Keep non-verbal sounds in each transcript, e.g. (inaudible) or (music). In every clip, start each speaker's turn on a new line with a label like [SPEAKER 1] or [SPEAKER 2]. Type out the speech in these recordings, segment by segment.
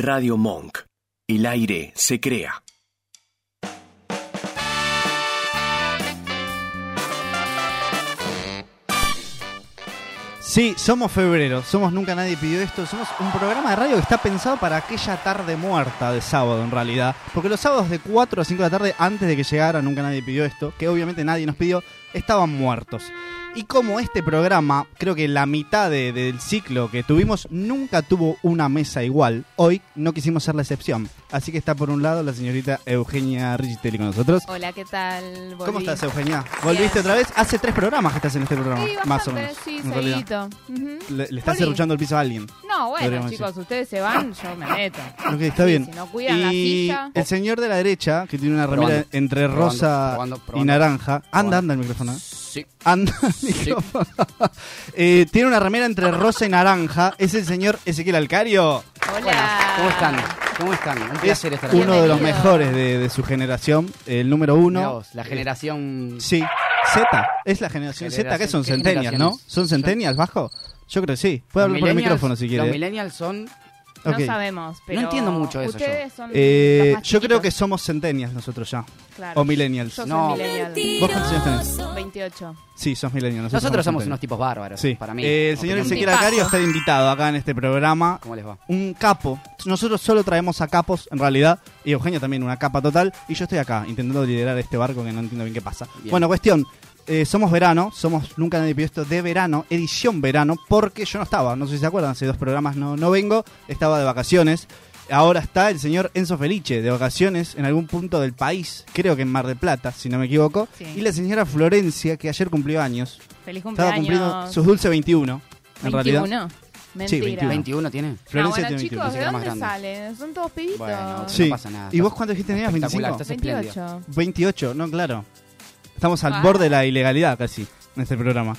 [SPEAKER 1] Radio Monk. El aire se crea.
[SPEAKER 2] Sí, somos febrero, somos Nunca Nadie Pidió Esto, somos un programa de radio que está pensado para aquella tarde muerta de sábado en realidad, porque los sábados de 4 a 5 de la tarde, antes de que llegara Nunca Nadie Pidió Esto, que obviamente nadie nos pidió, estaban muertos. Y como este programa, creo que la mitad de- del ciclo que tuvimos nunca tuvo una mesa igual, hoy no quisimos ser la excepción. Así que está por un lado la señorita Eugenia Rigitelli con nosotros.
[SPEAKER 3] Hola, ¿qué tal? Volví.
[SPEAKER 2] ¿Cómo estás, Eugenia? ¿Volviste otra vez? Hace tres programas que estás en este programa,
[SPEAKER 3] Sí,
[SPEAKER 2] más o
[SPEAKER 3] bastante,
[SPEAKER 2] menos.
[SPEAKER 3] sí,
[SPEAKER 2] en realidad.
[SPEAKER 3] seguidito. Ujú.
[SPEAKER 2] Le, le estás
[SPEAKER 3] Juli.
[SPEAKER 2] cerruchando el piso a alguien.
[SPEAKER 3] No, bueno,
[SPEAKER 2] Podríamos
[SPEAKER 3] chicos, ustedes se van, yo me meto.
[SPEAKER 2] Ok, está
[SPEAKER 3] Sí,
[SPEAKER 2] bien.
[SPEAKER 3] Si no cuidan la
[SPEAKER 2] y
[SPEAKER 3] silla.
[SPEAKER 2] el señor de la derecha, que tiene una remera
[SPEAKER 4] Probando,
[SPEAKER 2] entre rosa
[SPEAKER 4] probando,
[SPEAKER 2] y
[SPEAKER 4] probando.
[SPEAKER 2] naranja. Anda,
[SPEAKER 4] Probando.
[SPEAKER 2] anda el micrófono. eh.
[SPEAKER 4] Sí.
[SPEAKER 2] Anda el micrófono. (laughs) Eh, tiene una remera entre rosa y naranja. Es el señor Ezequiel Alcario.
[SPEAKER 3] Hola.
[SPEAKER 4] Bueno, ¿cómo están? ¿Cómo están? Un
[SPEAKER 2] Es
[SPEAKER 4] placer estar aquí.
[SPEAKER 2] uno de los
[SPEAKER 3] Bienvenido.
[SPEAKER 2] mejores de, de su generación. El número
[SPEAKER 4] Mirá
[SPEAKER 2] uno.
[SPEAKER 4] vos, la generación...
[SPEAKER 2] Sí. Z. Es la generación Z, que son
[SPEAKER 4] Generación- ¿qué
[SPEAKER 2] centenias, ¿no?
[SPEAKER 4] generaciones?
[SPEAKER 2] ¿Son centenias, Vasco? Yo creo que sí. Puede hablar por el
[SPEAKER 4] millennials-
[SPEAKER 2] micrófono si
[SPEAKER 4] Los
[SPEAKER 2] quiere.
[SPEAKER 4] millennials son...
[SPEAKER 3] No
[SPEAKER 2] Ok.
[SPEAKER 3] sabemos, pero.
[SPEAKER 4] entiendo mucho eso yo.
[SPEAKER 3] Ustedes son.
[SPEAKER 2] Eh,
[SPEAKER 3] los más
[SPEAKER 2] yo creo que
[SPEAKER 3] chiquitos.
[SPEAKER 2] somos centenias nosotros ya.
[SPEAKER 3] Claro.
[SPEAKER 2] O millennials.
[SPEAKER 3] Yo
[SPEAKER 4] No.
[SPEAKER 3] soy millennial.
[SPEAKER 2] ¿Vos cuántos años tenés?
[SPEAKER 3] 28.
[SPEAKER 2] Sí, sos milenio. Nosotros,
[SPEAKER 4] Nosotros somos
[SPEAKER 2] centenios.
[SPEAKER 4] unos tipos bárbaros,
[SPEAKER 2] Sí.
[SPEAKER 4] para mí.
[SPEAKER 2] Eh, el señor
[SPEAKER 4] opinión
[SPEAKER 2] Ezequiel
[SPEAKER 4] mía.
[SPEAKER 2] Acario está de invitado acá en este programa.
[SPEAKER 4] ¿Cómo les va?
[SPEAKER 2] Un capo. Nosotros solo traemos a capos, en realidad. Y Eugenio también, una capa total. Y yo estoy acá, intentando liderar este barco que no entiendo bien qué pasa.
[SPEAKER 4] Bien.
[SPEAKER 2] Bueno, cuestión. eh, somos verano, somos nunca nadie pidió esto de verano, edición verano, porque yo no estaba, no sé si se acuerdan, hace dos programas no, no vengo, estaba de vacaciones. Ahora está el señor Enzo Felice, de vacaciones en algún punto del país, creo que en Mar de Plata, si no me equivoco.
[SPEAKER 3] Sí.
[SPEAKER 2] Y la señora Florencia, que ayer cumplió años,
[SPEAKER 3] Feliz
[SPEAKER 2] estaba
[SPEAKER 3] cumpleaños.
[SPEAKER 2] cumpliendo sus dulce 21, en
[SPEAKER 3] 21.
[SPEAKER 2] realidad.
[SPEAKER 3] Mentira.
[SPEAKER 2] Sí, 21.
[SPEAKER 4] 21 tiene.
[SPEAKER 3] No,
[SPEAKER 2] Florencia
[SPEAKER 3] Ah, bueno,
[SPEAKER 2] tiene 21.
[SPEAKER 3] chicos, ¿de
[SPEAKER 4] era más
[SPEAKER 3] dónde
[SPEAKER 4] grande.
[SPEAKER 3] salen? Son todos pibitos.
[SPEAKER 4] Bueno,
[SPEAKER 2] Sí.
[SPEAKER 4] no pasa nada.
[SPEAKER 2] ¿Y vos cuántos dijiste tenías?
[SPEAKER 4] Espectacular,
[SPEAKER 2] ¿25?
[SPEAKER 4] estás espléndido.
[SPEAKER 3] 28.
[SPEAKER 2] 28, no, claro. Estamos al
[SPEAKER 3] Ah.
[SPEAKER 2] borde de la ilegalidad casi en este programa.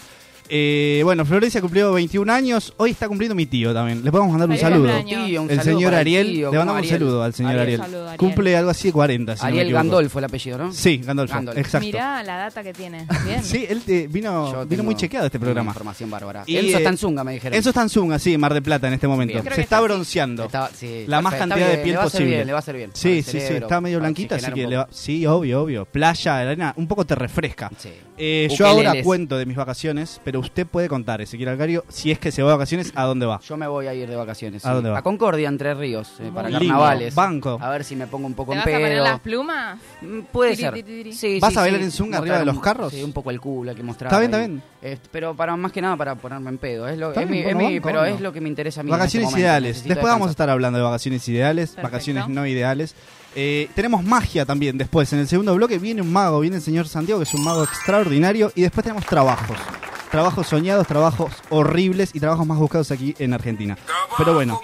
[SPEAKER 2] Eh, bueno, Florencia cumplió 21 años. Hoy está cumpliendo mi tío también. Le podemos mandar un
[SPEAKER 3] Feliz
[SPEAKER 2] saludo.
[SPEAKER 3] cumpleaños.
[SPEAKER 4] Tío, un
[SPEAKER 2] El
[SPEAKER 4] saludo
[SPEAKER 2] señor
[SPEAKER 4] para el
[SPEAKER 2] Ariel,
[SPEAKER 4] tío,
[SPEAKER 2] le
[SPEAKER 4] ¿cómo
[SPEAKER 2] mandamos un
[SPEAKER 4] Ariel?
[SPEAKER 2] saludo al señor Ariel.
[SPEAKER 3] Un saludo, Ariel.
[SPEAKER 2] Cumple algo así de 40, si no me
[SPEAKER 4] Ariel
[SPEAKER 2] equivoco.
[SPEAKER 4] Gandolfo el apellido, ¿no?
[SPEAKER 2] Sí, Gandolfo.
[SPEAKER 4] Gandolfo.
[SPEAKER 2] Exacto.
[SPEAKER 3] Mirá la data
[SPEAKER 2] (laughs)
[SPEAKER 3] que tiene. Bien.
[SPEAKER 2] Sí, él te- vino,
[SPEAKER 4] Yo
[SPEAKER 2] vino
[SPEAKER 4] tengo-
[SPEAKER 2] muy chequeado este
[SPEAKER 4] tengo
[SPEAKER 2] programa.
[SPEAKER 4] Información bárbara.
[SPEAKER 2] Y,
[SPEAKER 4] Enzo
[SPEAKER 2] eh,
[SPEAKER 4] está en Zunga, me dijeron.
[SPEAKER 2] Eso está en Zoom, así, en Mar de Plata en este momento.
[SPEAKER 4] Bien.
[SPEAKER 3] Creo
[SPEAKER 2] Se
[SPEAKER 3] que
[SPEAKER 2] está
[SPEAKER 3] está así.
[SPEAKER 2] bronceando.
[SPEAKER 4] Está- sí,
[SPEAKER 2] La más
[SPEAKER 4] está
[SPEAKER 2] cantidad de
[SPEAKER 4] bien,
[SPEAKER 2] piel
[SPEAKER 4] le va a hacer
[SPEAKER 2] posible.
[SPEAKER 4] bien, le va a hacer bien. para
[SPEAKER 2] Sí,
[SPEAKER 4] el
[SPEAKER 2] sí, sí,
[SPEAKER 4] cerebro,
[SPEAKER 2] está medio
[SPEAKER 4] para
[SPEAKER 2] blanquita, así
[SPEAKER 4] oxigenar
[SPEAKER 2] que
[SPEAKER 4] un
[SPEAKER 2] le va-
[SPEAKER 4] poco.
[SPEAKER 2] Sí, obvio, obvio. Playa, arena, un poco te refresca.
[SPEAKER 4] Sí.
[SPEAKER 2] Eh, yo
[SPEAKER 4] Ukeleles.
[SPEAKER 2] ahora cuento de mis vacaciones, pero usted puede contar, Ezequiel Alcario, si es que se va de vacaciones, ¿a dónde va?
[SPEAKER 4] Yo me voy a ir de vacaciones.
[SPEAKER 2] ¿A
[SPEAKER 4] sí.
[SPEAKER 2] dónde va?
[SPEAKER 4] A Concordia, Entre Ríos, eh, para
[SPEAKER 2] Lindo.
[SPEAKER 4] carnavales.
[SPEAKER 2] Banco.
[SPEAKER 4] A ver si me pongo un poco
[SPEAKER 3] ¿Te
[SPEAKER 4] en
[SPEAKER 3] vas a poner
[SPEAKER 4] pedo.
[SPEAKER 3] las plumas?
[SPEAKER 4] Mm, Puede
[SPEAKER 3] Tiri,
[SPEAKER 4] ser.
[SPEAKER 3] tiri, tiri.
[SPEAKER 4] Sí,
[SPEAKER 2] ¿Vas
[SPEAKER 4] sí,
[SPEAKER 2] a bailar
[SPEAKER 4] sí.
[SPEAKER 2] en zunga
[SPEAKER 4] Mostrar
[SPEAKER 2] arriba de los
[SPEAKER 4] un-
[SPEAKER 2] carros?
[SPEAKER 4] Sí, un poco el culo hay que mostrar.
[SPEAKER 2] Está bien,
[SPEAKER 4] ahí.
[SPEAKER 2] está
[SPEAKER 4] Eh, pero para más que nada para ponerme en pedo. Es lo,
[SPEAKER 2] Está
[SPEAKER 4] es
[SPEAKER 2] bien,
[SPEAKER 4] mi-
[SPEAKER 2] bueno,
[SPEAKER 4] es mi-
[SPEAKER 2] banco,
[SPEAKER 4] pero
[SPEAKER 2] banco.
[SPEAKER 4] es lo que me interesa a mí. en
[SPEAKER 2] Vacaciones
[SPEAKER 4] este momento.
[SPEAKER 2] ideales.
[SPEAKER 4] Necesito
[SPEAKER 2] después vamos a
[SPEAKER 4] descansar.
[SPEAKER 2] estar hablando de vacaciones ideales,
[SPEAKER 3] Perfecto.
[SPEAKER 2] vacaciones no ideales. Eh, tenemos magia también después. En el segundo bloque viene un mago, viene el señor Santiago, que es un mago extraordinario. Y después tenemos trabajos. Trabajos soñados, trabajos horribles y trabajos más buscados aquí en Argentina. Pero bueno,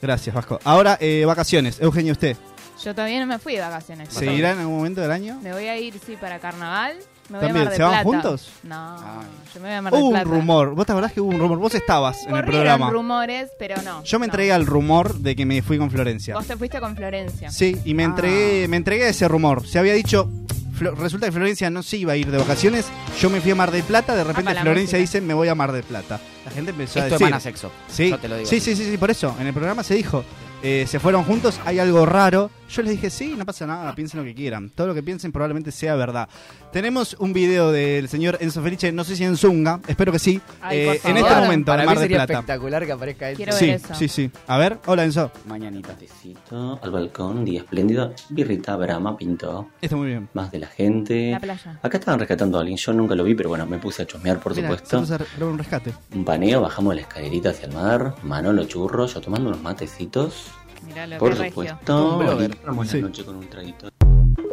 [SPEAKER 2] gracias Vasco. Ahora, eh, vacaciones. Eugenio, ¿usted
[SPEAKER 3] Yo todavía no me fui de vacaciones.
[SPEAKER 2] se irá en algún momento del año?
[SPEAKER 3] Me voy a ir, sí, para carnaval. Me voy
[SPEAKER 2] También,
[SPEAKER 3] a Mar de
[SPEAKER 2] ¿se van
[SPEAKER 3] Plata.
[SPEAKER 2] juntos?
[SPEAKER 3] No,
[SPEAKER 4] Ay.
[SPEAKER 3] yo me voy a Mar de
[SPEAKER 2] Hubo un
[SPEAKER 3] Plata.
[SPEAKER 2] rumor. ¿Vos te acordás que hubo un rumor? Vos estabas en el
[SPEAKER 3] Corrieron
[SPEAKER 2] programa.
[SPEAKER 3] rumores, pero no.
[SPEAKER 2] Yo me
[SPEAKER 3] no.
[SPEAKER 2] entregué al rumor de que me fui con Florencia.
[SPEAKER 3] Vos te fuiste con Florencia.
[SPEAKER 2] Sí, y me
[SPEAKER 4] Ah.
[SPEAKER 2] entregué, me entregué a ese rumor. Se había dicho, Flo- resulta que Florencia no se iba a ir de vacaciones, yo me fui a Mar del Plata, de repente
[SPEAKER 3] Apa, la
[SPEAKER 2] Florencia
[SPEAKER 3] música.
[SPEAKER 2] dice, me voy a Mar del Plata. La gente empezó a
[SPEAKER 4] Esto
[SPEAKER 2] decir...
[SPEAKER 4] emana sexo.
[SPEAKER 2] Sí,
[SPEAKER 4] Yo te lo digo.
[SPEAKER 2] sí,
[SPEAKER 4] así.
[SPEAKER 2] sí, sí, sí, por eso. En el programa se dijo, eh, se fueron juntos, hay algo raro. Yo les dije, sí, no pasa nada, piensen lo que quieran. Todo lo que piensen probablemente sea verdad. Tenemos un video del señor Enzo Felice, no sé si en Zunga, espero que sí.
[SPEAKER 3] Ay,
[SPEAKER 2] eh,
[SPEAKER 3] por
[SPEAKER 2] en
[SPEAKER 3] favor.
[SPEAKER 2] este momento,
[SPEAKER 4] para
[SPEAKER 2] en
[SPEAKER 4] mí
[SPEAKER 2] Mar del
[SPEAKER 4] sería
[SPEAKER 2] Plata.
[SPEAKER 4] espectacular que aparezca él.
[SPEAKER 3] Quiero ver
[SPEAKER 2] Sí,
[SPEAKER 3] eso.
[SPEAKER 2] sí, sí. A ver, hola Enzo.
[SPEAKER 4] Mañanita.
[SPEAKER 5] Tecito, al balcón, día espléndido, birrita, brama, pintó,
[SPEAKER 2] Está muy bien.
[SPEAKER 5] más de la gente.
[SPEAKER 3] La playa.
[SPEAKER 5] Acá estaban rescatando a alguien, yo nunca lo vi, pero bueno, me puse a chusmear, por
[SPEAKER 2] Mira, se
[SPEAKER 5] supuesto.
[SPEAKER 2] puso a re- lograr un rescate.
[SPEAKER 5] Un paneo, bajamos la escalerita hacia el mar, Manolo churro, yo tomando unos matecitos,
[SPEAKER 3] Mirá lo
[SPEAKER 5] por
[SPEAKER 3] que regio.
[SPEAKER 5] supuesto.
[SPEAKER 4] Un blogger.
[SPEAKER 5] y cerramos
[SPEAKER 2] Sí.
[SPEAKER 5] la noche con un traguito.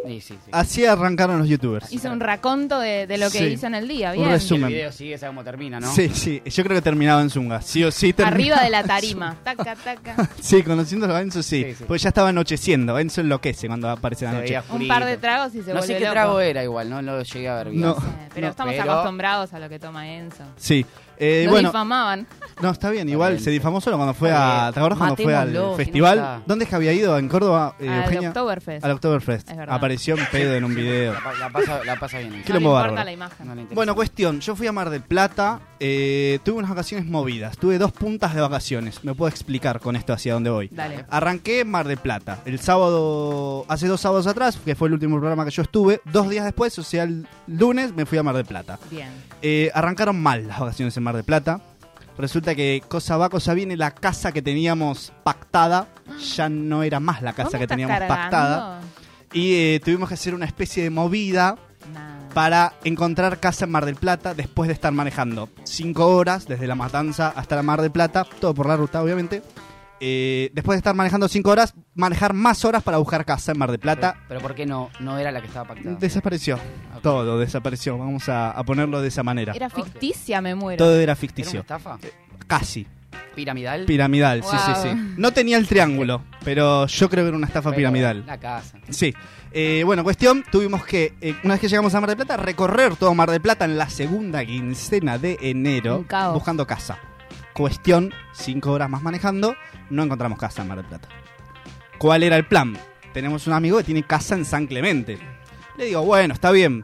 [SPEAKER 4] Sí, sí, sí.
[SPEAKER 2] Así arrancaron los youtubers.
[SPEAKER 3] Hizo un raconto de, de lo que
[SPEAKER 2] Sí.
[SPEAKER 3] hizo en el día,
[SPEAKER 2] Un
[SPEAKER 3] bien.
[SPEAKER 2] resumen.
[SPEAKER 4] El video sigue, sabe cómo termina, ¿no?
[SPEAKER 2] Sí, sí, yo creo que terminaba en Zunga. Sí o sí terminaba.
[SPEAKER 3] Arriba de la tarima. Taca, taca.
[SPEAKER 2] (laughs) Sí, conociéndolo a Enzo sí,
[SPEAKER 4] Sí, sí.
[SPEAKER 2] Porque ya estaba anocheciendo. Enzo enloquece cuando aparece la
[SPEAKER 4] Se
[SPEAKER 2] noche.
[SPEAKER 4] veía
[SPEAKER 3] Un
[SPEAKER 4] oscurito.
[SPEAKER 3] par de tragos y se
[SPEAKER 4] No
[SPEAKER 3] vuelve
[SPEAKER 4] sé qué
[SPEAKER 3] loco.
[SPEAKER 4] trago era igual, no lo llegué a ver bien.
[SPEAKER 2] No.
[SPEAKER 3] Eh, Pero
[SPEAKER 2] No,
[SPEAKER 3] estamos
[SPEAKER 4] pero-
[SPEAKER 3] acostumbrados a lo que toma Enzo.
[SPEAKER 2] Sí. Eh,
[SPEAKER 3] Nos
[SPEAKER 2] bueno,
[SPEAKER 3] difamaban.
[SPEAKER 2] no, está bien, igual
[SPEAKER 4] bien.
[SPEAKER 2] se difamó solo cuando fue
[SPEAKER 4] Está
[SPEAKER 2] a.
[SPEAKER 4] bien.
[SPEAKER 2] ¿Te acordás cuando fue
[SPEAKER 6] Matémoslo,
[SPEAKER 2] al
[SPEAKER 6] que no
[SPEAKER 2] festival?
[SPEAKER 4] está.
[SPEAKER 2] ¿Dónde es que había ido? ¿En Córdoba, eh,
[SPEAKER 3] Al
[SPEAKER 2] Eugenia?
[SPEAKER 3] Oktoberfest.
[SPEAKER 2] Al Oktoberfest.
[SPEAKER 3] Es verdad.
[SPEAKER 2] Apareció en pedo en un video.
[SPEAKER 4] La, pa- la pasa, la pasa bien.
[SPEAKER 2] ¿Qué
[SPEAKER 3] no le
[SPEAKER 2] quilombo
[SPEAKER 3] importa
[SPEAKER 2] bárbaro.
[SPEAKER 3] la imagen.
[SPEAKER 4] No le interesa.
[SPEAKER 2] Bueno, cuestión, yo fui a Mar del Plata, eh, tuve unas vacaciones movidas, tuve dos puntas de vacaciones, me puedo explicar con esto hacia dónde voy.
[SPEAKER 3] Dale.
[SPEAKER 2] Arranqué en Mar del Plata, el sábado, hace dos sábados atrás, que fue el último programa que yo estuve, dos días después, o sea, el lunes me fui a Mar del Plata.
[SPEAKER 3] Bien.
[SPEAKER 2] Eh, arrancaron mal las vacaciones en Mar del Plata, resulta que cosa va, cosa viene, la casa que teníamos pactada, ya no era más la
[SPEAKER 3] ¿Vos
[SPEAKER 2] casa
[SPEAKER 3] me
[SPEAKER 2] que
[SPEAKER 3] estás
[SPEAKER 2] teníamos pactada,
[SPEAKER 3] cargando?
[SPEAKER 2] y eh, tuvimos que hacer una especie de movida
[SPEAKER 3] Nah.
[SPEAKER 2] para encontrar casa en Mar del Plata después de estar manejando. Cinco horas desde La Matanza hasta la Mar del Plata, todo por la ruta, obviamente. Eh, después de estar manejando cinco horas, manejar más horas para buscar casa en Mar del
[SPEAKER 4] Pero,
[SPEAKER 2] Plata.
[SPEAKER 4] pero ¿por qué no, no era la que estaba pactada?
[SPEAKER 2] Desapareció.
[SPEAKER 4] Ok.
[SPEAKER 2] Todo desapareció. Vamos a, a ponerlo de esa manera.
[SPEAKER 3] Era ficticia, me muero.
[SPEAKER 2] Todo era
[SPEAKER 4] ¿Era una
[SPEAKER 2] ficticio.
[SPEAKER 4] estafa?
[SPEAKER 2] Casi.
[SPEAKER 4] ¿Piramidal?
[SPEAKER 2] Piramidal, sí, sí,
[SPEAKER 3] Wow.
[SPEAKER 2] sí. No tenía el triángulo, pero yo creo que era una estafa
[SPEAKER 4] Pero
[SPEAKER 2] piramidal.
[SPEAKER 4] La casa.
[SPEAKER 2] Sí. Eh, bueno, cuestión, tuvimos que, eh, una vez que llegamos a Mar del Plata, recorrer todo Mar del Plata en la segunda quincena de enero
[SPEAKER 3] Un caos.
[SPEAKER 2] buscando casa. Cuestión, cinco horas más manejando, no encontramos casa en Mar del Plata. ¿Cuál era el plan? Tenemos un amigo que tiene casa en San Clemente. Le digo, bueno, está bien.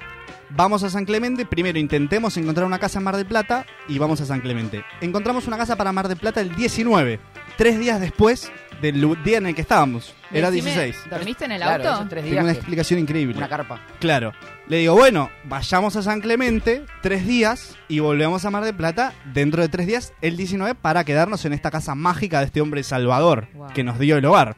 [SPEAKER 2] Vamos a San Clemente, primero intentemos encontrar una casa en Mar del Plata y vamos a San Clemente. Encontramos una casa para Mar del Plata el 19, tres días después del lu- día en el que estábamos. Era
[SPEAKER 3] Decime,
[SPEAKER 2] 16.
[SPEAKER 3] ¿Dormiste en el
[SPEAKER 4] Claro, esos
[SPEAKER 3] auto?
[SPEAKER 4] tres
[SPEAKER 2] Tengo una
[SPEAKER 4] días. que-
[SPEAKER 2] explicación increíble.
[SPEAKER 4] Una carpa.
[SPEAKER 2] Claro. Le digo, bueno, vayamos a San Clemente tres días y volvemos a Mar del Plata dentro de tres días, el 19, para quedarnos en esta casa mágica de este hombre Salvador
[SPEAKER 3] Wow.
[SPEAKER 2] que nos dio el hogar.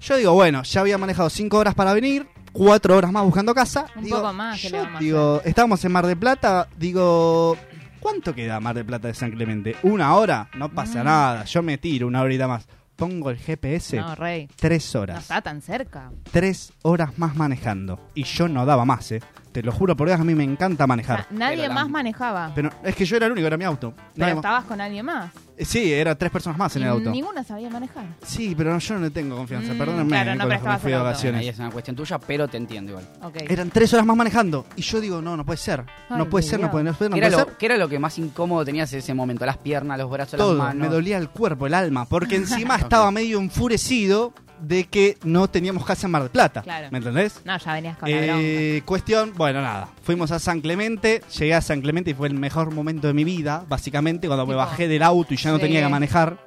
[SPEAKER 2] Yo digo, bueno, ya había manejado cinco horas para venir, cuatro horas más buscando casa.
[SPEAKER 3] Un
[SPEAKER 2] Digo,
[SPEAKER 3] poco más, ¿qué le
[SPEAKER 2] yo
[SPEAKER 3] vamos a
[SPEAKER 2] digo, estábamos en Mar del Plata, digo, ¿cuánto queda Mar del Plata de San Clemente? ¿Una hora? No pasa
[SPEAKER 3] Mm.
[SPEAKER 2] nada, yo me tiro una horita más. Pongo el GPS,
[SPEAKER 3] No, rey.
[SPEAKER 2] tres
[SPEAKER 3] No
[SPEAKER 2] horas
[SPEAKER 3] está tan cerca.
[SPEAKER 2] tres horas más manejando. Y yo no daba más, ¿eh? Te lo juro por Dios, a mí me encanta manejar.
[SPEAKER 3] Na- nadie
[SPEAKER 4] Pero la-
[SPEAKER 3] más manejaba. Pero,
[SPEAKER 2] Pero es que yo era el único, era mi auto. No había-
[SPEAKER 3] estabas con alguien más.
[SPEAKER 2] Sí, era tres personas más en
[SPEAKER 3] Y
[SPEAKER 2] el auto.
[SPEAKER 3] Ninguna sabía manejar.
[SPEAKER 2] Sí, pero no, yo no le tengo confianza,
[SPEAKER 3] Mm,
[SPEAKER 2] perdónenme. eh,
[SPEAKER 3] claro, no,
[SPEAKER 2] con los que
[SPEAKER 3] pero
[SPEAKER 2] me
[SPEAKER 3] estabas
[SPEAKER 2] fui
[SPEAKER 3] en
[SPEAKER 2] de
[SPEAKER 3] auto.
[SPEAKER 2] vacaciones.
[SPEAKER 4] Ahí es una cuestión tuya, pero te entiendo igual.
[SPEAKER 3] Ok.
[SPEAKER 2] Eran tres horas más manejando. Y yo digo, no, no puede ser.
[SPEAKER 3] Ay,
[SPEAKER 2] no puede ser, no
[SPEAKER 3] Dios.
[SPEAKER 2] puede, no puede, no
[SPEAKER 4] ¿Qué era,
[SPEAKER 2] puede
[SPEAKER 4] lo,
[SPEAKER 2] ser.
[SPEAKER 4] qué era lo que más incómodo tenías en ese momento? Las piernas, los brazos,
[SPEAKER 2] Todo,
[SPEAKER 4] las manos.
[SPEAKER 2] me dolía el cuerpo, el alma,
[SPEAKER 3] (laughs)
[SPEAKER 2] porque encima estaba medio enfurecido de que no teníamos casa en Mar del Plata.
[SPEAKER 3] Claro.
[SPEAKER 2] ¿Me entendés?
[SPEAKER 3] No, ya venías con la bronca.
[SPEAKER 2] Eh, cuestión, bueno, nada. Fuimos a San Clemente, llegué a San Clemente y fue el mejor momento de mi vida, básicamente, cuando me
[SPEAKER 3] Tipo,
[SPEAKER 2] bajé del auto y ya no
[SPEAKER 3] sí.
[SPEAKER 2] tenía que manejar.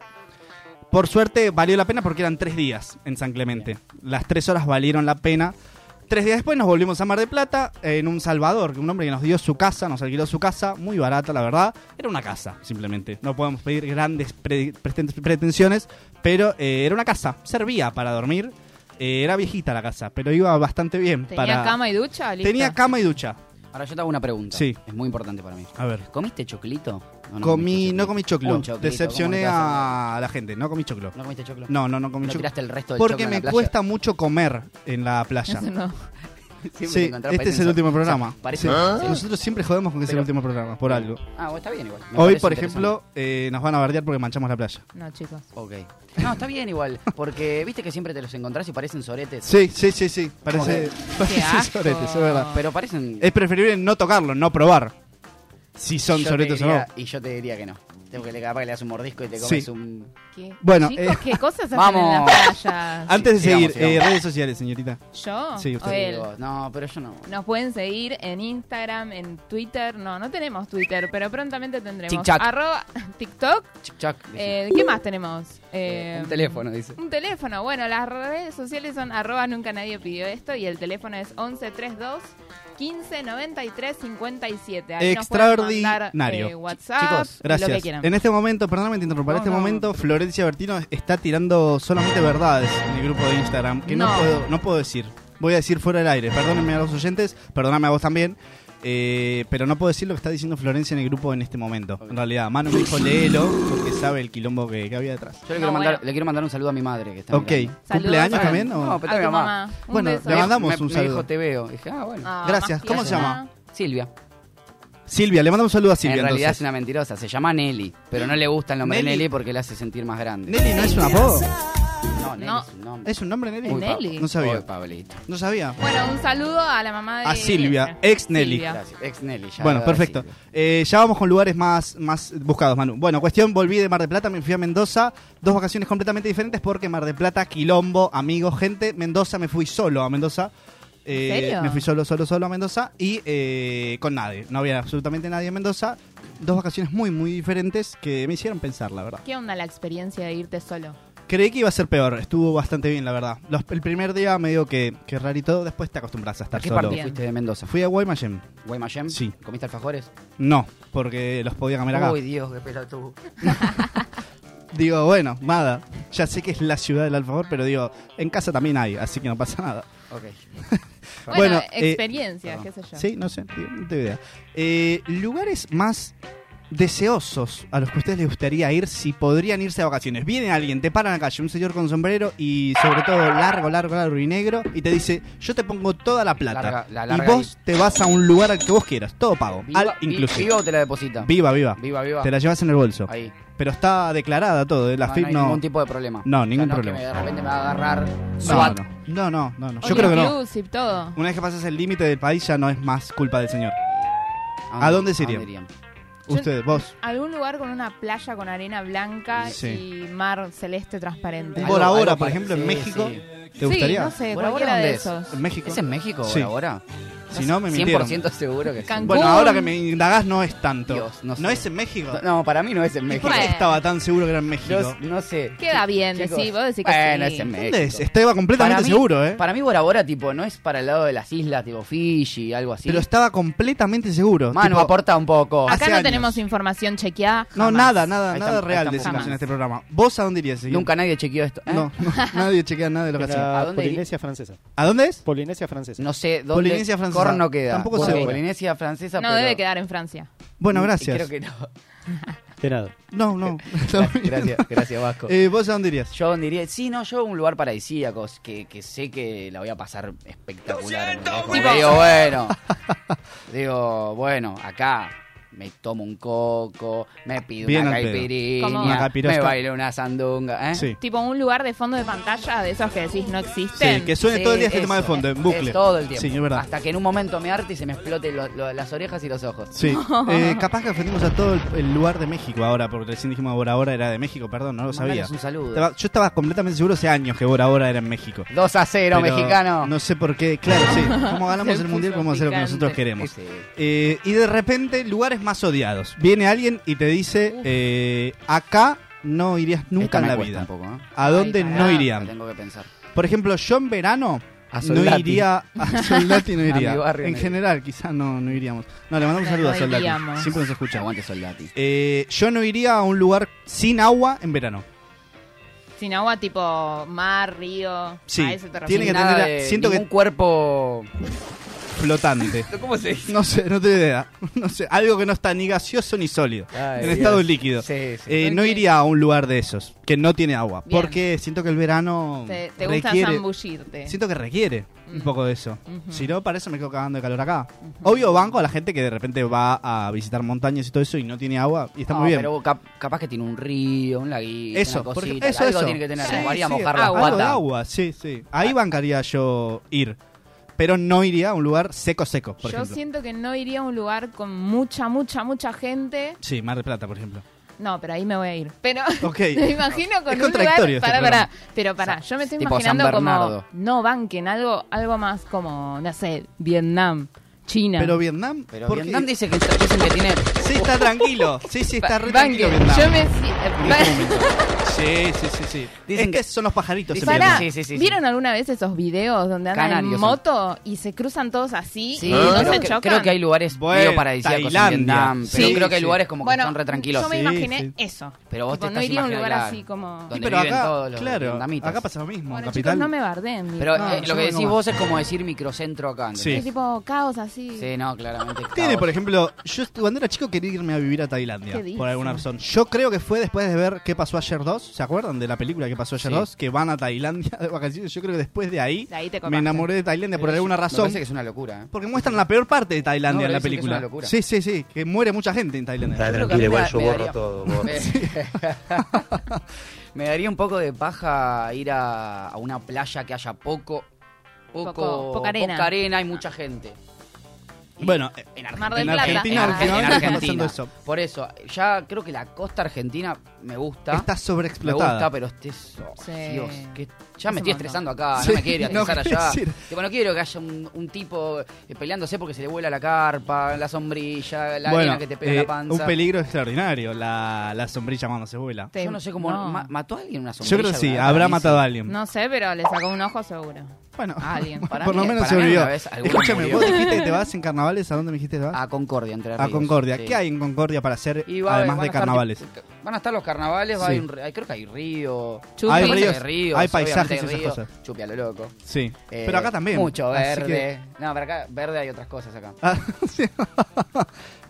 [SPEAKER 2] Por suerte valió la pena porque eran tres días en San Clemente. Las tres horas valieron la pena. Tres días después nos volvimos a Mar de Plata en un Salvador, que un hombre que nos dio su casa, nos alquiló su casa, muy barata la verdad. Era una casa, simplemente. No podemos pedir grandes pre- preten- pretensiones, pero eh, era una casa. Servía para dormir. Eh, era viejita la casa, pero iba bastante bien.
[SPEAKER 3] ¿Tenía
[SPEAKER 2] para...
[SPEAKER 3] cama y ducha? Listo.
[SPEAKER 2] Tenía
[SPEAKER 3] (laughs)
[SPEAKER 2] cama y ducha.
[SPEAKER 4] Ahora yo te hago una pregunta.
[SPEAKER 2] Sí.
[SPEAKER 4] Es muy importante para mí.
[SPEAKER 2] A ver.
[SPEAKER 4] ¿Comiste choclito? ¿O
[SPEAKER 2] comí,
[SPEAKER 4] comiste
[SPEAKER 2] no comí choclo.
[SPEAKER 4] Un choclito,
[SPEAKER 2] Decepcioné
[SPEAKER 4] ¿cómo no te vas a-
[SPEAKER 2] a la gente, no comí choclo.
[SPEAKER 4] ¿No comiste choclo?
[SPEAKER 2] No, no, no comí
[SPEAKER 4] ¿No
[SPEAKER 2] choclo.
[SPEAKER 4] tiraste el resto del
[SPEAKER 2] Porque
[SPEAKER 4] choclo en
[SPEAKER 2] me
[SPEAKER 4] la playa?
[SPEAKER 2] cuesta mucho comer en la playa.
[SPEAKER 3] Eso no.
[SPEAKER 4] (laughs) Siempre
[SPEAKER 2] Sí,
[SPEAKER 4] te encontrás
[SPEAKER 2] este es
[SPEAKER 4] países-
[SPEAKER 2] el último
[SPEAKER 4] o sea,
[SPEAKER 2] programa.
[SPEAKER 4] parece-
[SPEAKER 2] Sí.
[SPEAKER 4] sí.
[SPEAKER 2] Nosotros siempre jodemos con que es el
[SPEAKER 4] Pero-
[SPEAKER 2] último programa, por algo.
[SPEAKER 4] Ah, bueno, está bien igual. Me
[SPEAKER 2] Hoy,
[SPEAKER 4] parece
[SPEAKER 2] por
[SPEAKER 4] interesante.
[SPEAKER 2] ejemplo, eh, nos van a bardear porque manchamos la playa.
[SPEAKER 3] No, chicos.
[SPEAKER 4] Ok. No, está bien igual. Porque viste que siempre te los encontrás y parecen soretes.
[SPEAKER 2] Sí, sí, sí, sí. Parece, (laughs) parece
[SPEAKER 3] asco.
[SPEAKER 2] sorete, eso es verdad.
[SPEAKER 4] Pero parecen.
[SPEAKER 2] Es preferible no tocarlo, no probar. Si Eh, son
[SPEAKER 4] Yo te
[SPEAKER 2] soretes o no.
[SPEAKER 4] diría- Y yo te diría que no. Tengo que le capaz que le das un mordisco y te
[SPEAKER 2] Sí.
[SPEAKER 4] comes un.
[SPEAKER 3] ¿Qué?
[SPEAKER 2] Bueno,
[SPEAKER 3] Chicos,
[SPEAKER 2] eh,
[SPEAKER 3] ¿qué cosas hacen
[SPEAKER 4] vamos.
[SPEAKER 3] en las playas?
[SPEAKER 2] Antes de
[SPEAKER 4] Sí, sigamos,
[SPEAKER 2] seguir, eh,
[SPEAKER 4] sigamos.
[SPEAKER 2] redes sociales, señorita.
[SPEAKER 3] ¿Yo?
[SPEAKER 2] Sí, usted.
[SPEAKER 3] ¿O él?
[SPEAKER 4] Digo, No, pero yo no.
[SPEAKER 3] Nos pueden seguir en Instagram, en Twitter. No, no tenemos Twitter, pero prontamente tendremos.
[SPEAKER 4] Tic-tac.
[SPEAKER 3] Arroba (laughs) TikTok.
[SPEAKER 4] Chic chac. decime.
[SPEAKER 3] Eh, ¿Qué más tenemos? Eh,
[SPEAKER 4] un teléfono, dice.
[SPEAKER 3] Un teléfono. Bueno, las redes sociales son arroba nunca nadie pidió esto y el teléfono es 1132 15 93 57. Ahí nos pueden mandar,
[SPEAKER 2] Extraordinario.
[SPEAKER 3] eh, WhatsApp,
[SPEAKER 4] Chicos,
[SPEAKER 2] Gracias.
[SPEAKER 3] lo que quieran.
[SPEAKER 2] En este momento, perdóname te interrumpir, en
[SPEAKER 3] No,
[SPEAKER 2] este
[SPEAKER 3] no.
[SPEAKER 2] momento Florencia Bertino está tirando solamente verdades en el grupo de Instagram, que no,
[SPEAKER 3] No.
[SPEAKER 2] puedo, no puedo decir. Voy a decir fuera del aire, perdónenme a los oyentes, perdóname a vos también. eh, pero no puedo decir lo que está diciendo Florencia en el grupo en este momento. En realidad, Manu me dijo léelo porque sabe el quilombo que, que había detrás.
[SPEAKER 4] Yo le
[SPEAKER 3] No,
[SPEAKER 4] quiero, mandar,
[SPEAKER 3] bueno.
[SPEAKER 4] le quiero mandar un saludo a mi madre que está
[SPEAKER 2] Ok,
[SPEAKER 4] mirando.
[SPEAKER 3] Saludos
[SPEAKER 2] ¿cumpleaños
[SPEAKER 3] a-
[SPEAKER 2] también? o-
[SPEAKER 4] No, pero
[SPEAKER 3] A
[SPEAKER 4] mi
[SPEAKER 3] tu
[SPEAKER 4] mamá.
[SPEAKER 3] mamá. Un
[SPEAKER 2] Bueno,
[SPEAKER 3] beso.
[SPEAKER 2] le mandamos
[SPEAKER 4] Me-
[SPEAKER 2] un saludo.
[SPEAKER 4] Me dijo te veo. Dije, ah, bueno.
[SPEAKER 3] Ah,
[SPEAKER 2] Gracias.
[SPEAKER 3] más
[SPEAKER 2] ¿Cómo se
[SPEAKER 3] tierna.
[SPEAKER 2] llama?
[SPEAKER 4] Silvia.
[SPEAKER 2] Silvia, le mandamos un saludo a Silvia.
[SPEAKER 4] en realidad es
[SPEAKER 2] entonces.
[SPEAKER 4] una mentirosa. Se llama Nelly, pero no le gusta el nombre de
[SPEAKER 2] Nelly.
[SPEAKER 4] Nelly porque la hace sentir más grande.
[SPEAKER 2] Nelly no es un apodo.
[SPEAKER 4] No, Nelly.
[SPEAKER 3] No, No.
[SPEAKER 4] es un nombre.
[SPEAKER 2] ¿Es un nombre Nelly?
[SPEAKER 3] ¿Es
[SPEAKER 4] Uy,
[SPEAKER 3] Nelly?
[SPEAKER 2] No
[SPEAKER 4] Uy,
[SPEAKER 2] sabía.
[SPEAKER 4] Pablito.
[SPEAKER 2] No sabía.
[SPEAKER 3] Bueno, un saludo a la mamá de.
[SPEAKER 2] A Silvia, ex Nelly.
[SPEAKER 3] Silvia.
[SPEAKER 4] Gracias. Ex Nelly. ya
[SPEAKER 2] Bueno,
[SPEAKER 4] lo voy a
[SPEAKER 2] perfecto.
[SPEAKER 4] decir.
[SPEAKER 2] Eh, ya vamos con lugares más, más buscados, Manu. Bueno, cuestión, volví de Mar del Plata, me fui a Mendoza. Dos vacaciones completamente diferentes porque Mar del Plata, quilombo, amigos, gente. Mendoza, me fui solo a Mendoza. Eh,
[SPEAKER 3] ¿En serio?
[SPEAKER 2] Me fui solo, solo, solo a Mendoza y eh, con nadie. No había absolutamente nadie en Mendoza. Dos vacaciones muy, muy diferentes que me hicieron pensar, la verdad.
[SPEAKER 3] ¿Qué onda la experiencia de irte solo?
[SPEAKER 2] Creí que iba a ser peor, estuvo bastante bien, la verdad. Los- el primer día medio que, que rarito, después te acostumbras a
[SPEAKER 4] ¿A
[SPEAKER 2] estar
[SPEAKER 4] qué
[SPEAKER 2] solo.
[SPEAKER 4] parte fuiste de Mendoza?
[SPEAKER 2] Fui a Guaymallén.
[SPEAKER 4] ¿Guaymallén?
[SPEAKER 2] Sí.
[SPEAKER 4] ¿Comiste alfajores?
[SPEAKER 2] No, porque los podía comer acá.
[SPEAKER 4] Uy, Dios, qué pelotudo.
[SPEAKER 2] Digo, bueno, nada. Ya sé que es la ciudad del alfajor, pero digo, en casa también hay, así que no pasa nada.
[SPEAKER 4] Ok.
[SPEAKER 3] Bueno,
[SPEAKER 2] Bueno, eh,
[SPEAKER 3] experiencia,
[SPEAKER 4] perdón.
[SPEAKER 3] ah, qué sé yo.
[SPEAKER 2] Sí, no sé, digo, no tengo idea. Eh, lugares más deseosos a los que a ustedes les gustaría ir si podrían irse de vacaciones. Viene alguien, te para en la calle, un señor con sombrero y sobre todo largo, largo, largo y negro, y te dice, yo te pongo toda la plata.
[SPEAKER 4] Larga- la larga
[SPEAKER 2] y vos te vas a un lugar al que vos quieras, todo pago, al
[SPEAKER 4] vi-
[SPEAKER 2] inclusive.
[SPEAKER 4] ¿Viva o te la deposita?
[SPEAKER 2] Viva, viva.
[SPEAKER 4] Viva, viva.
[SPEAKER 2] Te la llevas en el bolso.
[SPEAKER 4] Ahí.
[SPEAKER 2] Pero está declarada todo, ¿eh? la
[SPEAKER 4] no,
[SPEAKER 2] FIP
[SPEAKER 4] no hay ningún tipo de problema.
[SPEAKER 2] No,
[SPEAKER 4] O sea,
[SPEAKER 2] ningún
[SPEAKER 4] no es que
[SPEAKER 2] problema.
[SPEAKER 4] me- de repente me va a agarrar
[SPEAKER 2] No,
[SPEAKER 4] SWAT.
[SPEAKER 2] no, no, no, no.
[SPEAKER 3] All
[SPEAKER 2] Yo creo que no.
[SPEAKER 3] inclusive, todo.
[SPEAKER 2] Una vez que pasas el límite del país ya no es más culpa del señor. ¿A dónde se irían?
[SPEAKER 3] Yo-
[SPEAKER 2] Usted, vos.
[SPEAKER 3] Algún lugar con una playa con arena blanca
[SPEAKER 2] Sí.
[SPEAKER 3] y mar celeste transparente.
[SPEAKER 2] Bora
[SPEAKER 4] Algo-
[SPEAKER 2] Bora,
[SPEAKER 4] algo
[SPEAKER 2] por
[SPEAKER 4] que-
[SPEAKER 2] ejemplo, en
[SPEAKER 4] sí,
[SPEAKER 2] México.
[SPEAKER 4] sí.
[SPEAKER 2] ¿Te gustaría?
[SPEAKER 3] Sí, no sé,
[SPEAKER 4] Bora Bora,
[SPEAKER 3] cualquiera de
[SPEAKER 4] ¿dónde es?
[SPEAKER 3] esos.
[SPEAKER 2] ¿En México?
[SPEAKER 4] ¿Es en México
[SPEAKER 2] Sí.
[SPEAKER 4] ahora?
[SPEAKER 2] Si no, me mintieron.
[SPEAKER 4] 100% seguro que sí.
[SPEAKER 3] Cancún.
[SPEAKER 2] Bueno, ahora que me indagás no es tanto.
[SPEAKER 4] Dios,
[SPEAKER 2] no
[SPEAKER 4] no sé.
[SPEAKER 2] es en México.
[SPEAKER 4] No, No, para mí no es en México.
[SPEAKER 2] ¿Por qué
[SPEAKER 3] Bueno.
[SPEAKER 2] estaba tan seguro que era en México?
[SPEAKER 4] Yo no sé.
[SPEAKER 3] Queda bien,
[SPEAKER 4] Chicos,
[SPEAKER 3] decí, vos decís que
[SPEAKER 4] bueno,
[SPEAKER 3] sí.
[SPEAKER 4] es en México.
[SPEAKER 2] ¿Dónde es? Estaba completamente
[SPEAKER 4] Para mí-
[SPEAKER 2] seguro, ¿eh?
[SPEAKER 4] Para mí Bora Bora, tipo, no es para el lado de las islas, tipo Fiji, algo así.
[SPEAKER 2] Pero estaba completamente seguro.
[SPEAKER 4] Manu,
[SPEAKER 2] Tipo,
[SPEAKER 4] aporta un poco.
[SPEAKER 2] hace
[SPEAKER 3] Acá no
[SPEAKER 2] años.
[SPEAKER 3] tenemos información chequeada.
[SPEAKER 2] No,
[SPEAKER 4] jamás.
[SPEAKER 2] nada, nada,
[SPEAKER 4] Ahí
[SPEAKER 2] nada
[SPEAKER 4] estamos,
[SPEAKER 2] real
[SPEAKER 4] ahí estamos.
[SPEAKER 2] decimos en
[SPEAKER 3] Jamás.
[SPEAKER 2] este programa. ¿Vos a dónde irías? Seguín?
[SPEAKER 4] Nunca nadie chequeó esto. ¿eh?
[SPEAKER 2] No, (laughs) no, nadie chequea nada de lo que hacemos.
[SPEAKER 4] ¿A
[SPEAKER 6] La
[SPEAKER 4] dónde
[SPEAKER 6] Polinesia francesa.
[SPEAKER 2] ¿A dónde es?
[SPEAKER 6] Polinesia francesa.
[SPEAKER 4] No sé dónde.
[SPEAKER 2] Polinesia francesa.
[SPEAKER 4] Corno queda.
[SPEAKER 2] Tampoco
[SPEAKER 6] sé.
[SPEAKER 4] Porque Polinesia francesa.
[SPEAKER 3] No
[SPEAKER 4] pero-
[SPEAKER 3] debe quedar en Francia.
[SPEAKER 2] Bueno, gracias.
[SPEAKER 4] Creo
[SPEAKER 2] (laughs)
[SPEAKER 4] que no.
[SPEAKER 6] De nada.
[SPEAKER 2] No, no.
[SPEAKER 4] (laughs) Gracias, gracias Vasco.
[SPEAKER 2] Eh, ¿Vos a dónde irías?
[SPEAKER 4] Yo dónde iría, sí, no, yo a un lugar paradisíaco que, que sé que la voy a pasar espectacular. ¿entendés? Como
[SPEAKER 2] (laughs)
[SPEAKER 4] digo, bueno, digo, bueno, acá me tomo un coco, me pido
[SPEAKER 2] Bien
[SPEAKER 4] una
[SPEAKER 2] al pedo.
[SPEAKER 3] Como- Una
[SPEAKER 4] caipirinha,
[SPEAKER 2] capirosca.
[SPEAKER 4] me bailo una sandunga, ¿eh?
[SPEAKER 2] Sí.
[SPEAKER 3] Tipo un lugar de fondo de pantalla de esos que decís no existen.
[SPEAKER 2] Sí, que suene
[SPEAKER 4] Sí,
[SPEAKER 2] todo el día este
[SPEAKER 4] eso,
[SPEAKER 2] tema de fondo, en bucle.
[SPEAKER 4] es todo el tiempo.
[SPEAKER 2] Sí, es verdad.
[SPEAKER 4] Hasta que en un momento me arte y se me exploten lo- lo- las orejas y los ojos.
[SPEAKER 2] Sí. Eh, capaz que ofendimos a todo el, el lugar de México ahora, porque recién dijimos Bora Bora era de México, perdón, no lo sabía.
[SPEAKER 4] Mandanos un saludo.
[SPEAKER 2] Estaba- yo estaba completamente seguro hace años que Bora Bora era en México.
[SPEAKER 4] 2 a 0,
[SPEAKER 2] Pero
[SPEAKER 4] mexicano. Eh,
[SPEAKER 2] No sé por qué, claro, sí. Como ganamos
[SPEAKER 3] Se
[SPEAKER 2] el mundial,
[SPEAKER 3] puso
[SPEAKER 2] podemos hacer lo que
[SPEAKER 3] picante.
[SPEAKER 2] nosotros queremos.
[SPEAKER 4] Sí.
[SPEAKER 2] Eh, y de repente, lugares más odiados. Viene alguien y te dice: eh, Acá no irías nunca
[SPEAKER 4] Esta
[SPEAKER 2] en
[SPEAKER 4] me
[SPEAKER 2] la
[SPEAKER 4] cuesta
[SPEAKER 2] vida.
[SPEAKER 4] un poco, ¿eh?
[SPEAKER 2] ¿A dónde
[SPEAKER 3] Ay, pará,
[SPEAKER 2] no
[SPEAKER 4] Lo
[SPEAKER 2] irían?
[SPEAKER 4] tengo que pensar.
[SPEAKER 2] Por ejemplo, yo en verano
[SPEAKER 4] (laughs) A
[SPEAKER 2] no
[SPEAKER 4] Soldati.
[SPEAKER 2] iría a Soldati, no iría.
[SPEAKER 4] A mi barrio
[SPEAKER 2] en
[SPEAKER 4] no
[SPEAKER 2] general, quizás no, no iríamos. No, le mandamos un
[SPEAKER 3] No
[SPEAKER 2] saludo a Soldati.
[SPEAKER 3] iríamos.
[SPEAKER 2] Siempre nos escucha.
[SPEAKER 4] Aguante Soldati.
[SPEAKER 2] Eh, yo no iría a un lugar sin agua en verano.
[SPEAKER 3] Sin agua, tipo mar, río.
[SPEAKER 2] Sí,
[SPEAKER 3] A eso te
[SPEAKER 2] tiene
[SPEAKER 3] refieres.
[SPEAKER 2] que
[SPEAKER 4] Nada
[SPEAKER 2] tener-
[SPEAKER 4] de
[SPEAKER 2] siento que-
[SPEAKER 4] ningún
[SPEAKER 2] (laughs)
[SPEAKER 4] cuerpo. (laughs)
[SPEAKER 2] Flotante.
[SPEAKER 4] ¿Cómo se dice?
[SPEAKER 2] No sé, no tengo idea. No sé, algo que no está ni gaseoso ni sólido.
[SPEAKER 4] Ay,
[SPEAKER 2] en
[SPEAKER 4] Dios.
[SPEAKER 2] estado líquido.
[SPEAKER 4] Sí, sí.
[SPEAKER 2] Eh, no
[SPEAKER 3] Ok.
[SPEAKER 2] iría a un lugar de esos que no tiene agua.
[SPEAKER 3] Bien.
[SPEAKER 2] Porque siento que el verano
[SPEAKER 3] Te, te gusta
[SPEAKER 2] requiere.
[SPEAKER 3] zambullirte.
[SPEAKER 2] Siento que requiere un
[SPEAKER 3] Mm.
[SPEAKER 2] poco de eso.
[SPEAKER 3] Ujú.
[SPEAKER 2] Si no, para eso me quedo cagando de calor acá. Obvio, banco a la gente que de repente va a visitar montañas y todo eso y no tiene agua y está
[SPEAKER 4] No,
[SPEAKER 2] muy bien.
[SPEAKER 4] Pero cap- capaz que tiene un río, un laguito,
[SPEAKER 2] Eso,
[SPEAKER 4] una
[SPEAKER 2] porque-
[SPEAKER 4] cosita.
[SPEAKER 2] eso,
[SPEAKER 4] algo
[SPEAKER 2] eso.
[SPEAKER 4] tiene que tener.
[SPEAKER 2] Sí,
[SPEAKER 4] Como haría
[SPEAKER 2] sí,
[SPEAKER 4] mojar
[SPEAKER 3] agua,
[SPEAKER 4] las
[SPEAKER 2] Algo de
[SPEAKER 4] patas.
[SPEAKER 2] agua, sí, sí. Ahí bancaría yo ir. Pero no iría a un lugar seco, seco, por
[SPEAKER 3] Yo
[SPEAKER 2] ejemplo.
[SPEAKER 3] siento que no iría a un lugar con mucha, mucha, mucha gente.
[SPEAKER 2] Sí, Mar del Plata, por ejemplo.
[SPEAKER 3] No, pero ahí me voy a ir. Pero
[SPEAKER 2] Ok.
[SPEAKER 3] (laughs) me imagino
[SPEAKER 2] Es
[SPEAKER 3] con un lugar.
[SPEAKER 2] contradictorio este
[SPEAKER 3] pará,
[SPEAKER 2] programa.
[SPEAKER 3] pará. Pero pará, yo me estoy
[SPEAKER 4] Tipo San
[SPEAKER 3] imaginando como
[SPEAKER 4] Bernardo.
[SPEAKER 3] no banquen algo, algo más como, no sé, Vietnam, China.
[SPEAKER 2] Pero Vietnam,
[SPEAKER 4] Pero
[SPEAKER 2] ¿por qué?
[SPEAKER 4] Vietnam dice que, dicen que tiene.
[SPEAKER 2] Sí, está tranquilo. Sí, sí, está re
[SPEAKER 3] Ba-
[SPEAKER 2] tranquilo
[SPEAKER 3] banquen.
[SPEAKER 2] Vietnam. este
[SPEAKER 3] Yo me si- eh, ba-
[SPEAKER 2] Sí, sí, sí, sí.
[SPEAKER 4] Dicen
[SPEAKER 2] es que
[SPEAKER 4] que-
[SPEAKER 2] son los pajaritos. en
[SPEAKER 4] Dicen-
[SPEAKER 3] Pará,
[SPEAKER 2] Vietnam.
[SPEAKER 4] Sí, sí, sí, sí.
[SPEAKER 3] ¿vieron alguna vez esos videos donde andan en
[SPEAKER 4] Canarios son.
[SPEAKER 3] moto y se cruzan todos así
[SPEAKER 4] Sí,
[SPEAKER 3] y no
[SPEAKER 4] creo,
[SPEAKER 3] se
[SPEAKER 4] que,
[SPEAKER 3] chocan?
[SPEAKER 4] creo que hay lugares
[SPEAKER 2] Bueno,
[SPEAKER 4] medio paradisíacos en
[SPEAKER 2] Tailandia.
[SPEAKER 4] Vietnam. Pero
[SPEAKER 2] Sí,
[SPEAKER 4] creo que hay
[SPEAKER 2] sí.
[SPEAKER 4] lugares como
[SPEAKER 3] bueno,
[SPEAKER 4] que son re tranquilos.
[SPEAKER 3] Yo me
[SPEAKER 2] Sí,
[SPEAKER 3] imaginé
[SPEAKER 2] sí.
[SPEAKER 3] eso.
[SPEAKER 4] Pero vos
[SPEAKER 3] Tipo,
[SPEAKER 4] te
[SPEAKER 3] no
[SPEAKER 4] estás
[SPEAKER 3] iría a un lugar
[SPEAKER 4] imaginando,
[SPEAKER 3] así
[SPEAKER 4] claro,
[SPEAKER 3] como.
[SPEAKER 2] Sí,
[SPEAKER 4] donde
[SPEAKER 2] pero
[SPEAKER 4] viven
[SPEAKER 2] acá,
[SPEAKER 4] todos los
[SPEAKER 2] claro,
[SPEAKER 4] vietnamitas.
[SPEAKER 2] acá pasa lo mismo.
[SPEAKER 3] Bueno,
[SPEAKER 2] Capital.
[SPEAKER 3] chicos, no me barden.
[SPEAKER 4] Pero
[SPEAKER 3] digo.
[SPEAKER 2] No,
[SPEAKER 4] eh,
[SPEAKER 2] yo
[SPEAKER 4] lo que
[SPEAKER 2] no
[SPEAKER 4] decís
[SPEAKER 2] más.
[SPEAKER 4] vos es como decir microcentro acá. ¿entendés?
[SPEAKER 2] Sí.
[SPEAKER 3] Es tipo caos así.
[SPEAKER 4] Sí, no, claramente.
[SPEAKER 2] Tiene,
[SPEAKER 4] caos.
[SPEAKER 2] por ejemplo, yo est- cuando era chico quería irme a vivir a Tailandia,
[SPEAKER 3] ¿Qué
[SPEAKER 2] por alguna
[SPEAKER 3] dice?
[SPEAKER 2] razón. Yo creo que fue después de ver qué pasó ayer 2, ¿Se acuerdan de la película que pasó ayer
[SPEAKER 4] Sí.
[SPEAKER 2] dos? Que van a Tailandia de vacaciones. Yo creo que después de ahí,
[SPEAKER 3] De ahí te
[SPEAKER 2] me
[SPEAKER 3] copaste.
[SPEAKER 2] enamoré de Tailandia por
[SPEAKER 4] Pero
[SPEAKER 2] alguna
[SPEAKER 4] yo- me
[SPEAKER 2] razón.
[SPEAKER 4] parece que es una locura. ¿eh?
[SPEAKER 2] Porque muestran la peor parte de Tailandia
[SPEAKER 4] No,
[SPEAKER 2] en la
[SPEAKER 4] dicen que es
[SPEAKER 2] película.
[SPEAKER 4] una locura.
[SPEAKER 2] Sí, sí, sí. Que muere mucha gente en Tailandia.
[SPEAKER 7] Está
[SPEAKER 4] creo que a mí
[SPEAKER 7] tranquilo, igual
[SPEAKER 4] me-
[SPEAKER 7] yo
[SPEAKER 4] me
[SPEAKER 7] borro
[SPEAKER 4] daría-
[SPEAKER 7] todo. borro.
[SPEAKER 4] Me, (laughs) me daría un poco de paja ir a, a una playa que haya poco, poco,
[SPEAKER 3] Poco- poca arena.
[SPEAKER 4] y mucha gente.
[SPEAKER 2] Bueno,
[SPEAKER 4] En
[SPEAKER 3] Mar
[SPEAKER 4] Argentina.
[SPEAKER 3] del
[SPEAKER 2] en
[SPEAKER 3] Plata.
[SPEAKER 2] Argentina,
[SPEAKER 3] Ah.
[SPEAKER 4] en
[SPEAKER 2] últimamente (laughs) está pasando
[SPEAKER 4] Argentina.
[SPEAKER 2] eso.
[SPEAKER 4] Por eso, ya creo que la costa argentina me
[SPEAKER 2] eh,
[SPEAKER 4] gusta.
[SPEAKER 2] Está
[SPEAKER 4] me gusta,
[SPEAKER 2] sobreexplotada.
[SPEAKER 4] pero este es- oh,
[SPEAKER 3] Sí.
[SPEAKER 4] Dios, que
[SPEAKER 3] Es un
[SPEAKER 4] ya me
[SPEAKER 3] montón.
[SPEAKER 4] estoy estresando acá,
[SPEAKER 2] Sí,
[SPEAKER 4] no me quiero
[SPEAKER 2] no
[SPEAKER 4] estresar
[SPEAKER 2] quiero
[SPEAKER 4] allá.
[SPEAKER 2] decir.
[SPEAKER 4] Tipo, no quiero que haya un, un tipo eh, peleándose porque se le vuela la carpa, la sombrilla, la
[SPEAKER 2] bueno,
[SPEAKER 4] arena que te pega
[SPEAKER 2] eh,
[SPEAKER 4] en la panza.
[SPEAKER 2] un peligro extraordinario. La, la sombrilla cuando se vuela.
[SPEAKER 3] Te-
[SPEAKER 4] Yo no sé cómo.
[SPEAKER 3] no.
[SPEAKER 4] ma- ¿Mató a alguien una sombrilla?
[SPEAKER 2] Yo creo que sí,
[SPEAKER 4] ¿verdad?
[SPEAKER 2] habrá
[SPEAKER 4] Para mí
[SPEAKER 2] matado
[SPEAKER 4] sí.
[SPEAKER 2] a alguien.
[SPEAKER 3] No sé, pero le sacó un ojo seguro.
[SPEAKER 2] Bueno,
[SPEAKER 3] A
[SPEAKER 2] (laughs)
[SPEAKER 3] alguien.
[SPEAKER 4] Para
[SPEAKER 2] por lo
[SPEAKER 4] mí-
[SPEAKER 2] menos
[SPEAKER 4] para
[SPEAKER 2] se
[SPEAKER 4] mí
[SPEAKER 2] olvidó.
[SPEAKER 4] alguna vez alguno
[SPEAKER 2] Escúchame,
[SPEAKER 4] (laughs) murió. Ah,
[SPEAKER 2] vos dijiste que te vas en carnavales. ¿A dónde me dijiste que te vas?
[SPEAKER 4] A Concordia, entre
[SPEAKER 2] A, Concordia. ¿Qué hay en Concordia para hacer además de carnavales?
[SPEAKER 4] van a estar los carnavales, va a
[SPEAKER 2] Sí.
[SPEAKER 4] haber un ri- hay- creo que hay río.
[SPEAKER 3] Chupi.
[SPEAKER 2] Hay
[SPEAKER 4] Hay
[SPEAKER 2] ríos,
[SPEAKER 4] ríos,
[SPEAKER 2] hay paisajes,
[SPEAKER 4] obviamente hay
[SPEAKER 2] esas
[SPEAKER 4] ríos. Chupi a lo loco.
[SPEAKER 2] Sí.
[SPEAKER 4] Eh,
[SPEAKER 2] pero acá también.
[SPEAKER 4] Mucho
[SPEAKER 2] Así que-
[SPEAKER 4] verde. No, pero acá verde hay otras cosas acá.
[SPEAKER 2] (laughs) Ah, sí. (laughs)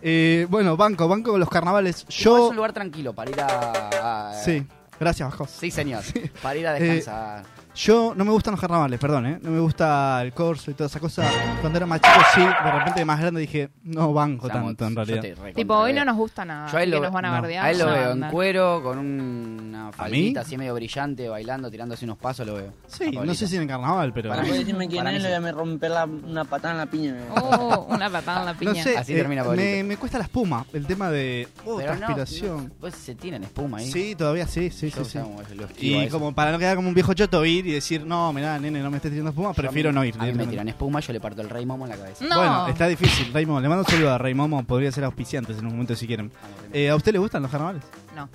[SPEAKER 2] Eh, bueno, banco, banco con los carnavales.
[SPEAKER 4] Igual
[SPEAKER 2] Yo.
[SPEAKER 4] Es un lugar tranquilo para ir a. a-
[SPEAKER 2] Sí, Eh, gracias, Bajo.
[SPEAKER 4] Sí, señor. Para ir a descansar.
[SPEAKER 2] Yo no me gustan los carnavales, perdón, ¿eh? No me gusta el corso y toda esa cosa. Cuando era más chico, sí, de repente de más grande dije, no banco
[SPEAKER 4] Estamos-
[SPEAKER 2] tanto en
[SPEAKER 4] yo
[SPEAKER 2] realidad.
[SPEAKER 4] te recontra
[SPEAKER 3] Tipo, hoy no
[SPEAKER 4] veo.
[SPEAKER 3] nos gusta nada.
[SPEAKER 4] Yo a él
[SPEAKER 3] así
[SPEAKER 4] lo,
[SPEAKER 3] que nos van a
[SPEAKER 2] no.
[SPEAKER 3] bardear.
[SPEAKER 4] a él lo
[SPEAKER 3] no,
[SPEAKER 4] veo en
[SPEAKER 3] anda.
[SPEAKER 4] cuero, con una
[SPEAKER 2] mí?
[SPEAKER 4] faldita así medio brillante, bailando, tirándose unos pasos, lo veo. A
[SPEAKER 2] Sí, no
[SPEAKER 4] Pablito.
[SPEAKER 2] sé si en el carnaval, pero.
[SPEAKER 4] Para
[SPEAKER 8] Voy a
[SPEAKER 4] mí-
[SPEAKER 8] decirme quién
[SPEAKER 4] para mí
[SPEAKER 8] es, le
[SPEAKER 4] sí.
[SPEAKER 8] voy a me romper la- una patada en la piña. me-
[SPEAKER 3] Oh, una patada en la piña.
[SPEAKER 2] (laughs) No sé, eh,
[SPEAKER 4] Así termina Pablito.
[SPEAKER 2] me, me cuesta la espuma, el tema de. Oh,
[SPEAKER 4] Pero no,
[SPEAKER 2] transpiración.
[SPEAKER 4] no, pues se tiran espuma ahí.
[SPEAKER 2] Sí, todavía sí, sí, sí.
[SPEAKER 4] Yo,
[SPEAKER 2] sí.
[SPEAKER 4] o sea, como lo esquivo a
[SPEAKER 2] Y
[SPEAKER 4] eso.
[SPEAKER 2] como para no quedar como un viejo choto, ir y decir, no, mirá, nene, no me estés tirando espuma,
[SPEAKER 4] Yo a
[SPEAKER 2] prefiero
[SPEAKER 4] mí-
[SPEAKER 2] no ir.
[SPEAKER 4] A mí me
[SPEAKER 2] directamente.
[SPEAKER 4] tiran espuma, yo le parto el rey momo en la cabeza.
[SPEAKER 3] No.
[SPEAKER 2] Bueno, está difícil, Rey Momo. Le mando un saludo a Rey Momo, podría ser auspiciantes en un momento si quieren.
[SPEAKER 4] A la primera.
[SPEAKER 2] Eh, ¿A usted le gustan los carnavales?
[SPEAKER 3] No.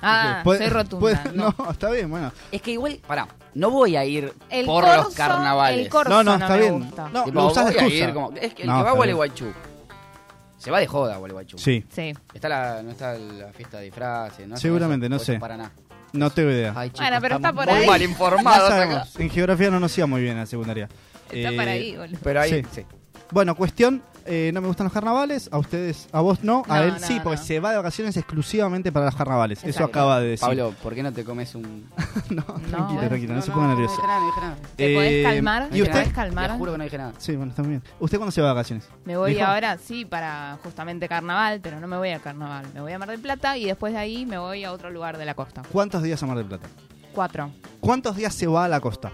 [SPEAKER 3] Ah,
[SPEAKER 2] Puede-
[SPEAKER 3] soy rotunda.
[SPEAKER 2] puede-
[SPEAKER 3] no.
[SPEAKER 2] (laughs) no. está bien, bueno.
[SPEAKER 4] Es que igual, pará, no voy a ir
[SPEAKER 3] El
[SPEAKER 4] por
[SPEAKER 3] corso,
[SPEAKER 4] los carnavales.
[SPEAKER 3] El corso
[SPEAKER 2] No,
[SPEAKER 3] no,
[SPEAKER 2] no, está
[SPEAKER 3] me
[SPEAKER 2] bien.
[SPEAKER 3] gusta.
[SPEAKER 2] No,
[SPEAKER 4] Tipo,
[SPEAKER 2] lo usás de
[SPEAKER 4] voy a
[SPEAKER 2] excusa.
[SPEAKER 4] ir como- es que el
[SPEAKER 2] No,
[SPEAKER 4] que va a
[SPEAKER 2] está bien.
[SPEAKER 4] Gualeguaychú se va de joda a Gualeguaychú.
[SPEAKER 2] Sí,
[SPEAKER 3] Sí.
[SPEAKER 4] Está la, no está la fiesta de disfraces, ¿no?
[SPEAKER 2] Seguramente, no
[SPEAKER 4] Eso es
[SPEAKER 2] sé.
[SPEAKER 4] Paraná.
[SPEAKER 2] no tengo idea.
[SPEAKER 4] Ay, chicos,
[SPEAKER 3] Bueno, pero está
[SPEAKER 4] estamos
[SPEAKER 3] por
[SPEAKER 4] muy
[SPEAKER 3] ahí.
[SPEAKER 4] mal
[SPEAKER 2] No
[SPEAKER 4] informados acá.
[SPEAKER 2] sabemos. En geografía no nos iba muy bien en la secundaria.
[SPEAKER 3] Está
[SPEAKER 2] Eh,
[SPEAKER 3] para ahí, boludo.
[SPEAKER 4] Pero ahí,
[SPEAKER 2] Sí.
[SPEAKER 4] sí.
[SPEAKER 2] Bueno, cuestión, eh, no me gustan los carnavales, a ustedes, a vos no, a
[SPEAKER 3] No,
[SPEAKER 2] él
[SPEAKER 3] no,
[SPEAKER 2] sí, porque
[SPEAKER 3] no.
[SPEAKER 2] se va de vacaciones exclusivamente para los carnavales. Eso
[SPEAKER 3] Exacto.
[SPEAKER 2] acaba de decir.
[SPEAKER 4] Pablo, ¿por qué no te comes un...?
[SPEAKER 2] (laughs) no, tranquilo,
[SPEAKER 3] bueno,
[SPEAKER 2] tranquilo, no, se ponga nervioso.
[SPEAKER 4] No dije nada, no dije nada.
[SPEAKER 3] ¿Te podés
[SPEAKER 2] Eh,
[SPEAKER 3] calmar?
[SPEAKER 2] ¿Y
[SPEAKER 4] No dije
[SPEAKER 2] usted?
[SPEAKER 4] nada.
[SPEAKER 3] calmar?
[SPEAKER 4] Te juro que no dije nada.
[SPEAKER 2] Sí, bueno, está muy bien. ¿Usted cuándo se va de vacaciones?
[SPEAKER 3] Me voy
[SPEAKER 2] ¿Dijo?
[SPEAKER 3] ahora, sí, para justamente carnaval, pero no me voy a carnaval. Me voy a Mar del Plata y después de ahí me voy a otro lugar de la costa.
[SPEAKER 2] ¿Cuántos días a Mar del Plata?
[SPEAKER 3] Cuatro.
[SPEAKER 2] ¿Cuántos días se va a la costa?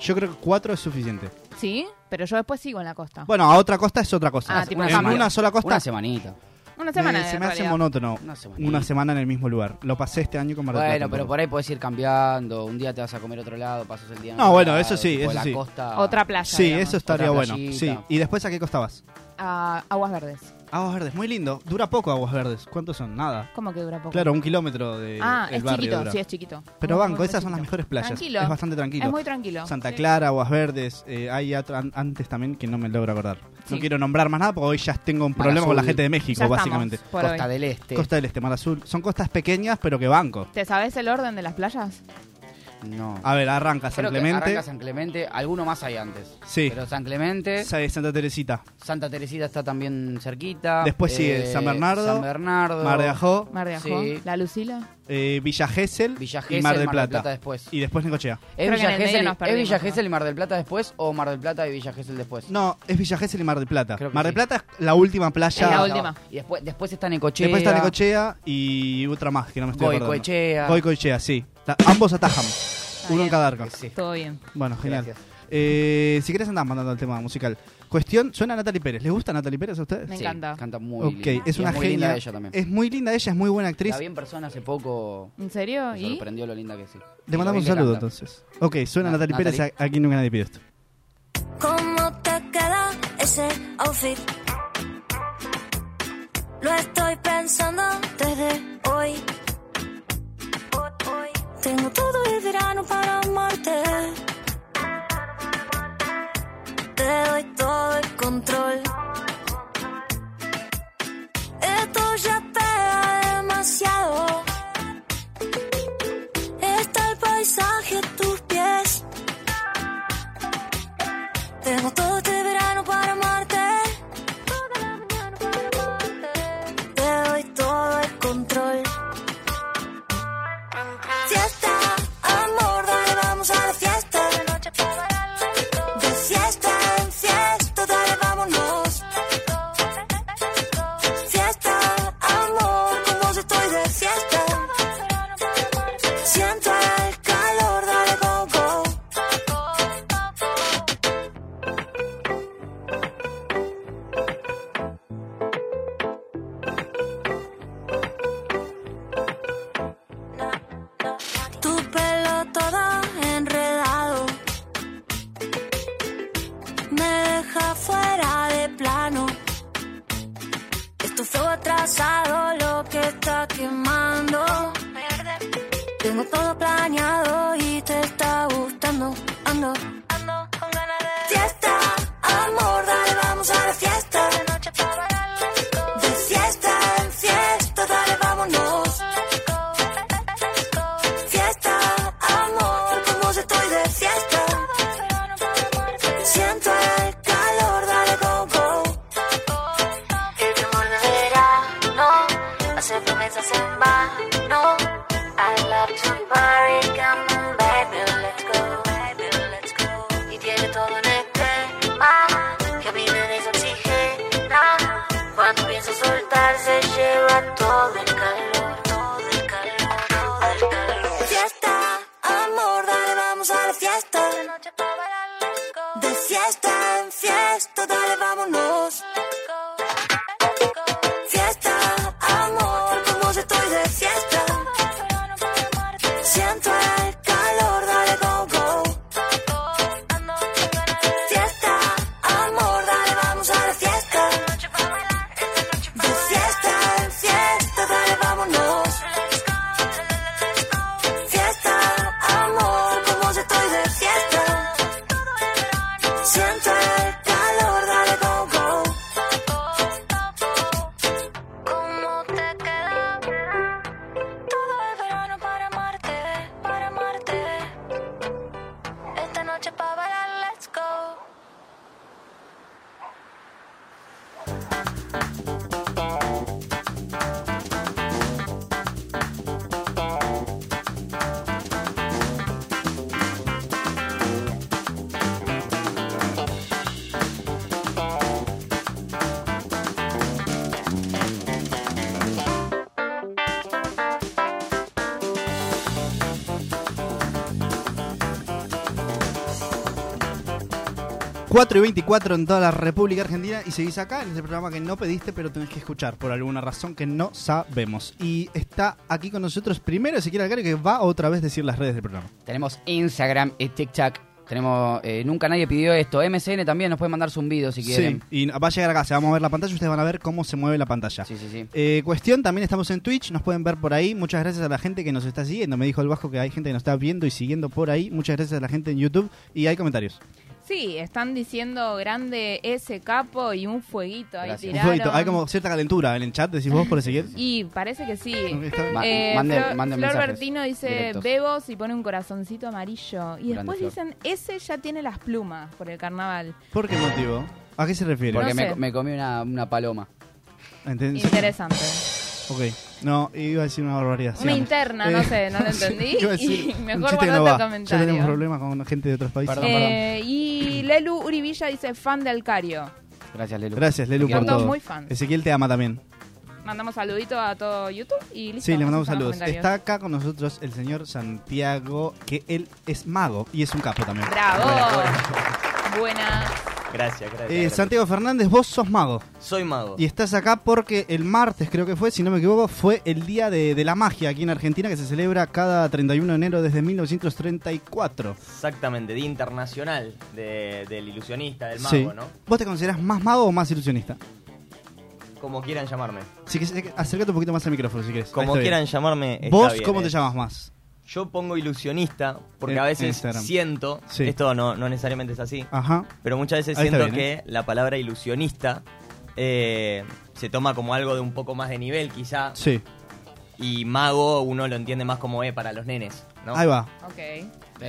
[SPEAKER 2] Yo creo que cuatro es suficiente.
[SPEAKER 3] ¿Sí? Pero yo después sigo en la costa.
[SPEAKER 2] Bueno, a otra costa es otra cosa.
[SPEAKER 3] Ah, tipo
[SPEAKER 2] en
[SPEAKER 3] una
[SPEAKER 2] una,
[SPEAKER 3] semana.
[SPEAKER 2] sola costa
[SPEAKER 4] Una semanita.
[SPEAKER 3] Una semana.
[SPEAKER 2] me-
[SPEAKER 3] en
[SPEAKER 2] eh, se me hace
[SPEAKER 3] realidad.
[SPEAKER 2] monótono.
[SPEAKER 4] Una semanita.
[SPEAKER 2] Una semana en el mismo lugar. Lo pasé este año con Mar del Plata.
[SPEAKER 4] Bueno, pero por ahí podés ir cambiando. Un día te vas a comer a otro lado, pasas el día en
[SPEAKER 2] No,
[SPEAKER 4] otro
[SPEAKER 2] bueno,
[SPEAKER 4] lado,
[SPEAKER 2] eso sí,
[SPEAKER 4] tipo,
[SPEAKER 2] eso
[SPEAKER 4] la
[SPEAKER 2] sí.
[SPEAKER 4] costa-
[SPEAKER 3] Otra playa.
[SPEAKER 2] Sí,
[SPEAKER 3] digamos.
[SPEAKER 2] eso estaría
[SPEAKER 4] Otra
[SPEAKER 2] bueno.
[SPEAKER 4] playita.
[SPEAKER 2] Sí. ¿Y después a qué costabas?
[SPEAKER 3] A Aguas Verdes.
[SPEAKER 2] Aguas Verdes, muy lindo. Dura poco Aguas Verdes. ¿Cuántos son? Nada.
[SPEAKER 3] ¿Cómo que dura poco?
[SPEAKER 2] Claro, un kilómetro de
[SPEAKER 3] Ah,
[SPEAKER 2] el
[SPEAKER 3] es
[SPEAKER 2] barrio
[SPEAKER 3] chiquito,
[SPEAKER 2] dura.
[SPEAKER 3] sí, es chiquito.
[SPEAKER 2] Pero
[SPEAKER 3] Muy,
[SPEAKER 2] banco,
[SPEAKER 3] muy
[SPEAKER 2] esas son las
[SPEAKER 3] chiquito.
[SPEAKER 2] mejores playas.
[SPEAKER 3] Tranquilo.
[SPEAKER 2] Es bastante tranquilo.
[SPEAKER 3] Es muy tranquilo.
[SPEAKER 2] Santa
[SPEAKER 3] Sí.
[SPEAKER 2] Clara, Aguas Verdes, eh, hay otra- an- antes también que no me logro acordar. No
[SPEAKER 3] Sí.
[SPEAKER 2] quiero nombrar más nada porque hoy ya tengo un
[SPEAKER 4] Mar
[SPEAKER 2] problema con la
[SPEAKER 4] Azul.
[SPEAKER 2] gente de
[SPEAKER 3] Ya
[SPEAKER 2] México,
[SPEAKER 3] estamos
[SPEAKER 2] básicamente.
[SPEAKER 3] por
[SPEAKER 4] Costa
[SPEAKER 3] hoy.
[SPEAKER 4] del Este.
[SPEAKER 2] Costa del Este, Mar Azul. Son costas pequeñas, pero que banco.
[SPEAKER 3] ¿Te sabes el orden de las playas?
[SPEAKER 4] No.
[SPEAKER 2] A ver, arranca San
[SPEAKER 4] Creo que
[SPEAKER 2] Clemente,
[SPEAKER 4] arranca San Clemente, alguno más hay antes.
[SPEAKER 2] Sí.
[SPEAKER 4] Pero San Clemente,
[SPEAKER 2] Sa- Santa Teresita,
[SPEAKER 4] Santa Teresita está también cerquita. eh,
[SPEAKER 2] Después sigue San Bernardo,
[SPEAKER 4] San Bernardo.
[SPEAKER 2] Mar de Ajó,
[SPEAKER 3] Mar de Ajó,
[SPEAKER 4] Sí.
[SPEAKER 3] La Lucila.
[SPEAKER 2] eh, Villa Gesell
[SPEAKER 4] Villa
[SPEAKER 2] y
[SPEAKER 4] Gesell,
[SPEAKER 2] Mar del Plata.
[SPEAKER 4] después.
[SPEAKER 2] Y después Necochea.
[SPEAKER 3] Creo
[SPEAKER 4] ¿Es
[SPEAKER 3] que en
[SPEAKER 4] Villa,
[SPEAKER 3] el medio
[SPEAKER 4] Gesell,
[SPEAKER 3] nos
[SPEAKER 4] es
[SPEAKER 3] perdimos,
[SPEAKER 4] Villa
[SPEAKER 3] ¿no?
[SPEAKER 4] Gesell y Mar del Plata después o Mar del Plata y Villa Gesell después?
[SPEAKER 2] No, es Villa Gesell y Mar del Plata.
[SPEAKER 4] Creo que
[SPEAKER 2] Mar del
[SPEAKER 4] sí.
[SPEAKER 2] Plata es la última playa.
[SPEAKER 3] Es la
[SPEAKER 4] Ya
[SPEAKER 3] última.
[SPEAKER 4] va. Y después, después está Necochea.
[SPEAKER 2] Después está Necochea y otra más que no me estoy acordando.
[SPEAKER 4] Goicoechea.
[SPEAKER 2] Goicoechea, sí. Ta- ambos atajan. Uno en
[SPEAKER 3] bien.
[SPEAKER 2] cada arco.
[SPEAKER 4] Ah, Sí.
[SPEAKER 3] Todo bien.
[SPEAKER 2] Bueno, genial.
[SPEAKER 4] Gracias.
[SPEAKER 2] Eh, si querés andás mandando el tema musical. Cuestión, suena Natalie Pérez. ¿Les gusta Natalie Pérez a ustedes?
[SPEAKER 3] Me
[SPEAKER 4] Sí,
[SPEAKER 3] encanta.
[SPEAKER 4] Canta muy
[SPEAKER 2] Ok,
[SPEAKER 4] lindo.
[SPEAKER 2] es
[SPEAKER 4] Y
[SPEAKER 2] una
[SPEAKER 4] muy
[SPEAKER 2] genia.
[SPEAKER 4] linda ella también.
[SPEAKER 2] Es muy linda ella, es muy buena actriz.
[SPEAKER 4] La vi en persona hace poco.
[SPEAKER 3] ¿En serio?
[SPEAKER 4] Me
[SPEAKER 3] Oh, ¿Y?
[SPEAKER 4] sorprendió lo linda que sí. Y
[SPEAKER 2] Le
[SPEAKER 4] lo
[SPEAKER 2] mandamos un
[SPEAKER 4] bien que
[SPEAKER 2] saludo
[SPEAKER 4] canta.
[SPEAKER 2] entonces. Ok, suena
[SPEAKER 4] Na-
[SPEAKER 2] Natalie, Pérez
[SPEAKER 4] Natalie.
[SPEAKER 2] a- aquí nunca nadie pide esto.
[SPEAKER 9] ¿Cómo te queda ese outfit? Lo estoy pensando desde hoy. Tengo todo el verano para amarte. Te doy todo el control. Esto ya pega demasiado. Está el paisaje a tus pies. Tengo todo este verano para amarte. Te doy todo el control. ando, ando, ando con ganas de fiesta, amor, dale, vamos a la fiesta. De noche De fiesta en fiesta, dale, vámonos. Fiesta, amor, como si estoy de fiesta. Siento el calor, dale, go, go. El rumor de verano hace promesas en vano. I love to party, come on, baby, let's go, baby, let's go. Y tiene todo en este mar, que vive desoxigena. Cuando piensa soltarse, lleva todo el calor, todo el calor, todo el calor. Fiesta, amor, dale, vamos a la fiesta. De fiesta en fiesta, dale, vámonos. Fiesta, amor, como si estoy de fiesta. Siento el calor, dale go go. Fiesta, amor, dale vamos a la fiesta. De fiesta en fiesta, dale vámonos. Fiesta, amor, como si estoy de fiesta. Siento el calor, dale go go. ¿Cómo te queda? Todo el verano para amarte, para amarte. Esta noche para bailar, let's go.
[SPEAKER 2] Fiesta. 4 y 24 en toda la República Argentina y seguís acá en este programa que no pediste pero tenés que escuchar por alguna razón que no sabemos. Y está aquí con nosotros primero Ezequiel Alcaro que va otra vez a decir las redes del programa.
[SPEAKER 4] Tenemos Instagram y TikTok. Tenemos, eh, nunca nadie pidió esto. MCN también nos puede mandar zumbidos si quieren.
[SPEAKER 2] Sí, y va a llegar acá, se va a mover la pantalla, ustedes van a ver cómo se mueve la pantalla.
[SPEAKER 4] Sí, sí, sí.
[SPEAKER 2] Eh, cuestión, también estamos en Twitch, nos pueden ver por ahí. Muchas gracias a la gente que nos está siguiendo. Me dijo el Vasco que hay gente que nos está viendo y siguiendo por ahí. Muchas gracias a la gente en YouTube y hay comentarios.
[SPEAKER 3] Sí, están diciendo grande ese capo y un fueguito ahí
[SPEAKER 4] Gracias. Un
[SPEAKER 2] Un
[SPEAKER 3] tiraron.
[SPEAKER 2] fueguito. Hay como cierta calentura en el chat, decís vos por seguir.
[SPEAKER 3] Y parece que sí.
[SPEAKER 2] Está-
[SPEAKER 4] Ma-
[SPEAKER 3] Eh,
[SPEAKER 4] manden-
[SPEAKER 3] Flor,
[SPEAKER 4] manden
[SPEAKER 3] Flor
[SPEAKER 4] mensajes
[SPEAKER 3] Bertino dice
[SPEAKER 4] directos.
[SPEAKER 3] bebos y pone un corazoncito amarillo. Y
[SPEAKER 4] Grande,
[SPEAKER 3] después
[SPEAKER 4] Flor.
[SPEAKER 3] dicen, ese ya tiene las plumas por el carnaval.
[SPEAKER 2] ¿Por qué motivo? ¿A qué se refiere?
[SPEAKER 4] Porque
[SPEAKER 3] No
[SPEAKER 4] me,
[SPEAKER 3] sé.
[SPEAKER 4] me comí una, una paloma.
[SPEAKER 2] ¿Entendés?
[SPEAKER 3] Interesante.
[SPEAKER 2] Ok. No, iba a decir una barbaridad.
[SPEAKER 3] Una
[SPEAKER 2] sigamos.
[SPEAKER 3] interna, no
[SPEAKER 2] Eh,
[SPEAKER 3] sé,
[SPEAKER 2] (laughs)
[SPEAKER 3] no lo entendí.
[SPEAKER 2] iba a decir
[SPEAKER 3] (laughs) y
[SPEAKER 2] un
[SPEAKER 3] mejor
[SPEAKER 2] chiste que no
[SPEAKER 3] guardate
[SPEAKER 2] va.
[SPEAKER 3] comentario.
[SPEAKER 2] Ya tenemos problemas con gente de otros países.
[SPEAKER 4] Perdón,
[SPEAKER 3] Eh, y Lelu Uribilla dice fan de Alcario.
[SPEAKER 4] Gracias, Lelu.
[SPEAKER 2] Gracias, Lelu,
[SPEAKER 4] Te quiero
[SPEAKER 2] por
[SPEAKER 3] Somos
[SPEAKER 2] todo.
[SPEAKER 3] muy fans.
[SPEAKER 2] Ezequiel te ama también.
[SPEAKER 3] Mandamos saludito a todo YouTube y listo.
[SPEAKER 2] Sí, le mandamos
[SPEAKER 3] esos son los
[SPEAKER 2] saludos. Está
[SPEAKER 3] comentarios.
[SPEAKER 2] acá con nosotros el señor Santiago, que él es mago y es un capo también.
[SPEAKER 3] Bravo. Buena.
[SPEAKER 6] Gracias, gracias.
[SPEAKER 2] Eh, Santiago Fernández, vos sos mago
[SPEAKER 6] Soy mago.
[SPEAKER 2] y estás acá porque el martes, creo que fue, si no me equivoco, fue el Día de, de la Magia aquí en Argentina que se celebra cada 31 de enero desde 1934.
[SPEAKER 6] Exactamente, Día Internacional de- del Ilusionista, del mago,
[SPEAKER 2] Sí.
[SPEAKER 6] ¿no?
[SPEAKER 2] ¿Vos te considerás más mago o más ilusionista?
[SPEAKER 6] Como quieran llamarme.
[SPEAKER 2] Si querés, eh, acércate un poquito más al micrófono si querés. Ahí
[SPEAKER 6] Como
[SPEAKER 2] está bien.
[SPEAKER 6] quieran llamarme. está
[SPEAKER 2] ¿Vos
[SPEAKER 6] bien,
[SPEAKER 2] cómo
[SPEAKER 6] eh.
[SPEAKER 2] te llamas más?
[SPEAKER 6] Yo pongo ilusionista porque
[SPEAKER 2] En-
[SPEAKER 6] a
[SPEAKER 2] en
[SPEAKER 6] veces
[SPEAKER 2] Instagram.
[SPEAKER 6] siento,
[SPEAKER 2] Sí.
[SPEAKER 6] esto no, no necesariamente es así,
[SPEAKER 2] Ajá.
[SPEAKER 6] pero muchas veces
[SPEAKER 2] Ahí está
[SPEAKER 6] siento
[SPEAKER 2] bien, ¿eh?
[SPEAKER 6] que la palabra ilusionista eh, se toma como algo de un poco más de nivel quizá,
[SPEAKER 2] Sí.
[SPEAKER 6] y mago uno lo entiende más como E para los nenes, ¿no?
[SPEAKER 2] Ahí va.
[SPEAKER 3] Ok.
[SPEAKER 4] Es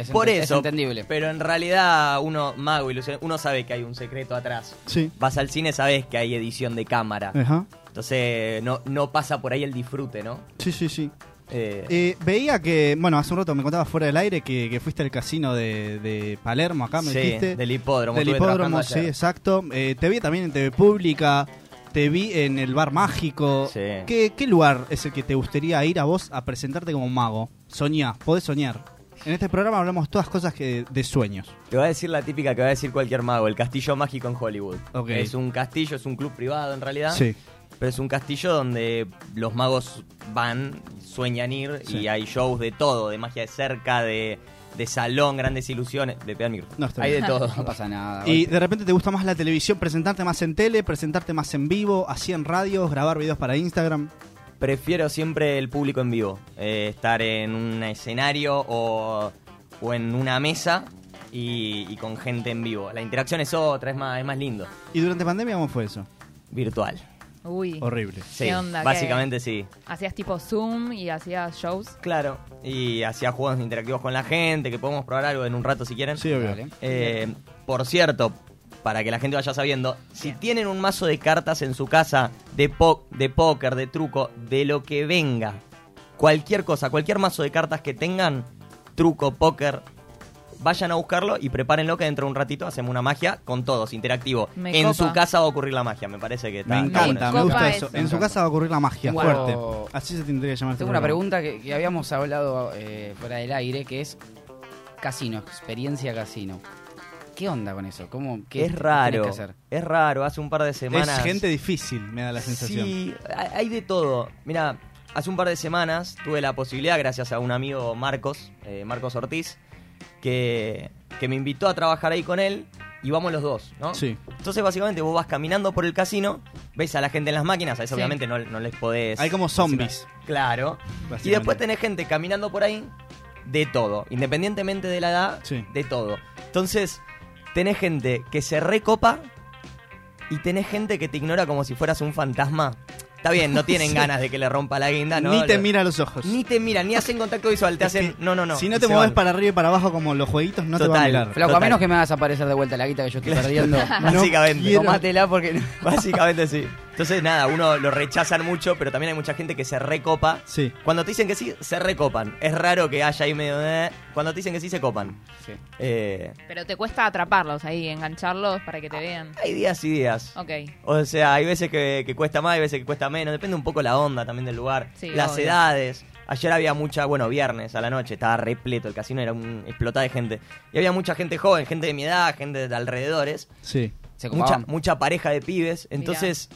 [SPEAKER 4] ente-
[SPEAKER 6] Por
[SPEAKER 4] es
[SPEAKER 6] eso,
[SPEAKER 4] entendible.
[SPEAKER 6] pero en realidad uno, mago, ilusión, uno sabe que hay un secreto atrás.
[SPEAKER 2] Sí.
[SPEAKER 6] Vas al cine, sabes que hay edición de cámara.
[SPEAKER 2] Ajá.
[SPEAKER 6] Entonces no, no pasa por ahí el disfrute, ¿no?
[SPEAKER 2] Sí, sí, sí.
[SPEAKER 6] Eh,
[SPEAKER 2] Eh, veía que, bueno, hace un rato me contabas fuera del aire que, que fuiste al casino de, de Palermo, acá me
[SPEAKER 6] sí,
[SPEAKER 2] dijiste.
[SPEAKER 6] del hipódromo.
[SPEAKER 2] Del
[SPEAKER 6] estuve
[SPEAKER 2] hipódromo,
[SPEAKER 6] trabajando
[SPEAKER 2] sí,
[SPEAKER 6] ayer.
[SPEAKER 2] exacto. Eh, te vi también en TV Pública, te vi en el Bar Mágico.
[SPEAKER 6] Sí.
[SPEAKER 2] ¿Qué, qué lugar es el que te gustaría ir a vos a presentarte como mago? Soñá, podés soñar. En este programa hablamos todas cosas que, de sueños.
[SPEAKER 6] Te voy a decir la típica que va a decir cualquier mago, el castillo mágico en Hollywood.
[SPEAKER 2] Ok.
[SPEAKER 6] Es un castillo, es un club privado en realidad.
[SPEAKER 2] Sí.
[SPEAKER 6] Pero es un castillo donde los magos van, sueñan ir
[SPEAKER 2] Sí.
[SPEAKER 6] y hay shows de todo, de magia de cerca, de, de salón, grandes ilusiones, de pegar micro.
[SPEAKER 2] No, está
[SPEAKER 6] hay
[SPEAKER 2] bien. (laughs)
[SPEAKER 6] de todo.
[SPEAKER 4] No pasa nada.
[SPEAKER 2] Y de repente te gusta más la televisión, presentarte más en tele, presentarte más en vivo, así en radios, grabar videos para Instagram.
[SPEAKER 6] Prefiero siempre el público en vivo. eh, estar en un escenario o, o en una mesa y, y con gente en vivo. La interacción es otra, es más, es más lindo.
[SPEAKER 2] ¿Y durante pandemia cómo fue eso?
[SPEAKER 6] Virtual.
[SPEAKER 3] Uy.
[SPEAKER 2] Horrible.
[SPEAKER 6] Sí,
[SPEAKER 3] ¿Qué onda? ¿Qué?
[SPEAKER 6] básicamente sí.
[SPEAKER 3] Hacías tipo Zoom y hacías shows.
[SPEAKER 6] Claro, y hacía juegos interactivos con la gente, que podemos probar algo en un rato si quieren.
[SPEAKER 2] Sí, obvio.
[SPEAKER 4] Dale.
[SPEAKER 6] Eh, por cierto, para que la gente vaya sabiendo, si tienen un mazo de cartas en su casa, de, po- de póker, de truco, de lo que venga, cualquier cosa, cualquier mazo de cartas que tengan, truco, póker, vayan a buscarlo y prepárenlo que dentro de un ratito hacemos una magia con todos, interactivo.
[SPEAKER 3] Me
[SPEAKER 6] en
[SPEAKER 3] copa.
[SPEAKER 6] su casa va a ocurrir la magia, me parece que está.
[SPEAKER 2] Me
[SPEAKER 6] está bueno.
[SPEAKER 2] encanta, me
[SPEAKER 3] copa
[SPEAKER 2] gusta
[SPEAKER 3] eso.
[SPEAKER 2] eso. En su casa va a ocurrir la magia,
[SPEAKER 4] Wow.
[SPEAKER 2] fuerte. Así se tendría que llamar. este
[SPEAKER 4] Tengo una
[SPEAKER 2] programa.
[SPEAKER 4] pregunta que, que habíamos hablado eh, fuera del aire, que es casino, experiencia casino. ¿Qué onda con eso? ¿Cómo, qué
[SPEAKER 6] es
[SPEAKER 4] t-
[SPEAKER 6] raro.
[SPEAKER 4] tenés que hacer?
[SPEAKER 6] Es raro, hace un par de semanas.
[SPEAKER 2] Es gente difícil, me da la sensación.
[SPEAKER 6] Sí, hay hay de todo. Mira, hace un par de semanas tuve la posibilidad, gracias a un amigo Marcos, eh, Marcos Ortiz, que, que me invitó a trabajar ahí con él y vamos los dos, ¿no?
[SPEAKER 2] Sí.
[SPEAKER 6] Entonces, básicamente, vos vas caminando por el casino, ves a la gente en las máquinas, a eso
[SPEAKER 3] Sí.
[SPEAKER 6] obviamente no, no les podés.
[SPEAKER 2] Hay como zombies.
[SPEAKER 6] Claro.
[SPEAKER 2] básicamente.
[SPEAKER 6] Y después tenés gente caminando por ahí de todo, independientemente de la edad,
[SPEAKER 2] Sí.
[SPEAKER 6] de todo. Entonces, tenés gente que se recopa y tenés gente que te ignora como si fueras un fantasma. Está
[SPEAKER 2] (laughs)
[SPEAKER 6] bien, no tienen ganas de que le rompa la guinda, ¿no?
[SPEAKER 2] Ni te
[SPEAKER 6] Lo-
[SPEAKER 2] mira a los ojos.
[SPEAKER 6] Ni te miran, ni hacen contacto visual, te
[SPEAKER 2] Es
[SPEAKER 6] hacen...
[SPEAKER 2] que
[SPEAKER 6] No, no, no.
[SPEAKER 2] Si
[SPEAKER 6] y
[SPEAKER 2] no te
[SPEAKER 6] se
[SPEAKER 2] mueves
[SPEAKER 6] van.
[SPEAKER 2] para arriba y para abajo como los jueguitos, no
[SPEAKER 6] Total.
[SPEAKER 2] te va a mirar.
[SPEAKER 4] Flaco, a
[SPEAKER 6] Total.
[SPEAKER 4] menos que me hagas aparecer de vuelta la guita que yo
[SPEAKER 2] (laughs)
[SPEAKER 4] estoy perdiendo.
[SPEAKER 6] Básicamente.
[SPEAKER 2] quiero-
[SPEAKER 4] Tomátela porque... no-
[SPEAKER 3] (laughs)
[SPEAKER 6] Básicamente sí. Entonces, nada, uno lo rechazan mucho, pero también hay mucha gente que se recopa.
[SPEAKER 2] Sí.
[SPEAKER 6] Cuando te dicen que sí, se recopan. Es raro que haya ahí medio... eh. Cuando te dicen que sí, se copan.
[SPEAKER 4] Sí.
[SPEAKER 6] Eh,
[SPEAKER 3] Pero te cuesta atraparlos ahí, engancharlos para que te vean.
[SPEAKER 6] hay días y días.
[SPEAKER 2] (laughs)
[SPEAKER 3] Ok.
[SPEAKER 6] O sea, hay veces que, que cuesta más, hay veces que cuesta menos. Depende un poco la onda también del lugar.
[SPEAKER 3] Sí,
[SPEAKER 6] las
[SPEAKER 3] obvio.
[SPEAKER 6] edades. Ayer había mucha, bueno, viernes a la noche, estaba repleto, el casino era un explotado de gente. Y había mucha gente joven, gente de mi edad, gente de alrededores.
[SPEAKER 2] Sí.
[SPEAKER 4] Se
[SPEAKER 6] Mucha,
[SPEAKER 4] copaban.
[SPEAKER 6] mucha pareja de pibes. Entonces,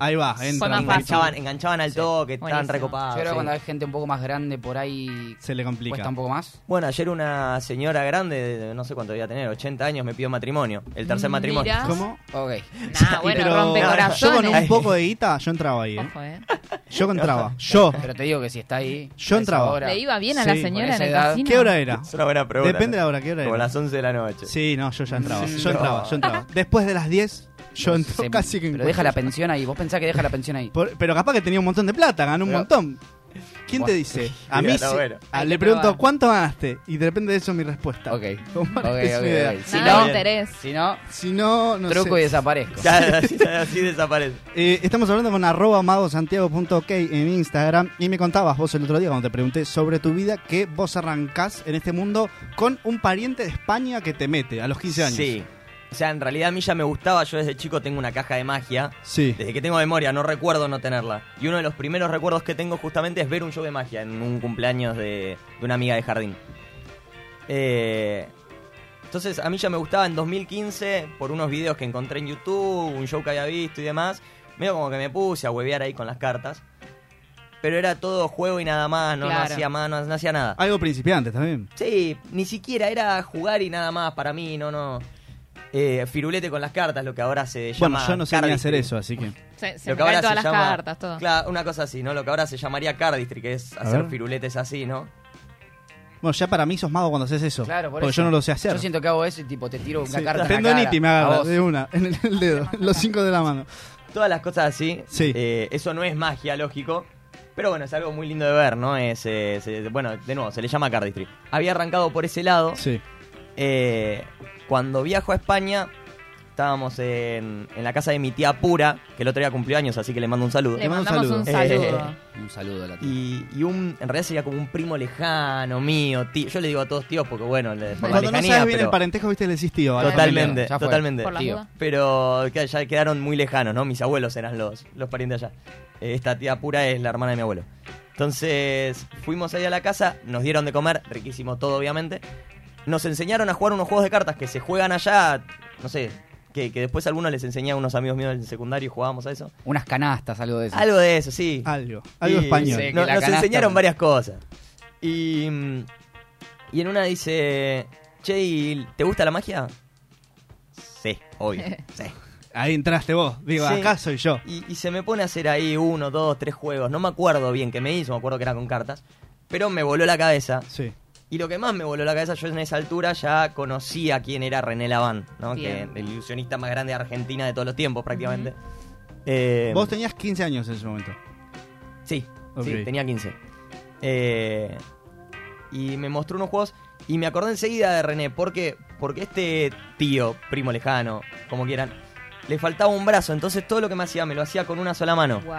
[SPEAKER 2] Ahí va,
[SPEAKER 3] Fue más
[SPEAKER 2] entra.
[SPEAKER 3] fácil.
[SPEAKER 6] enganchaban, enganchaban al toque, estaban
[SPEAKER 3] Buenísimo.
[SPEAKER 6] recopados.
[SPEAKER 4] Yo creo que
[SPEAKER 6] sí.
[SPEAKER 4] cuando hay gente un poco más grande por ahí,
[SPEAKER 2] Se le
[SPEAKER 4] cuesta
[SPEAKER 2] complica.
[SPEAKER 4] un poco más.
[SPEAKER 6] Bueno, ayer una señora grande, de- no sé cuánto debía tener, 80 años, me pidió matrimonio. El tercer
[SPEAKER 3] Mm,
[SPEAKER 6] matrimonio. (laughs)
[SPEAKER 3] mirá.
[SPEAKER 2] ¿Cómo?
[SPEAKER 4] Ok.
[SPEAKER 2] (laughs)
[SPEAKER 3] Nah, bueno,
[SPEAKER 2] Pero-
[SPEAKER 3] rompe
[SPEAKER 2] Yo con un
[SPEAKER 3] corazones.
[SPEAKER 2] poco de guita, yo entraba ahí,
[SPEAKER 3] (laughs)
[SPEAKER 2] ¿eh?
[SPEAKER 3] Ojo, eh.
[SPEAKER 2] Yo entraba. Yo.
[SPEAKER 4] Pero te digo que si está ahí...
[SPEAKER 2] (laughs) Yo
[SPEAKER 4] a esa
[SPEAKER 2] entraba.
[SPEAKER 4] hora-
[SPEAKER 3] ¿Le iba bien a
[SPEAKER 2] Sí,
[SPEAKER 3] la
[SPEAKER 2] con
[SPEAKER 3] señora en
[SPEAKER 4] esa
[SPEAKER 3] el
[SPEAKER 4] edad.
[SPEAKER 3] casino?
[SPEAKER 2] ¿Qué hora era?
[SPEAKER 6] Es una buena pregunta.
[SPEAKER 2] Depende de la hora, ¿qué hora
[SPEAKER 6] Como
[SPEAKER 2] era?
[SPEAKER 6] las 11 de la noche. (laughs)
[SPEAKER 2] Sí, no, yo ya entraba.
[SPEAKER 6] No.
[SPEAKER 2] Yo entraba, yo entraba. Después de las 10, yo
[SPEAKER 4] Pero
[SPEAKER 2] entraba
[SPEAKER 4] se-
[SPEAKER 2] casi que en
[SPEAKER 4] Pero deja la
[SPEAKER 2] cualquier-
[SPEAKER 4] pensión ahí. Vos pensás que deja la pensión ahí.
[SPEAKER 2] Por- pero capaz que tenía un montón de plata, ganó un
[SPEAKER 4] Pero-
[SPEAKER 2] montón. ¿Quién te
[SPEAKER 4] Buah. (laughs)
[SPEAKER 2] dice? A
[SPEAKER 6] Mira,
[SPEAKER 2] mí
[SPEAKER 6] está
[SPEAKER 2] sí-
[SPEAKER 6] bueno.
[SPEAKER 2] a-
[SPEAKER 3] Hay
[SPEAKER 2] le
[SPEAKER 3] que
[SPEAKER 2] pregunto,
[SPEAKER 3] probar.
[SPEAKER 2] ¿cuánto ganaste? Y depende de eso mi respuesta. (laughs)
[SPEAKER 4] Ok.
[SPEAKER 2] Como
[SPEAKER 4] Ok,
[SPEAKER 2] es
[SPEAKER 4] ok,
[SPEAKER 2] mi idea.
[SPEAKER 4] ok. Si
[SPEAKER 3] Nada
[SPEAKER 4] no,
[SPEAKER 3] de interés.
[SPEAKER 4] si no,
[SPEAKER 2] Si no, no
[SPEAKER 4] truco
[SPEAKER 2] sé.
[SPEAKER 4] y desaparezco.
[SPEAKER 6] Claro, así, así desaparece.
[SPEAKER 2] Eh, estamos hablando con arroba magosantiago.ok en Instagram y me contabas vos el otro día cuando te pregunté sobre tu vida que vos arrancás en este mundo con un pariente de España que te mete a los 15 años.
[SPEAKER 6] Sí. O sea, en realidad a mí ya me gustaba. Yo desde chico tengo una caja de magia.
[SPEAKER 2] Sí.
[SPEAKER 6] Desde que tengo memoria, no recuerdo no tenerla. Y uno de los primeros recuerdos que tengo justamente es ver un show de magia en un cumpleaños de, de una amiga de jardín. Eh, entonces, a mí ya me gustaba en 2015 por unos videos que encontré en YouTube, un show que había visto y demás. Medio como que me puse a huevear ahí con las cartas. Pero era todo juego y nada más, no, no
[SPEAKER 3] Claro.
[SPEAKER 6] hacía más, no, no hacía nada.
[SPEAKER 2] Algo principiante también.
[SPEAKER 6] Sí, ni siquiera era jugar y nada más para mí, no, no. Eh, firulete con las cartas, lo que ahora se llama.
[SPEAKER 2] bueno, yo no sé
[SPEAKER 6] card
[SPEAKER 2] ni hacer
[SPEAKER 6] district.
[SPEAKER 2] eso, así que.
[SPEAKER 3] Se, se me
[SPEAKER 6] Lo que ahora
[SPEAKER 3] caen todas las
[SPEAKER 6] se llama-
[SPEAKER 3] cartas, todo.
[SPEAKER 6] Claro, una cosa así, ¿no? Lo que ahora se llamaría cardistry, que es hacer
[SPEAKER 2] ver.
[SPEAKER 6] firuletes así, ¿no?
[SPEAKER 2] Bueno, ya para mí sos mago cuando haces eso.
[SPEAKER 4] Claro, por
[SPEAKER 2] porque
[SPEAKER 4] eso.
[SPEAKER 2] yo no lo sé hacer.
[SPEAKER 4] Yo siento que hago eso y tipo te tiro una
[SPEAKER 2] Sí,
[SPEAKER 4] carta. en la cara,
[SPEAKER 2] Tendonitis me
[SPEAKER 4] a
[SPEAKER 2] agarra
[SPEAKER 4] vos.
[SPEAKER 2] de una, en el, el
[SPEAKER 4] (laughs)
[SPEAKER 2] dedo, los cinco de la mano.
[SPEAKER 6] Todas las cosas así.
[SPEAKER 2] Sí.
[SPEAKER 6] Eh, eso no es magia, lógico. Pero bueno, es algo muy lindo de ver, ¿no? Es, eh, se- bueno, de nuevo, se le llama cardistry. Había arrancado por ese lado.
[SPEAKER 2] Sí.
[SPEAKER 6] Eh, cuando viajo a España, estábamos en, en la casa de mi tía Pura, que el otro día cumplió años, así que le mando un saludo.
[SPEAKER 3] Le
[SPEAKER 2] mando un
[SPEAKER 3] mandamos un
[SPEAKER 6] saludo.
[SPEAKER 3] saludo.
[SPEAKER 4] Un saludo a la tía.
[SPEAKER 6] Y, y un, en realidad sería como un primo lejano mío, tío. Yo le digo a todos tíos porque, bueno, le, por la
[SPEAKER 2] Cuando no
[SPEAKER 6] lejanía,
[SPEAKER 2] sabes bien
[SPEAKER 6] pero
[SPEAKER 2] el parentesco, viste, le decís tío. a la familia.
[SPEAKER 6] totalmente,
[SPEAKER 4] Ya fue.
[SPEAKER 6] totalmente.
[SPEAKER 3] Por las
[SPEAKER 4] Tío.
[SPEAKER 3] dudas.
[SPEAKER 6] Pero que ya quedaron muy lejanos, ¿no? Mis abuelos eran los, los parientes allá. Eh, Esta tía pura es la hermana de mi abuelo. Entonces fuimos ahí a la casa, nos dieron de comer, riquísimo todo obviamente. Nos enseñaron a jugar unos juegos de cartas que se juegan allá, no sé, que, que después algunos les enseñé a unos amigos míos del secundario y jugábamos a eso.
[SPEAKER 4] Unas canastas, algo de eso.
[SPEAKER 6] Algo de eso, sí.
[SPEAKER 2] Algo, algo
[SPEAKER 6] Y-
[SPEAKER 2] español.
[SPEAKER 4] sí. que
[SPEAKER 6] no-
[SPEAKER 4] la
[SPEAKER 6] nos
[SPEAKER 4] canasta-
[SPEAKER 6] enseñaron varias cosas. Y, mm, y en una dice, che, ¿y ¿te gusta la magia? Sí,
[SPEAKER 4] (laughs)
[SPEAKER 6] obvio. sí.
[SPEAKER 2] Ahí entraste vos, digo,
[SPEAKER 6] Sí.
[SPEAKER 2] acá soy yo.
[SPEAKER 6] Y, y se me pone a hacer ahí uno, dos, tres juegos. No me acuerdo bien que me hizo, me acuerdo que era con cartas. Pero me voló la cabeza.
[SPEAKER 2] Sí.
[SPEAKER 6] Y lo que más me voló la cabeza, yo en esa altura ya conocía quién era René Laván, ¿no? Que
[SPEAKER 3] Bien.
[SPEAKER 6] el ilusionista más grande de Argentina de todos los tiempos, prácticamente. Eh,
[SPEAKER 2] Vos tenías 15 años en ese momento.
[SPEAKER 6] Sí,
[SPEAKER 2] Ok.
[SPEAKER 6] sí, tenía 15. Eh, y me mostró unos juegos y me acordé enseguida de René, porque, porque este tío, primo lejano, como quieran, le faltaba un brazo, entonces todo lo que me hacía me lo hacía con una sola mano,
[SPEAKER 3] Wow.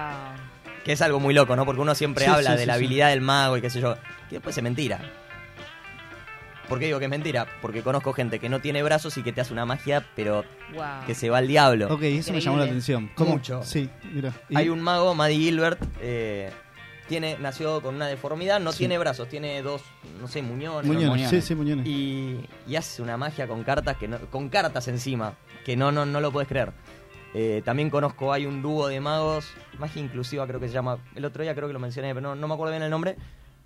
[SPEAKER 6] que es algo muy loco, ¿no? Porque uno siempre
[SPEAKER 2] Sí,
[SPEAKER 6] habla
[SPEAKER 2] sí,
[SPEAKER 6] de
[SPEAKER 2] sí,
[SPEAKER 6] la
[SPEAKER 2] sí.
[SPEAKER 6] habilidad del mago y qué sé yo, que después es mentira. ¿Por qué digo que es mentira? Porque conozco gente que no tiene brazos y que te hace una magia, pero
[SPEAKER 3] Wow.
[SPEAKER 6] que se va al diablo.
[SPEAKER 2] Ah. Ok, eso me
[SPEAKER 3] Increíble.
[SPEAKER 2] llamó la atención. ¿Cómo?
[SPEAKER 6] Mucho.
[SPEAKER 2] Sí, mira. Y-
[SPEAKER 6] Hay un mago, Maddie Gilbert, eh, tiene, nació con una deformidad, no tiene brazos, tiene dos, no sé, muñones.
[SPEAKER 2] Muñones,
[SPEAKER 4] Muñones.
[SPEAKER 2] sí, sí, Muñones.
[SPEAKER 6] Y, y hace una magia con cartas que no- con cartas encima, que no, no, no lo puedes creer. Eh, también conozco, hay un dúo de magos, magia inclusiva creo que se llama, el otro día creo que lo mencioné, pero no, no me acuerdo bien el nombre,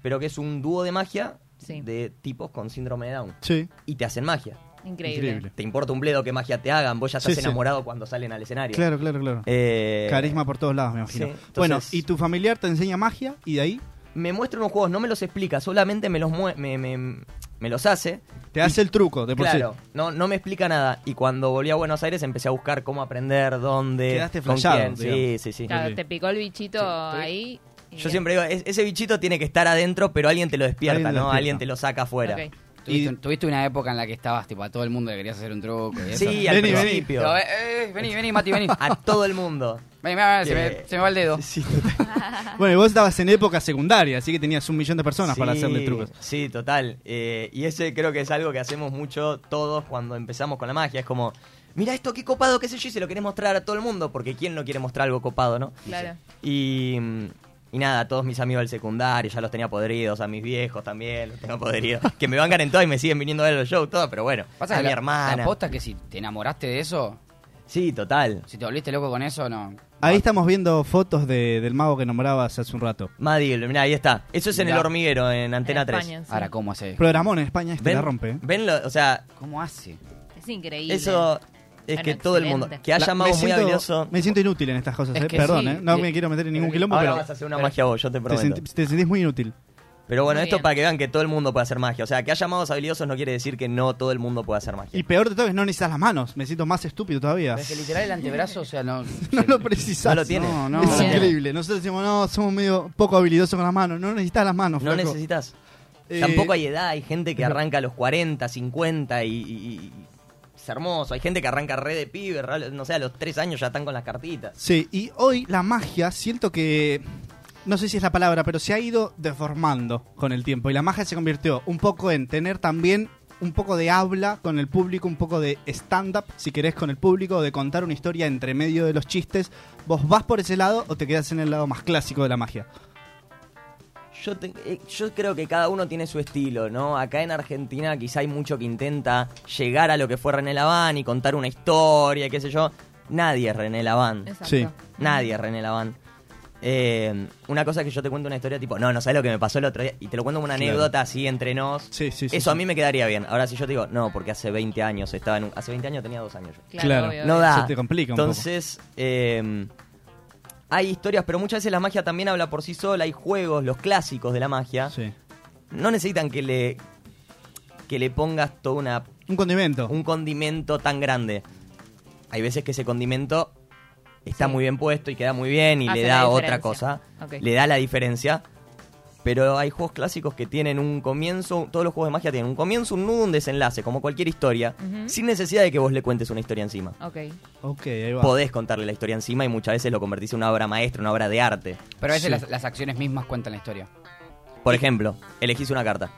[SPEAKER 6] pero que es un dúo de magia
[SPEAKER 3] Sí.
[SPEAKER 6] de tipos con síndrome de Down.
[SPEAKER 2] Sí,
[SPEAKER 6] Y te hacen magia.
[SPEAKER 3] Increíble.
[SPEAKER 2] Increíble.
[SPEAKER 6] Te importa un bledo qué magia te hagan, vos ya
[SPEAKER 2] Sí,
[SPEAKER 6] estás
[SPEAKER 2] sí.
[SPEAKER 6] enamorado cuando salen al escenario.
[SPEAKER 2] claro, claro, claro.
[SPEAKER 6] Eh,
[SPEAKER 2] Carisma por todos lados, me imagino.
[SPEAKER 6] sí, entonces-
[SPEAKER 2] bueno, y tu familiar te enseña magia y de ahí
[SPEAKER 6] me muestra unos juegos, no me los explica, solamente me los mue- me, me- me los hace.
[SPEAKER 2] te hace el truco, de por
[SPEAKER 6] Claro,
[SPEAKER 2] sí.
[SPEAKER 6] no, no me explica nada. Y cuando volví a Buenos Aires empecé a buscar cómo aprender, dónde,
[SPEAKER 2] Quedaste
[SPEAKER 6] con
[SPEAKER 2] flasheado,
[SPEAKER 6] quién. Sí,
[SPEAKER 2] digamos.
[SPEAKER 6] sí, sí.
[SPEAKER 3] Claro,
[SPEAKER 2] Ok.
[SPEAKER 3] te picó el bichito ahí. y
[SPEAKER 6] Yo
[SPEAKER 3] bien.
[SPEAKER 6] siempre digo, "Es- ese bichito tiene que estar adentro, pero alguien te lo despierta,
[SPEAKER 2] Alguien
[SPEAKER 6] ¿no?
[SPEAKER 2] lo despierta.
[SPEAKER 6] Alguien te lo saca afuera.
[SPEAKER 3] Ok.
[SPEAKER 4] Tuviste,
[SPEAKER 2] Y-
[SPEAKER 4] tuviste una época en la que estabas, tipo, a todo el mundo le querías hacer un truco y eso.
[SPEAKER 6] Sí, al
[SPEAKER 2] Vení, vení.
[SPEAKER 6] principio.
[SPEAKER 4] Pero, eh, eh, vení, vení, Mati,
[SPEAKER 6] (laughs)
[SPEAKER 4] vení.
[SPEAKER 6] A todo el mundo.
[SPEAKER 4] Vení, vení, vení, se, me,
[SPEAKER 6] Que-
[SPEAKER 4] se me va el dedo.
[SPEAKER 6] Sí, total.
[SPEAKER 2] Bueno, y vos estabas en época secundaria, así que tenías un millón de personas para
[SPEAKER 6] Sí,
[SPEAKER 2] hacerle trucos.
[SPEAKER 6] Sí, total. Eh, y ese creo que es algo que hacemos mucho todos cuando empezamos con la magia. Es como, mira esto, qué copado, qué sé yo, y se lo querés mostrar a todo el mundo, porque ¿quién no quiere mostrar algo copado, no?
[SPEAKER 3] Claro.
[SPEAKER 6] Y, mm, y nada, todos mis amigos del secundario ya los tenía podridos, a mis viejos también los tengo
[SPEAKER 2] (laughs)
[SPEAKER 6] podridos. que me bancan en todo y me siguen viniendo a ver los shows, todo, pero bueno.
[SPEAKER 4] Pasa
[SPEAKER 6] a
[SPEAKER 4] que
[SPEAKER 6] mi
[SPEAKER 4] la-
[SPEAKER 6] hermana.
[SPEAKER 4] La aposta es que si te enamoraste de eso,
[SPEAKER 6] Sí, total.
[SPEAKER 4] si te volviste loco con eso, no.
[SPEAKER 2] Ahí estamos viendo fotos de- del mago que nombrabas hace un rato.
[SPEAKER 6] Madil, mira, ahí está. Eso es en
[SPEAKER 4] Mirá.
[SPEAKER 6] el hormiguero, en Antena
[SPEAKER 3] En
[SPEAKER 6] 3.
[SPEAKER 3] España, sí.
[SPEAKER 4] Ahora, ¿cómo hace?
[SPEAKER 2] Programón en España, este
[SPEAKER 6] ¿Ven?
[SPEAKER 2] la rompe. ¿eh?
[SPEAKER 6] ¿Ven lo- o sea,
[SPEAKER 4] ¿Cómo hace?
[SPEAKER 3] Es increíble.
[SPEAKER 6] eso es
[SPEAKER 3] Bueno,
[SPEAKER 6] que todo el mundo.
[SPEAKER 3] excelente.
[SPEAKER 6] Que haya
[SPEAKER 2] La-
[SPEAKER 6] magos
[SPEAKER 2] me,
[SPEAKER 6] muy
[SPEAKER 2] siento,
[SPEAKER 6] habilidosos.
[SPEAKER 2] me siento inútil en estas cosas,
[SPEAKER 4] Es
[SPEAKER 2] eh,
[SPEAKER 4] que
[SPEAKER 2] perdón,
[SPEAKER 4] sí.
[SPEAKER 2] ¿eh? no
[SPEAKER 4] Sí.
[SPEAKER 2] me quiero meter en ningún quilombo,
[SPEAKER 6] Ahora
[SPEAKER 2] pero
[SPEAKER 6] vas a hacer una
[SPEAKER 4] pero-
[SPEAKER 6] magia vos, yo te
[SPEAKER 2] te,
[SPEAKER 6] prometo.
[SPEAKER 2] senti- te sentís muy inútil.
[SPEAKER 6] Pero bueno,
[SPEAKER 3] Muy
[SPEAKER 6] esto
[SPEAKER 3] bien.
[SPEAKER 6] para que vean que todo el mundo puede hacer magia. O sea, que haya magos habilidosos no quiere decir que no todo el mundo puede hacer magia.
[SPEAKER 2] Y peor de todo es no necesitas las manos, me siento más estúpido todavía.
[SPEAKER 4] Pero es que literal el antebrazo, o sea, no.
[SPEAKER 2] (laughs) No
[SPEAKER 4] se-
[SPEAKER 2] lo precisás.
[SPEAKER 6] No lo tiene.
[SPEAKER 4] No, no.
[SPEAKER 2] es
[SPEAKER 3] no.
[SPEAKER 2] increíble. Nosotros decimos, no, somos medio poco habilidosos con las manos. No necesitas las (laughs) manos,
[SPEAKER 6] No
[SPEAKER 2] flaco.
[SPEAKER 6] necesitas.
[SPEAKER 2] Eh,
[SPEAKER 6] Tampoco hay edad, hay gente
[SPEAKER 2] (laughs)
[SPEAKER 6] que arranca a los 40, 50 y, y- y- es hermoso. Hay gente que arranca re de pibe, re- no sé, a los 3 años ya están con las cartitas.
[SPEAKER 2] Sí, y hoy la magia, siento que. No sé si es la palabra, pero se ha ido deformando con el tiempo. Y la magia se convirtió un poco en tener también un poco de habla con el público, un poco de stand-up, si querés, con el público, de contar una historia entre medio de los chistes. ¿Vos vas por ese lado o te quedas en el lado más clásico de la magia?
[SPEAKER 6] Yo, te- eh, yo creo que cada uno tiene su estilo, ¿no? Acá en Argentina quizá hay mucho que intenta llegar a lo que fue René Laván y contar una historia, qué sé yo. Nadie es René Laván.
[SPEAKER 3] Exacto.
[SPEAKER 2] Sí.
[SPEAKER 6] Nadie, René Laván. Eh, una cosa es que yo te cuento una historia tipo, no, no sabes lo que me pasó el otro día, y te lo cuento como una
[SPEAKER 2] Claro.
[SPEAKER 6] anécdota así entre nos.
[SPEAKER 2] Sí, sí, sí, sí.
[SPEAKER 6] Eso a mí me quedaría bien. Ahora, si yo te digo, no, porque hace 20 años estaba en un- Hace 20 años tenía dos años yo.
[SPEAKER 3] Claro.
[SPEAKER 2] Claro.
[SPEAKER 3] obvio,
[SPEAKER 6] No
[SPEAKER 3] obvio.
[SPEAKER 6] da.
[SPEAKER 2] Se te complica un poco.
[SPEAKER 6] Entonces, eh, hay historias, pero muchas veces la magia también habla por sí sola. Hay juegos, los clásicos de la magia.
[SPEAKER 2] Sí.
[SPEAKER 6] No necesitan que le, que le pongas toda una
[SPEAKER 2] Un condimento.
[SPEAKER 6] un condimento tan grande. Hay veces que ese condimento está
[SPEAKER 3] Sí.
[SPEAKER 6] muy bien puesto y queda muy bien y
[SPEAKER 3] Hace
[SPEAKER 6] le
[SPEAKER 3] la
[SPEAKER 6] da otra
[SPEAKER 3] diferencia.
[SPEAKER 6] cosa,
[SPEAKER 3] Ok.
[SPEAKER 6] le da la diferencia. Pero hay juegos clásicos que tienen un comienzo, todos los juegos de magia tienen un comienzo, un nudo, un desenlace, como cualquier historia,
[SPEAKER 3] Ujú.
[SPEAKER 6] sin necesidad de que vos le cuentes una historia encima.
[SPEAKER 3] Ok.
[SPEAKER 2] Ok, ahí va.
[SPEAKER 6] Podés contarle la historia encima y muchas veces lo convertís en una obra maestra, una obra de arte.
[SPEAKER 4] Pero a veces
[SPEAKER 2] Sí.
[SPEAKER 4] las, las acciones mismas cuentan la historia.
[SPEAKER 6] Por ejemplo, elegís una carta.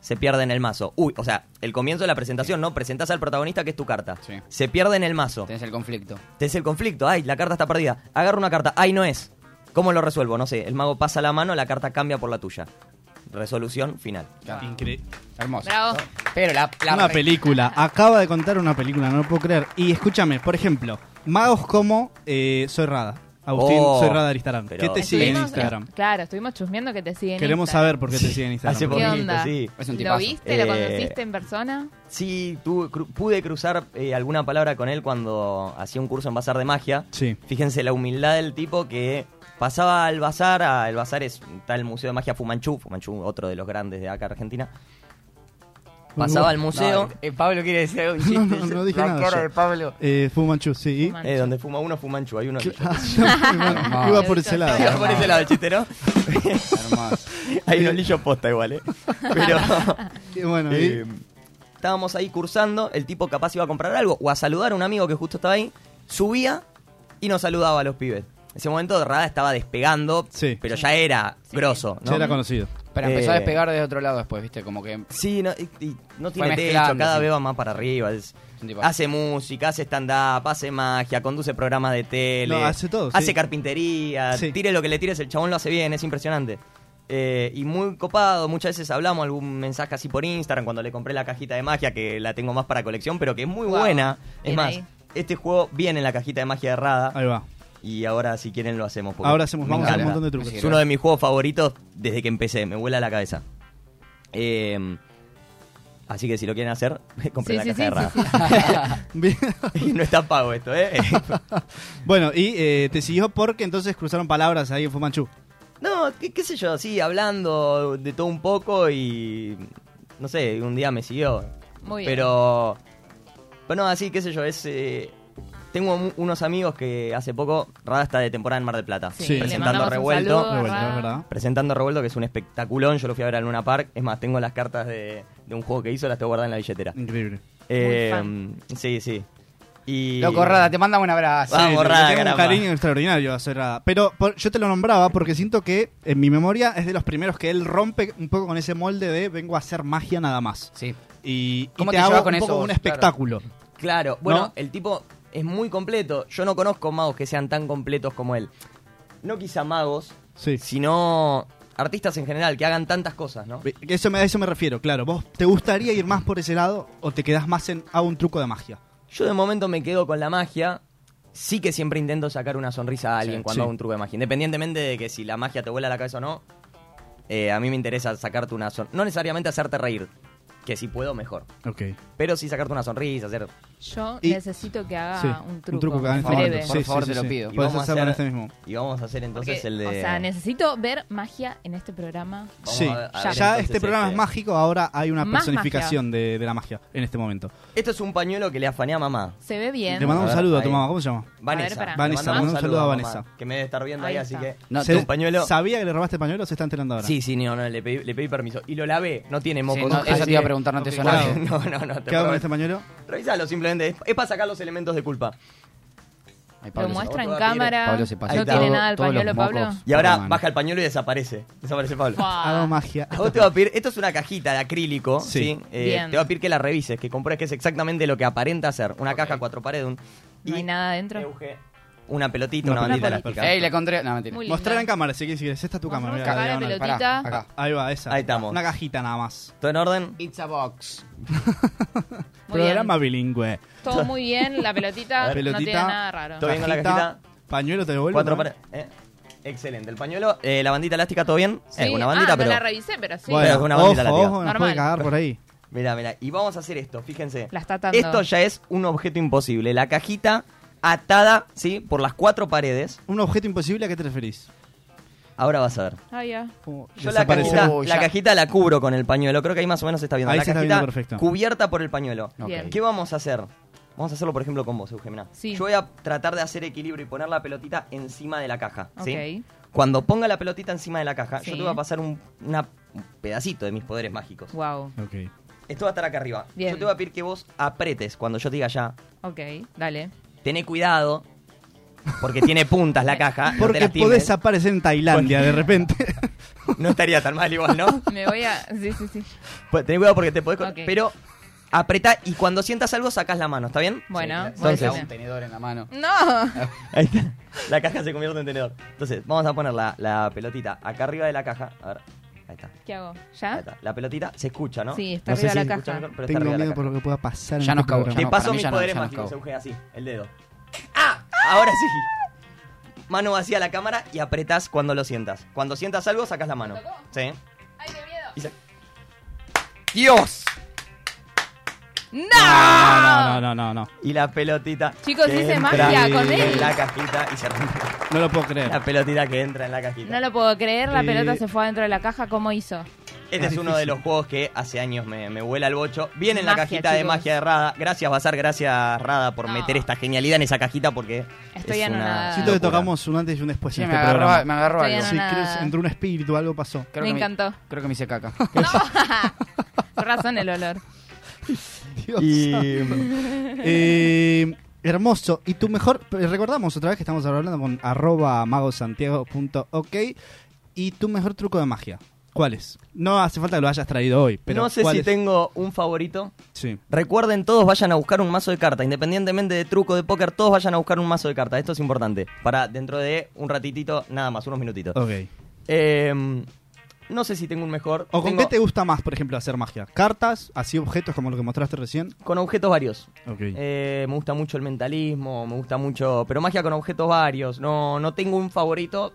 [SPEAKER 6] Se pierde en el mazo. Uy, o sea, el comienzo de la presentación, ¿no? Presentás al protagonista que es tu carta.
[SPEAKER 4] Sí.
[SPEAKER 6] Se pierde en el mazo.
[SPEAKER 4] Tenés el conflicto.
[SPEAKER 6] Tenés el conflicto, ay, la carta está perdida. Agarro una carta, ay, no es. ¿Cómo lo resuelvo? No sé, el mago pasa la mano, la carta cambia por la tuya. Resolución final.
[SPEAKER 2] Ah. Incre-
[SPEAKER 4] Hermoso.
[SPEAKER 3] Bravo.
[SPEAKER 4] Pero la, la
[SPEAKER 2] una
[SPEAKER 4] re- (laughs)
[SPEAKER 2] película. Acaba de contar una película, no lo puedo creer. Y escúchame, por ejemplo, magos como eh, Soy Rada. Agustín
[SPEAKER 6] Oh,
[SPEAKER 2] Soy Rada Aristarán.
[SPEAKER 6] pero-
[SPEAKER 2] ¿Qué te sigue en
[SPEAKER 3] Estuvimos-
[SPEAKER 2] Instagram?
[SPEAKER 3] eh, claro, estuvimos chusmeando que te siguen.
[SPEAKER 2] Queremos saber por qué te sigue en Instagram.
[SPEAKER 6] Hace
[SPEAKER 3] ¿Qué
[SPEAKER 6] poquito,
[SPEAKER 3] onda?
[SPEAKER 6] sí.
[SPEAKER 4] Es un
[SPEAKER 3] ¿Lo
[SPEAKER 4] tipazo.
[SPEAKER 3] viste?
[SPEAKER 6] Eh,
[SPEAKER 3] ¿Lo conociste en persona?
[SPEAKER 6] Sí, tuve- cru- pude cruzar eh, alguna palabra con él cuando hacía un curso en Bazar de Magia.
[SPEAKER 2] Sí.
[SPEAKER 6] Fíjense la humildad del tipo que pasaba al bazar, a- el bazar es está el Museo de Magia Fumanchu, Fumanchu otro de los grandes de acá Argentina. Pasaba al museo,
[SPEAKER 4] eh, Pablo quiere decir
[SPEAKER 2] (laughs)
[SPEAKER 4] un
[SPEAKER 2] No,
[SPEAKER 4] chiste.
[SPEAKER 2] no, no dije
[SPEAKER 4] la
[SPEAKER 2] nada
[SPEAKER 4] cara
[SPEAKER 2] yo.
[SPEAKER 4] de Pablo.
[SPEAKER 2] Eh, Fumanchu, sí.
[SPEAKER 3] Fumanchu.
[SPEAKER 6] eh, donde fuma uno, fuma ancho. Hay uno
[SPEAKER 2] (laughs)
[SPEAKER 6] que (laughs) yo-
[SPEAKER 2] Iba- Iba por ese lado.
[SPEAKER 6] Iba por ese lado el chiste, ¿no?
[SPEAKER 4] Hermoso.
[SPEAKER 6] Hay unos lillos posta
[SPEAKER 2] (laughs)
[SPEAKER 6] igual, ¿eh? Pero
[SPEAKER 2] Y bueno, y-
[SPEAKER 6] eh, estábamos ahí cursando, el tipo capaz iba a comprar algo o a saludar a un amigo que justo estaba ahí, subía y nos saludaba a los pibes. En ese momento Rada estaba despegando,
[SPEAKER 2] Sí.
[SPEAKER 6] pero ya era grosso, ¿no?
[SPEAKER 2] ya era conocido. (laughs)
[SPEAKER 4] Pero empezó a
[SPEAKER 6] Eh.
[SPEAKER 4] despegar desde otro lado después, ¿viste? Como que.
[SPEAKER 6] Sí, no, y- y
[SPEAKER 4] Fue
[SPEAKER 6] no tiene techo,
[SPEAKER 4] mezclando,
[SPEAKER 6] cada
[SPEAKER 4] sí.
[SPEAKER 6] vez va más para arriba. es-
[SPEAKER 4] un tipo-
[SPEAKER 6] hace música, hace stand-up, hace magia, conduce programas de tele.
[SPEAKER 2] No, hace todo, sí.
[SPEAKER 6] Hace carpintería,
[SPEAKER 2] Sí.
[SPEAKER 6] tire lo que le tires, el chabón lo hace bien, es impresionante. Eh, y muy copado, muchas veces hablamos algún mensaje así por Instagram cuando le compré la cajita de magia, que la tengo más para colección, pero que es muy
[SPEAKER 3] Wow,
[SPEAKER 6] buena. Es
[SPEAKER 3] bien
[SPEAKER 6] más,
[SPEAKER 3] ahí.
[SPEAKER 6] este juego viene en la cajita de magia errada
[SPEAKER 2] Ahí va.
[SPEAKER 6] y ahora si quieren lo hacemos. porque
[SPEAKER 2] Ahora hacemos,
[SPEAKER 6] me
[SPEAKER 2] vamos a hacer un
[SPEAKER 6] encanta.
[SPEAKER 2] montón de trucos.
[SPEAKER 6] Es uno de mis juegos favoritos desde que empecé, me vuela la cabeza. Eh, así que si lo quieren hacer, (laughs) compré
[SPEAKER 3] Sí,
[SPEAKER 6] la
[SPEAKER 3] sí,
[SPEAKER 6] caja
[SPEAKER 3] sí,
[SPEAKER 6] de Rada.
[SPEAKER 3] sí,
[SPEAKER 2] (laughs) Bien.
[SPEAKER 6] (laughs) Y no está pago esto, ¿eh? (laughs)
[SPEAKER 2] Bueno, y eh, te siguió porque entonces cruzaron palabras ahí en Fumanchu.
[SPEAKER 6] no, qué, qué sé yo, sí, hablando de todo un poco y. No sé, un día me siguió.
[SPEAKER 3] Muy bien.
[SPEAKER 6] Pero. Bueno, así, qué sé yo, es. eh, tengo mu- unos amigos que hace poco. Rada está de temporada en Mar del Plata.
[SPEAKER 3] Sí,
[SPEAKER 2] Sí.
[SPEAKER 3] le
[SPEAKER 6] Presentando
[SPEAKER 3] mandamos un
[SPEAKER 6] revuelto.
[SPEAKER 3] saludo a
[SPEAKER 2] Revuelto,
[SPEAKER 3] Ra.
[SPEAKER 2] es verdad.
[SPEAKER 6] Presentando Revuelto, que es un espectaculón. Yo lo fui a ver al Luna Park. Es más, tengo las cartas de, de un juego que hizo, las tengo guardadas en la billetera.
[SPEAKER 2] Increíble.
[SPEAKER 6] Eh, sí, sí. Y.
[SPEAKER 4] Loco, Rada, te manda un abrazo.
[SPEAKER 6] Vamos,
[SPEAKER 2] Sí, le- le
[SPEAKER 6] Rada,
[SPEAKER 2] tengo un
[SPEAKER 6] caramba.
[SPEAKER 2] cariño extraordinario hacia Rada. Pero por- yo te lo nombraba porque siento que en mi memoria es de los primeros que él rompe un poco con ese molde de vengo a hacer magia nada más.
[SPEAKER 4] Sí.
[SPEAKER 2] Y, y
[SPEAKER 4] ¿Cómo
[SPEAKER 2] te,
[SPEAKER 4] te llevas
[SPEAKER 2] hago
[SPEAKER 4] con
[SPEAKER 2] un
[SPEAKER 4] eso
[SPEAKER 2] poco
[SPEAKER 4] vos?
[SPEAKER 2] un
[SPEAKER 4] Claro.
[SPEAKER 2] espectáculo.
[SPEAKER 6] Claro, bueno,
[SPEAKER 2] ¿No?
[SPEAKER 6] el tipo es muy completo. Yo no conozco magos que sean tan completos como él. No quizá magos,
[SPEAKER 2] Sí.
[SPEAKER 6] sino artistas en general, que hagan tantas cosas, ¿no?
[SPEAKER 2] Eso me, a eso me refiero, claro. ¿Vos te gustaría ir más por ese lado o te quedás más en hago un truco de magia?
[SPEAKER 6] Yo de momento me quedo con la magia. Sí que siempre intento sacar una sonrisa a alguien
[SPEAKER 2] Sí,
[SPEAKER 6] cuando
[SPEAKER 2] sí.
[SPEAKER 6] hago un truco de magia. Independientemente de que si la magia te vuela la cabeza o no, eh, a mí me interesa sacarte una sonrisa. No necesariamente hacerte reír, que si puedo mejor.
[SPEAKER 2] Ok.
[SPEAKER 6] Pero sí sacarte una sonrisa, hacer...
[SPEAKER 3] Yo
[SPEAKER 2] Y-
[SPEAKER 3] necesito que haga
[SPEAKER 2] Sí,
[SPEAKER 3] un truco.
[SPEAKER 2] cada vez
[SPEAKER 4] por favor,
[SPEAKER 3] breve.
[SPEAKER 4] por favor, te lo pido.
[SPEAKER 6] Y
[SPEAKER 2] Podés
[SPEAKER 6] vamos a
[SPEAKER 2] hacerlo en
[SPEAKER 6] hacer-
[SPEAKER 2] este mismo.
[SPEAKER 6] Y vamos a hacer entonces
[SPEAKER 3] Porque,
[SPEAKER 6] el de...
[SPEAKER 3] O sea, necesito ver magia en este programa.
[SPEAKER 6] Vamos
[SPEAKER 2] sí,
[SPEAKER 6] a ver- a
[SPEAKER 2] ya,
[SPEAKER 6] ver
[SPEAKER 2] ya
[SPEAKER 6] entonces
[SPEAKER 2] este programa
[SPEAKER 6] este.
[SPEAKER 2] es mágico, ahora hay una
[SPEAKER 3] Más
[SPEAKER 2] personificación de, de la magia en este momento.
[SPEAKER 6] Esto es un pañuelo que le afané a mamá.
[SPEAKER 3] Se ve
[SPEAKER 2] Le
[SPEAKER 3] bien.
[SPEAKER 2] mando un
[SPEAKER 6] A ver,
[SPEAKER 2] saludo a tu
[SPEAKER 6] ahí.
[SPEAKER 2] mamá, ¿cómo se llama?
[SPEAKER 6] Vanessa.
[SPEAKER 3] pará.
[SPEAKER 6] Le
[SPEAKER 2] Vanessa,
[SPEAKER 6] mandamos
[SPEAKER 2] un saludo a
[SPEAKER 6] mamá,
[SPEAKER 2] Vanessa.
[SPEAKER 6] que me debe estar viendo
[SPEAKER 3] Ahí
[SPEAKER 6] ahí, así
[SPEAKER 3] está.
[SPEAKER 6] que.
[SPEAKER 4] No,
[SPEAKER 6] ¿Te
[SPEAKER 4] te-
[SPEAKER 6] un pañuelo?
[SPEAKER 2] ¿Sabía que le robaste pañuelo? Se está enterando ahora.
[SPEAKER 6] Sí, sí, no, no, le pedí, le pedí permiso. Y lo lavé, no tiene moco.
[SPEAKER 4] Sí, no,
[SPEAKER 6] ¿no?
[SPEAKER 4] eso te iba a preguntar, no te
[SPEAKER 2] Complicado.
[SPEAKER 4] suena.
[SPEAKER 6] (laughs) no, no, no, te
[SPEAKER 2] ¿Qué hago con
[SPEAKER 6] prometo.
[SPEAKER 2] este pañuelo?
[SPEAKER 6] Revisalo simplemente, es, para sacar los elementos de culpa.
[SPEAKER 4] Ay,
[SPEAKER 3] Lo
[SPEAKER 4] Pablo, se-
[SPEAKER 6] muestra
[SPEAKER 3] muestra en
[SPEAKER 6] Pablo
[SPEAKER 3] cámara.
[SPEAKER 4] Pablo se pasa.
[SPEAKER 6] Ahí
[SPEAKER 3] No
[SPEAKER 6] está.
[SPEAKER 3] tiene
[SPEAKER 6] Todo-
[SPEAKER 3] nada el
[SPEAKER 4] todos los
[SPEAKER 3] pañuelo, Pablo.
[SPEAKER 4] mocos.
[SPEAKER 6] Y ahora
[SPEAKER 4] Perdón.
[SPEAKER 6] baja el pañuelo y desaparece. Desaparece Pablo.
[SPEAKER 3] Fua.
[SPEAKER 2] Hago magia.
[SPEAKER 6] A vos te va a pedir, esto es una cajita de acrílico,
[SPEAKER 2] Sí.
[SPEAKER 6] sí. Eh,
[SPEAKER 3] Bien.
[SPEAKER 6] te va a pedir que la revises, que compruebes que es exactamente lo que aparenta ser. Una caja, cuatro paredes, un-
[SPEAKER 3] No hay nada adentro.
[SPEAKER 6] Euge, Una pelotita,
[SPEAKER 2] Una
[SPEAKER 6] una, bandita
[SPEAKER 2] pelotita.
[SPEAKER 6] elástica.
[SPEAKER 4] Ey, le encontré. No, mentira.
[SPEAKER 3] Muy lindo.
[SPEAKER 2] Mostrar en cámara, si quieres, si quieres. Esta es tu cámara.
[SPEAKER 3] Mostramos
[SPEAKER 2] mira,
[SPEAKER 3] cámara,
[SPEAKER 2] la diagonal.
[SPEAKER 3] pelotita.
[SPEAKER 4] Pará, acá.
[SPEAKER 2] Ahí va, esa.
[SPEAKER 6] Ahí estamos.
[SPEAKER 2] Una cajita nada más.
[SPEAKER 6] ¿Todo en orden?
[SPEAKER 4] It's a box.
[SPEAKER 3] Muy
[SPEAKER 2] Programa bilingüe.
[SPEAKER 3] bien. Todo muy bien. La pelotita,
[SPEAKER 2] Pelotita.
[SPEAKER 3] no tiene nada raro.
[SPEAKER 6] Todo bien con la cajita.
[SPEAKER 2] Pañuelo te devuelvo.
[SPEAKER 6] Cuatro
[SPEAKER 2] ¿no?
[SPEAKER 6] pares. Eh, Excelente. El pañuelo, eh, la bandita elástica, ¿todo bien?
[SPEAKER 3] Sí.
[SPEAKER 6] Es una bandita,
[SPEAKER 3] ah,
[SPEAKER 6] pero.
[SPEAKER 3] no la revisé, pero sí.
[SPEAKER 6] Bueno. es una bandita
[SPEAKER 2] ojo,
[SPEAKER 6] la tía.
[SPEAKER 2] ojo, nos
[SPEAKER 3] Normal.
[SPEAKER 2] puede cagar por ahí.
[SPEAKER 6] Mirá, mirá. Y vamos a hacer esto, fíjense.
[SPEAKER 3] La está atando.
[SPEAKER 6] Esto ya es un objeto imposible. La cajita atada, ¿sí? Por las cuatro paredes.
[SPEAKER 2] ¿Un objeto imposible a qué te referís?
[SPEAKER 6] Ahora vas a ver.
[SPEAKER 3] Ah, ya.
[SPEAKER 2] Como
[SPEAKER 6] Yo la
[SPEAKER 2] desaparecer.
[SPEAKER 6] cajita,
[SPEAKER 4] Oh,
[SPEAKER 6] la
[SPEAKER 4] ya.
[SPEAKER 6] cajita la cubro con el pañuelo. Creo que ahí más o menos se está viendo.
[SPEAKER 2] Ahí
[SPEAKER 6] la
[SPEAKER 2] se está
[SPEAKER 6] cajita
[SPEAKER 2] viendo perfecto.
[SPEAKER 6] cubierta por el pañuelo.
[SPEAKER 4] Ok.
[SPEAKER 3] Bien.
[SPEAKER 6] ¿Qué vamos a hacer? Vamos a hacerlo, por ejemplo, con vos, Eugemina.
[SPEAKER 3] Sí.
[SPEAKER 6] Yo voy a tratar de hacer equilibrio y poner la pelotita encima de la caja. ¿sí?
[SPEAKER 3] Ok.
[SPEAKER 6] Cuando ponga la pelotita encima de la caja,
[SPEAKER 3] Sí.
[SPEAKER 6] yo te voy a pasar un, una- un pedacito de mis poderes mágicos.
[SPEAKER 3] Wow.
[SPEAKER 2] Ok.
[SPEAKER 6] Esto va a estar acá arriba.
[SPEAKER 3] Bien.
[SPEAKER 6] Yo te voy a pedir que vos apretes cuando yo te diga ya.
[SPEAKER 3] Ok, dale.
[SPEAKER 6] Tené cuidado, porque tiene puntas la caja. no te
[SPEAKER 2] Porque
[SPEAKER 6] lastimes.
[SPEAKER 2] podés aparecer en Tailandia de repente.
[SPEAKER 6] (laughs) No estaría tan mal igual, ¿no?
[SPEAKER 3] Me voy a. Sí, sí, sí.
[SPEAKER 6] Pues, Tené cuidado porque te podés... co-
[SPEAKER 3] Ok.
[SPEAKER 6] Pero apretá y cuando sientas algo sacás la mano, ¿está bien?
[SPEAKER 3] Bueno, Este voy
[SPEAKER 6] Entonces-
[SPEAKER 4] un tenedor en la mano.
[SPEAKER 3] No.
[SPEAKER 6] Ahí está. La caja se convierte en tenedor. Entonces, vamos a poner la, la pelotita acá arriba de la caja. A ver, ahí está.
[SPEAKER 3] ¿Qué hago?
[SPEAKER 6] Ahí
[SPEAKER 3] ¿Ya?
[SPEAKER 6] está. La pelotita se escucha, ¿no?
[SPEAKER 3] ¿Ah? Sí, está
[SPEAKER 2] No sé
[SPEAKER 3] arriba
[SPEAKER 2] si
[SPEAKER 3] de la
[SPEAKER 6] Se escucha
[SPEAKER 3] caja.
[SPEAKER 6] mejor, pero está
[SPEAKER 2] Tengo
[SPEAKER 6] arriba de la
[SPEAKER 2] miedo
[SPEAKER 6] caja.
[SPEAKER 2] por lo que pueda pasar.
[SPEAKER 4] Ya
[SPEAKER 2] en
[SPEAKER 4] nos
[SPEAKER 2] este
[SPEAKER 4] cagó,
[SPEAKER 2] programa.
[SPEAKER 6] Te
[SPEAKER 4] No,
[SPEAKER 6] paso
[SPEAKER 4] para mí
[SPEAKER 6] mis
[SPEAKER 4] ya no,
[SPEAKER 6] poderes
[SPEAKER 4] ya no
[SPEAKER 6] mágicos,
[SPEAKER 4] acabo.
[SPEAKER 6] Euge, así, el dedo. ¡Ah! Ahora sí. Mano vacía a la cámara y apretás cuando lo sientas. Cuando sientas algo, sacas la mano.
[SPEAKER 3] ¿Tocó?
[SPEAKER 6] Sí.
[SPEAKER 3] ¡Ay, qué miedo!
[SPEAKER 6] Y sa- ¡Dios!
[SPEAKER 3] ¡No!
[SPEAKER 2] No, no, no, no, no.
[SPEAKER 6] Y la pelotita.
[SPEAKER 3] Chicos,
[SPEAKER 6] que
[SPEAKER 3] hice
[SPEAKER 6] entra
[SPEAKER 3] magia con él.
[SPEAKER 6] En la cajita y se rompe.
[SPEAKER 2] No lo puedo creer.
[SPEAKER 6] La pelotita que entra en la cajita.
[SPEAKER 3] No lo puedo creer, la
[SPEAKER 2] Eh,
[SPEAKER 3] pelota se fue adentro de la caja, ¿cómo hizo?
[SPEAKER 6] Este es uno de los juegos que hace años me, me vuela el bocho. Viene en la
[SPEAKER 3] Magia,
[SPEAKER 6] cajita de
[SPEAKER 3] chicos.
[SPEAKER 6] magia de Rada. Gracias, Bazar. Gracias, Rada, por
[SPEAKER 3] No.
[SPEAKER 6] meter esta genialidad en esa cajita porque.
[SPEAKER 3] Estoy
[SPEAKER 6] es
[SPEAKER 3] anonadada.
[SPEAKER 6] una
[SPEAKER 2] Siento que
[SPEAKER 6] locura.
[SPEAKER 2] tocamos un antes y un después
[SPEAKER 4] Sí,
[SPEAKER 2] en
[SPEAKER 4] me
[SPEAKER 2] este
[SPEAKER 4] agarró, me
[SPEAKER 2] programa.
[SPEAKER 4] agarró
[SPEAKER 3] Estoy
[SPEAKER 4] algo.
[SPEAKER 3] anonadada.
[SPEAKER 2] Sí,
[SPEAKER 3] Nada.
[SPEAKER 2] creo que entró un espíritu, algo pasó.
[SPEAKER 4] Creo
[SPEAKER 3] Me
[SPEAKER 4] que
[SPEAKER 3] encantó.
[SPEAKER 4] Creo que me hice caca.
[SPEAKER 3] No. (laughs) Por razón el olor.
[SPEAKER 2] Dios
[SPEAKER 6] Y,
[SPEAKER 2] Eh, hermoso. Y tu mejor. Recordamos otra vez que estamos hablando con arroba magosantiago.ok. Y tu mejor truco de magia. ¿Cuál es? No hace falta que lo hayas traído hoy, pero.
[SPEAKER 6] no sé
[SPEAKER 2] ¿cuál
[SPEAKER 6] si
[SPEAKER 2] es?
[SPEAKER 6] tengo un favorito.
[SPEAKER 2] Sí.
[SPEAKER 6] Recuerden, todos vayan a buscar un mazo de cartas. Independientemente de truco de póker, todos vayan a buscar un mazo de cartas. Esto es importante. Para dentro de un ratitito, nada más, unos minutitos.
[SPEAKER 2] Ok.
[SPEAKER 6] Eh, no sé si tengo un mejor.
[SPEAKER 2] ¿O con
[SPEAKER 6] Tengo
[SPEAKER 2] qué te gusta más, por ejemplo, hacer magia? ¿Cartas? ¿Así objetos como lo que mostraste recién?
[SPEAKER 6] Con objetos varios.
[SPEAKER 2] Ok.
[SPEAKER 6] Eh, me gusta mucho el mentalismo, me gusta mucho. Pero magia con objetos varios. No, no tengo un favorito.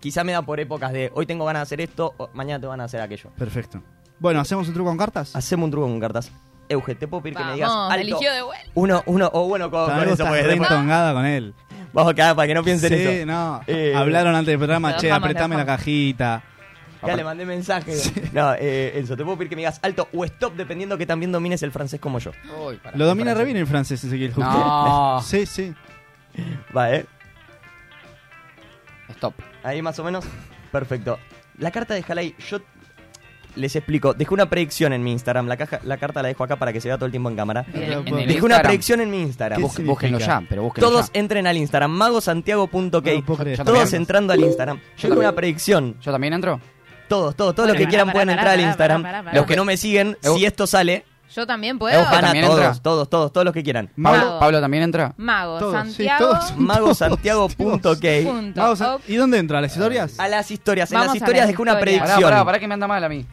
[SPEAKER 6] Quizá me da por épocas de hoy tengo ganas de hacer esto, o mañana te van a hacer aquello.
[SPEAKER 2] Perfecto. Bueno, ¿hacemos un truco con cartas?
[SPEAKER 6] Hacemos un truco con cartas. Euge, te puedo pedir que me digas.
[SPEAKER 3] Vamos,
[SPEAKER 6] alto,
[SPEAKER 3] eligió de vuelta.
[SPEAKER 6] Uno, uno, o bueno, con, con
[SPEAKER 2] Algo
[SPEAKER 6] eso,
[SPEAKER 2] estás
[SPEAKER 6] porque
[SPEAKER 2] re
[SPEAKER 6] después-
[SPEAKER 2] entongada con él.
[SPEAKER 6] Vamos a quedar para que no piensen
[SPEAKER 2] sí,
[SPEAKER 6] eso.
[SPEAKER 2] no.
[SPEAKER 6] Eh,
[SPEAKER 2] Hablaron antes del programa,
[SPEAKER 3] Lo
[SPEAKER 2] che,
[SPEAKER 3] dejamos,
[SPEAKER 2] apretame
[SPEAKER 3] lo
[SPEAKER 2] la
[SPEAKER 3] dejamos.
[SPEAKER 2] cajita.
[SPEAKER 6] Ya le mandé mensaje. No, eh, Enzo, te puedo pedir que me digas alto o stop, dependiendo que también domines el francés como yo.
[SPEAKER 4] Uy, pará.
[SPEAKER 2] Lo domina re bien el francés, Ezequiel, justo.
[SPEAKER 4] No.
[SPEAKER 2] (laughs) Sí, sí.
[SPEAKER 6] Va, eh.
[SPEAKER 4] Stop.
[SPEAKER 6] Ahí más o menos. Perfecto. La carta de Halay, yo les explico. Dejé una predicción en mi Instagram. La, caja, la carta la dejo acá para que se vea todo el tiempo en cámara.
[SPEAKER 4] En,
[SPEAKER 2] Pero
[SPEAKER 4] en
[SPEAKER 2] por-
[SPEAKER 4] el
[SPEAKER 6] Dejé una
[SPEAKER 4] Instagram.
[SPEAKER 6] predicción en mi Instagram.
[SPEAKER 2] ¿Qué
[SPEAKER 6] Vos-
[SPEAKER 4] Busquen- Búsquenlo
[SPEAKER 2] significa?
[SPEAKER 4] ya, pero búsquenlo
[SPEAKER 6] Todos
[SPEAKER 4] ya.
[SPEAKER 6] entren al Instagram, magosantiago.ok.
[SPEAKER 2] No lo puedo creer.
[SPEAKER 4] Yo
[SPEAKER 6] todos
[SPEAKER 4] también.
[SPEAKER 6] entrando al Instagram. Yo dejé una predicción.
[SPEAKER 4] ¿Yo también entro?
[SPEAKER 6] Todos, todos, todos los
[SPEAKER 3] Pará,
[SPEAKER 6] que quieran
[SPEAKER 3] pará,
[SPEAKER 6] pueden
[SPEAKER 3] pará,
[SPEAKER 6] entrar al
[SPEAKER 3] pará,
[SPEAKER 6] Instagram.
[SPEAKER 3] pará, pará,
[SPEAKER 6] Los que
[SPEAKER 3] pará.
[SPEAKER 6] no me siguen,
[SPEAKER 4] Eu-
[SPEAKER 6] si esto sale,
[SPEAKER 3] Yo también
[SPEAKER 4] Eh,
[SPEAKER 3] puedo.
[SPEAKER 4] ojalá.
[SPEAKER 6] van a
[SPEAKER 4] ¿también
[SPEAKER 6] todos,
[SPEAKER 4] entra?
[SPEAKER 6] todos, todos, todos los que quieran.
[SPEAKER 4] Pablo, Pablo también entra.
[SPEAKER 3] Mago,
[SPEAKER 2] Todos, sí,
[SPEAKER 3] Santiago.
[SPEAKER 2] todos.
[SPEAKER 6] magosantiago.ok.
[SPEAKER 3] punto.
[SPEAKER 2] Vamos a-
[SPEAKER 3] Ok.
[SPEAKER 2] ¿Y dónde entra? ¿Las historias?
[SPEAKER 6] A las historias. En
[SPEAKER 3] Vamos
[SPEAKER 6] las
[SPEAKER 3] a
[SPEAKER 6] historias
[SPEAKER 3] las
[SPEAKER 6] dejé una
[SPEAKER 3] historias.
[SPEAKER 4] Pará,
[SPEAKER 6] predicción.
[SPEAKER 4] pará, pará que me anda mal a mí.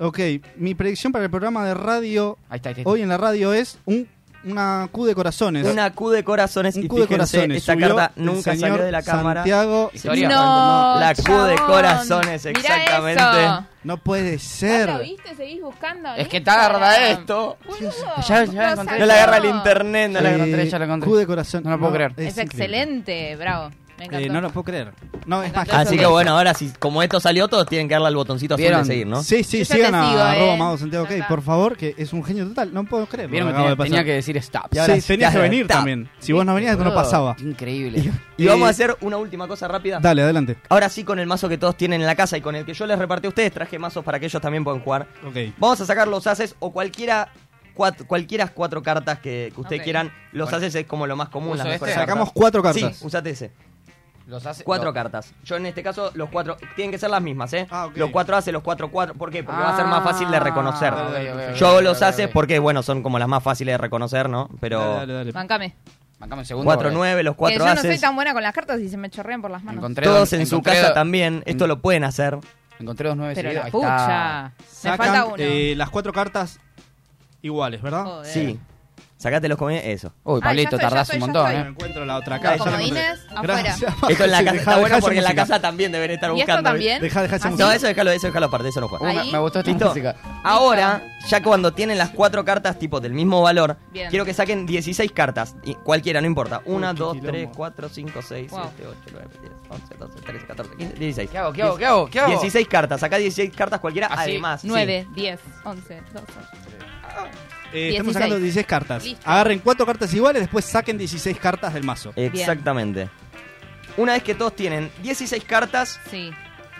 [SPEAKER 2] Ok, mi predicción para el programa de radio
[SPEAKER 4] Ahí está, ahí está. ahí está.
[SPEAKER 2] hoy en la radio es un, una Q de corazones.
[SPEAKER 6] Una Q de corazones.
[SPEAKER 2] un
[SPEAKER 6] y
[SPEAKER 2] Q de
[SPEAKER 6] fíjense,
[SPEAKER 2] corazones.
[SPEAKER 6] Esta
[SPEAKER 2] Subió
[SPEAKER 6] carta
[SPEAKER 2] el
[SPEAKER 6] nunca
[SPEAKER 2] señor
[SPEAKER 6] salió de la cámara.
[SPEAKER 2] Santiago.
[SPEAKER 4] Historia.
[SPEAKER 3] No,
[SPEAKER 6] La Q de
[SPEAKER 3] chabón.
[SPEAKER 6] corazones,
[SPEAKER 3] Mirá
[SPEAKER 6] exactamente.
[SPEAKER 3] eso.
[SPEAKER 2] No
[SPEAKER 3] Ah,
[SPEAKER 2] puede
[SPEAKER 3] ¿Vos lo
[SPEAKER 2] ser.
[SPEAKER 3] viste? Seguís buscando. en
[SPEAKER 4] Es que está
[SPEAKER 3] Instagram.
[SPEAKER 4] agarra esto.
[SPEAKER 3] Boludo,
[SPEAKER 4] Ya- ya
[SPEAKER 3] lo
[SPEAKER 4] la encontré.
[SPEAKER 3] sacó.
[SPEAKER 6] No la agarra el internet. no la
[SPEAKER 4] Eh,
[SPEAKER 6] agarra-
[SPEAKER 4] encontré, ya la encontré.
[SPEAKER 2] Q de corazón.
[SPEAKER 4] No lo puedo creer.
[SPEAKER 3] Es,
[SPEAKER 2] increíble.
[SPEAKER 3] excelente, bravo. Me encantó.
[SPEAKER 2] Eh, no lo puedo creer. No, es más.
[SPEAKER 3] encantó.
[SPEAKER 6] Así que bueno, ahora sí, como esto salió, todos tienen que darle al botoncito azul de
[SPEAKER 4] ¿Vieron?
[SPEAKER 6] seguir, ¿no?
[SPEAKER 2] Sí, sí,
[SPEAKER 3] Yo ya
[SPEAKER 2] sigan
[SPEAKER 3] te
[SPEAKER 2] a
[SPEAKER 3] sigo,
[SPEAKER 2] arroba
[SPEAKER 3] eh.
[SPEAKER 2] Mago Santiago, ok,
[SPEAKER 3] Ya está.
[SPEAKER 2] por favor, que es un genio total. No puedo creer.
[SPEAKER 4] Vieron
[SPEAKER 2] lo
[SPEAKER 4] que
[SPEAKER 2] acabo
[SPEAKER 4] tenía,
[SPEAKER 2] de pasar.
[SPEAKER 4] tenía que decir stop.
[SPEAKER 2] Sí,
[SPEAKER 6] ahora sí,
[SPEAKER 2] tenías que
[SPEAKER 6] ya
[SPEAKER 2] venir
[SPEAKER 6] está.
[SPEAKER 2] también. Si vos no venías, esto no
[SPEAKER 4] Boludo,
[SPEAKER 2] pasaba.
[SPEAKER 4] qué Increíble.
[SPEAKER 6] Y vamos
[SPEAKER 2] Eh,
[SPEAKER 6] a hacer una última cosa rápida.
[SPEAKER 2] Dale, adelante.
[SPEAKER 6] Ahora sí, con el mazo que todos tienen en la casa y con el que yo les repartí a ustedes, traje mazos para que ellos también puedan jugar.
[SPEAKER 2] Ok.
[SPEAKER 6] Vamos a sacar los haces o cualquiera. Cuatro, cualquiera cuatro cartas que, que ustedes
[SPEAKER 3] Ok.
[SPEAKER 6] quieran. Los
[SPEAKER 4] Bueno.
[SPEAKER 6] haces es como lo más común.
[SPEAKER 4] Uso
[SPEAKER 6] Las mejores
[SPEAKER 4] este.
[SPEAKER 6] cartas.
[SPEAKER 2] Sacamos cuatro cartas.
[SPEAKER 6] Sí, usate ese.
[SPEAKER 4] Los hace-
[SPEAKER 6] Cuatro
[SPEAKER 4] los-
[SPEAKER 6] cartas. Yo en este caso, los cuatro. Tienen que ser las mismas, ¿eh?
[SPEAKER 2] Ah, ok.
[SPEAKER 6] Los cuatro haces, los cuatro cuatro. ¿Por qué? Porque va a ser más fácil de reconocer.
[SPEAKER 4] Ah, ok, ok,
[SPEAKER 6] Yo
[SPEAKER 4] ok,
[SPEAKER 6] hago
[SPEAKER 4] ok,
[SPEAKER 6] los
[SPEAKER 4] ok,
[SPEAKER 6] haces
[SPEAKER 4] ok.
[SPEAKER 6] porque, bueno, son como las más fáciles de reconocer, ¿no? Pero.
[SPEAKER 2] Dale, dale, dale.
[SPEAKER 3] Bancame.
[SPEAKER 4] Bancame un segundo. porque
[SPEAKER 6] 4-9, los
[SPEAKER 3] que
[SPEAKER 6] cuatro
[SPEAKER 3] yo no soy
[SPEAKER 6] haces.
[SPEAKER 3] tan buena con las cartas y se me chorrean por las manos.
[SPEAKER 4] Encontré
[SPEAKER 6] Todos
[SPEAKER 4] dos-
[SPEAKER 6] en su
[SPEAKER 4] encontré
[SPEAKER 6] casa
[SPEAKER 4] dos-
[SPEAKER 6] también. Esto lo pueden hacer.
[SPEAKER 4] Encontré dos nueve
[SPEAKER 3] Pero
[SPEAKER 4] seguidos.
[SPEAKER 3] la
[SPEAKER 4] ahí
[SPEAKER 3] pucha.
[SPEAKER 4] está.
[SPEAKER 3] Me
[SPEAKER 2] Sacan,
[SPEAKER 3] falta uno. Oh,
[SPEAKER 2] eh, las cuatro cartas iguales, ¿verdad?
[SPEAKER 3] Joder.
[SPEAKER 6] Sí. Sacate los comodines.
[SPEAKER 2] (laughs)
[SPEAKER 6] Eso.
[SPEAKER 4] Uy,
[SPEAKER 3] Ah, ya
[SPEAKER 4] Pablito,
[SPEAKER 3] estoy, ya
[SPEAKER 4] tardás
[SPEAKER 3] estoy,
[SPEAKER 4] un
[SPEAKER 3] ya
[SPEAKER 4] montón,
[SPEAKER 2] Ahí me
[SPEAKER 4] ¿eh?
[SPEAKER 2] encuentro la otra
[SPEAKER 3] Los
[SPEAKER 2] cara. ya la
[SPEAKER 3] comodines,
[SPEAKER 2] encontré. (laughs)
[SPEAKER 3] afuera.
[SPEAKER 2] Gracias.
[SPEAKER 6] Esto en la
[SPEAKER 2] Sí,
[SPEAKER 6] casa
[SPEAKER 2] dejá-
[SPEAKER 6] está bueno
[SPEAKER 2] dejá
[SPEAKER 6] porque
[SPEAKER 2] esa
[SPEAKER 6] en la
[SPEAKER 2] música.
[SPEAKER 6] casa también deben estar
[SPEAKER 3] ¿Y esto
[SPEAKER 6] buscando. eh,
[SPEAKER 3] también?
[SPEAKER 2] Dejá, dejá esa
[SPEAKER 3] Ah,
[SPEAKER 6] No,
[SPEAKER 2] música.
[SPEAKER 6] eso déjalo, eso déjalo aparte, eso no juega.
[SPEAKER 4] Uh, me-
[SPEAKER 3] Ahí.
[SPEAKER 4] me gustó esta
[SPEAKER 6] Listo.
[SPEAKER 4] música.
[SPEAKER 6] Ahora, ya cuando tienen las cuatro cartas tipo del mismo valor,
[SPEAKER 3] Bien.
[SPEAKER 6] quiero que saquen 16 cartas. Y cualquiera, no importa. Una,
[SPEAKER 2] qué
[SPEAKER 6] dos,
[SPEAKER 2] quilombo.
[SPEAKER 6] tres, cuatro, cinco, seis,
[SPEAKER 3] Wow.
[SPEAKER 6] siete, ocho, nueve, diez, once, doce, trece, catorce, quince, dieciséis.
[SPEAKER 4] ¿Qué hago? ¿Qué hago? ¿Qué hago? ¿Qué hago?
[SPEAKER 6] 16 cartas, sacá 16 cartas cualquiera,
[SPEAKER 4] Así,
[SPEAKER 6] además. sí.
[SPEAKER 3] 9, 10, 11, 12.
[SPEAKER 2] Eh, estamos
[SPEAKER 3] 16.
[SPEAKER 2] sacando 16 cartas.
[SPEAKER 3] Listo.
[SPEAKER 2] Agarren cuatro cartas iguales, después saquen 16 cartas del mazo.
[SPEAKER 6] Exactamente. Una vez que todos tienen 16 cartas,
[SPEAKER 3] Sí.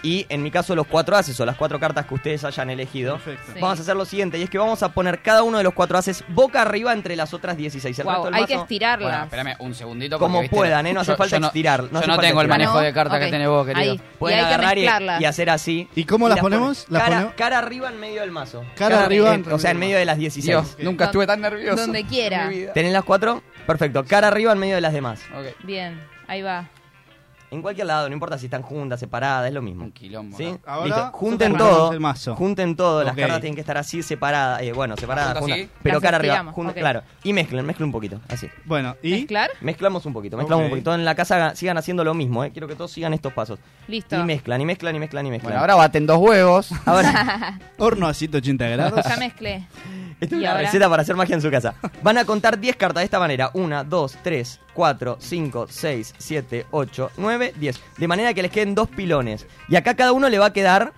[SPEAKER 6] y en mi caso los cuatro haces o las cuatro cartas que ustedes hayan elegido,
[SPEAKER 2] Perfecto.
[SPEAKER 3] Sí.
[SPEAKER 6] vamos a hacer lo siguiente, y es que vamos a poner cada uno de los cuatro haces boca arriba entre las otras 16. El
[SPEAKER 3] Guau,
[SPEAKER 6] resto del
[SPEAKER 3] hay que
[SPEAKER 6] mazo-
[SPEAKER 3] estirarlas.
[SPEAKER 4] Bueno, espérame un segundito.
[SPEAKER 6] Como
[SPEAKER 4] porque, viste,
[SPEAKER 6] puedan, ¿eh? No hace
[SPEAKER 4] yo-
[SPEAKER 6] falta
[SPEAKER 4] yo no-
[SPEAKER 6] estirar, no
[SPEAKER 4] yo
[SPEAKER 6] hace
[SPEAKER 4] no
[SPEAKER 6] falta
[SPEAKER 4] tengo el
[SPEAKER 6] estirar.
[SPEAKER 4] manejo
[SPEAKER 3] No,
[SPEAKER 4] de cartas
[SPEAKER 3] ok.
[SPEAKER 4] que tenés vos, querido.
[SPEAKER 3] Ahí.
[SPEAKER 6] Pueden
[SPEAKER 3] y hay que
[SPEAKER 6] agarrar y,
[SPEAKER 3] mezclarlas.
[SPEAKER 6] y hacer así.
[SPEAKER 2] ¿Y cómo
[SPEAKER 6] Y
[SPEAKER 2] las
[SPEAKER 6] ponen
[SPEAKER 2] ponemos? Las
[SPEAKER 6] cara,
[SPEAKER 2] ponemos-
[SPEAKER 6] cara arriba en medio del mazo.
[SPEAKER 2] Cara arriba
[SPEAKER 6] en- o sea, en medio de las 16.
[SPEAKER 4] Dios, nunca
[SPEAKER 3] Don-
[SPEAKER 4] estuve tan nervioso.
[SPEAKER 3] donde quiera.
[SPEAKER 4] en mi vida.
[SPEAKER 6] ¿Tenés las cuatro? Perfecto. Cara arriba en medio de las demás.
[SPEAKER 4] Ok.
[SPEAKER 3] Bien, ahí va.
[SPEAKER 6] En cualquier lado, no importa si están juntas, separadas, es lo mismo.
[SPEAKER 4] Un quilombo.
[SPEAKER 6] ¿Sí?
[SPEAKER 4] ¿no?
[SPEAKER 2] Ahora,
[SPEAKER 6] Listo. Junten
[SPEAKER 2] separamos
[SPEAKER 6] todo.
[SPEAKER 2] el mazo.
[SPEAKER 6] Junten todo. Las
[SPEAKER 2] Ok.
[SPEAKER 6] cartas tienen que estar así separadas. eh, bueno, separadas,
[SPEAKER 4] ¿Las juntas
[SPEAKER 6] juntas.
[SPEAKER 4] así?
[SPEAKER 6] Pero
[SPEAKER 3] Las
[SPEAKER 6] cara arriba.
[SPEAKER 3] estiramos,
[SPEAKER 6] Junten,
[SPEAKER 3] ok.
[SPEAKER 6] Claro. Y mezclen, mezclen un poquito. Así.
[SPEAKER 2] Bueno, y
[SPEAKER 3] ¿Mezclar?
[SPEAKER 6] Mezclamos un poquito, mezclamos
[SPEAKER 2] Ok.
[SPEAKER 6] un poquito. En la casa hagan- sigan haciendo lo mismo, ¿eh? Quiero que todos sigan estos pasos.
[SPEAKER 3] Listo.
[SPEAKER 6] Y mezclan, y mezclan, y mezclan, y mezclan.
[SPEAKER 4] Bueno, ahora baten dos huevos.
[SPEAKER 6] Ahora,
[SPEAKER 2] horno a 180
[SPEAKER 3] (laughs)
[SPEAKER 2] grados.
[SPEAKER 3] Ya mezclé.
[SPEAKER 6] esta
[SPEAKER 3] ¿Y
[SPEAKER 6] es una
[SPEAKER 3] ahora?
[SPEAKER 6] receta para hacer magia en su casa. Van a contar 10 cartas de esta manera. 1, 2, 3, 4, 5, 6, 7, 8, 9, 10. De manera que les queden dos pilones. Y acá cada uno le va a quedar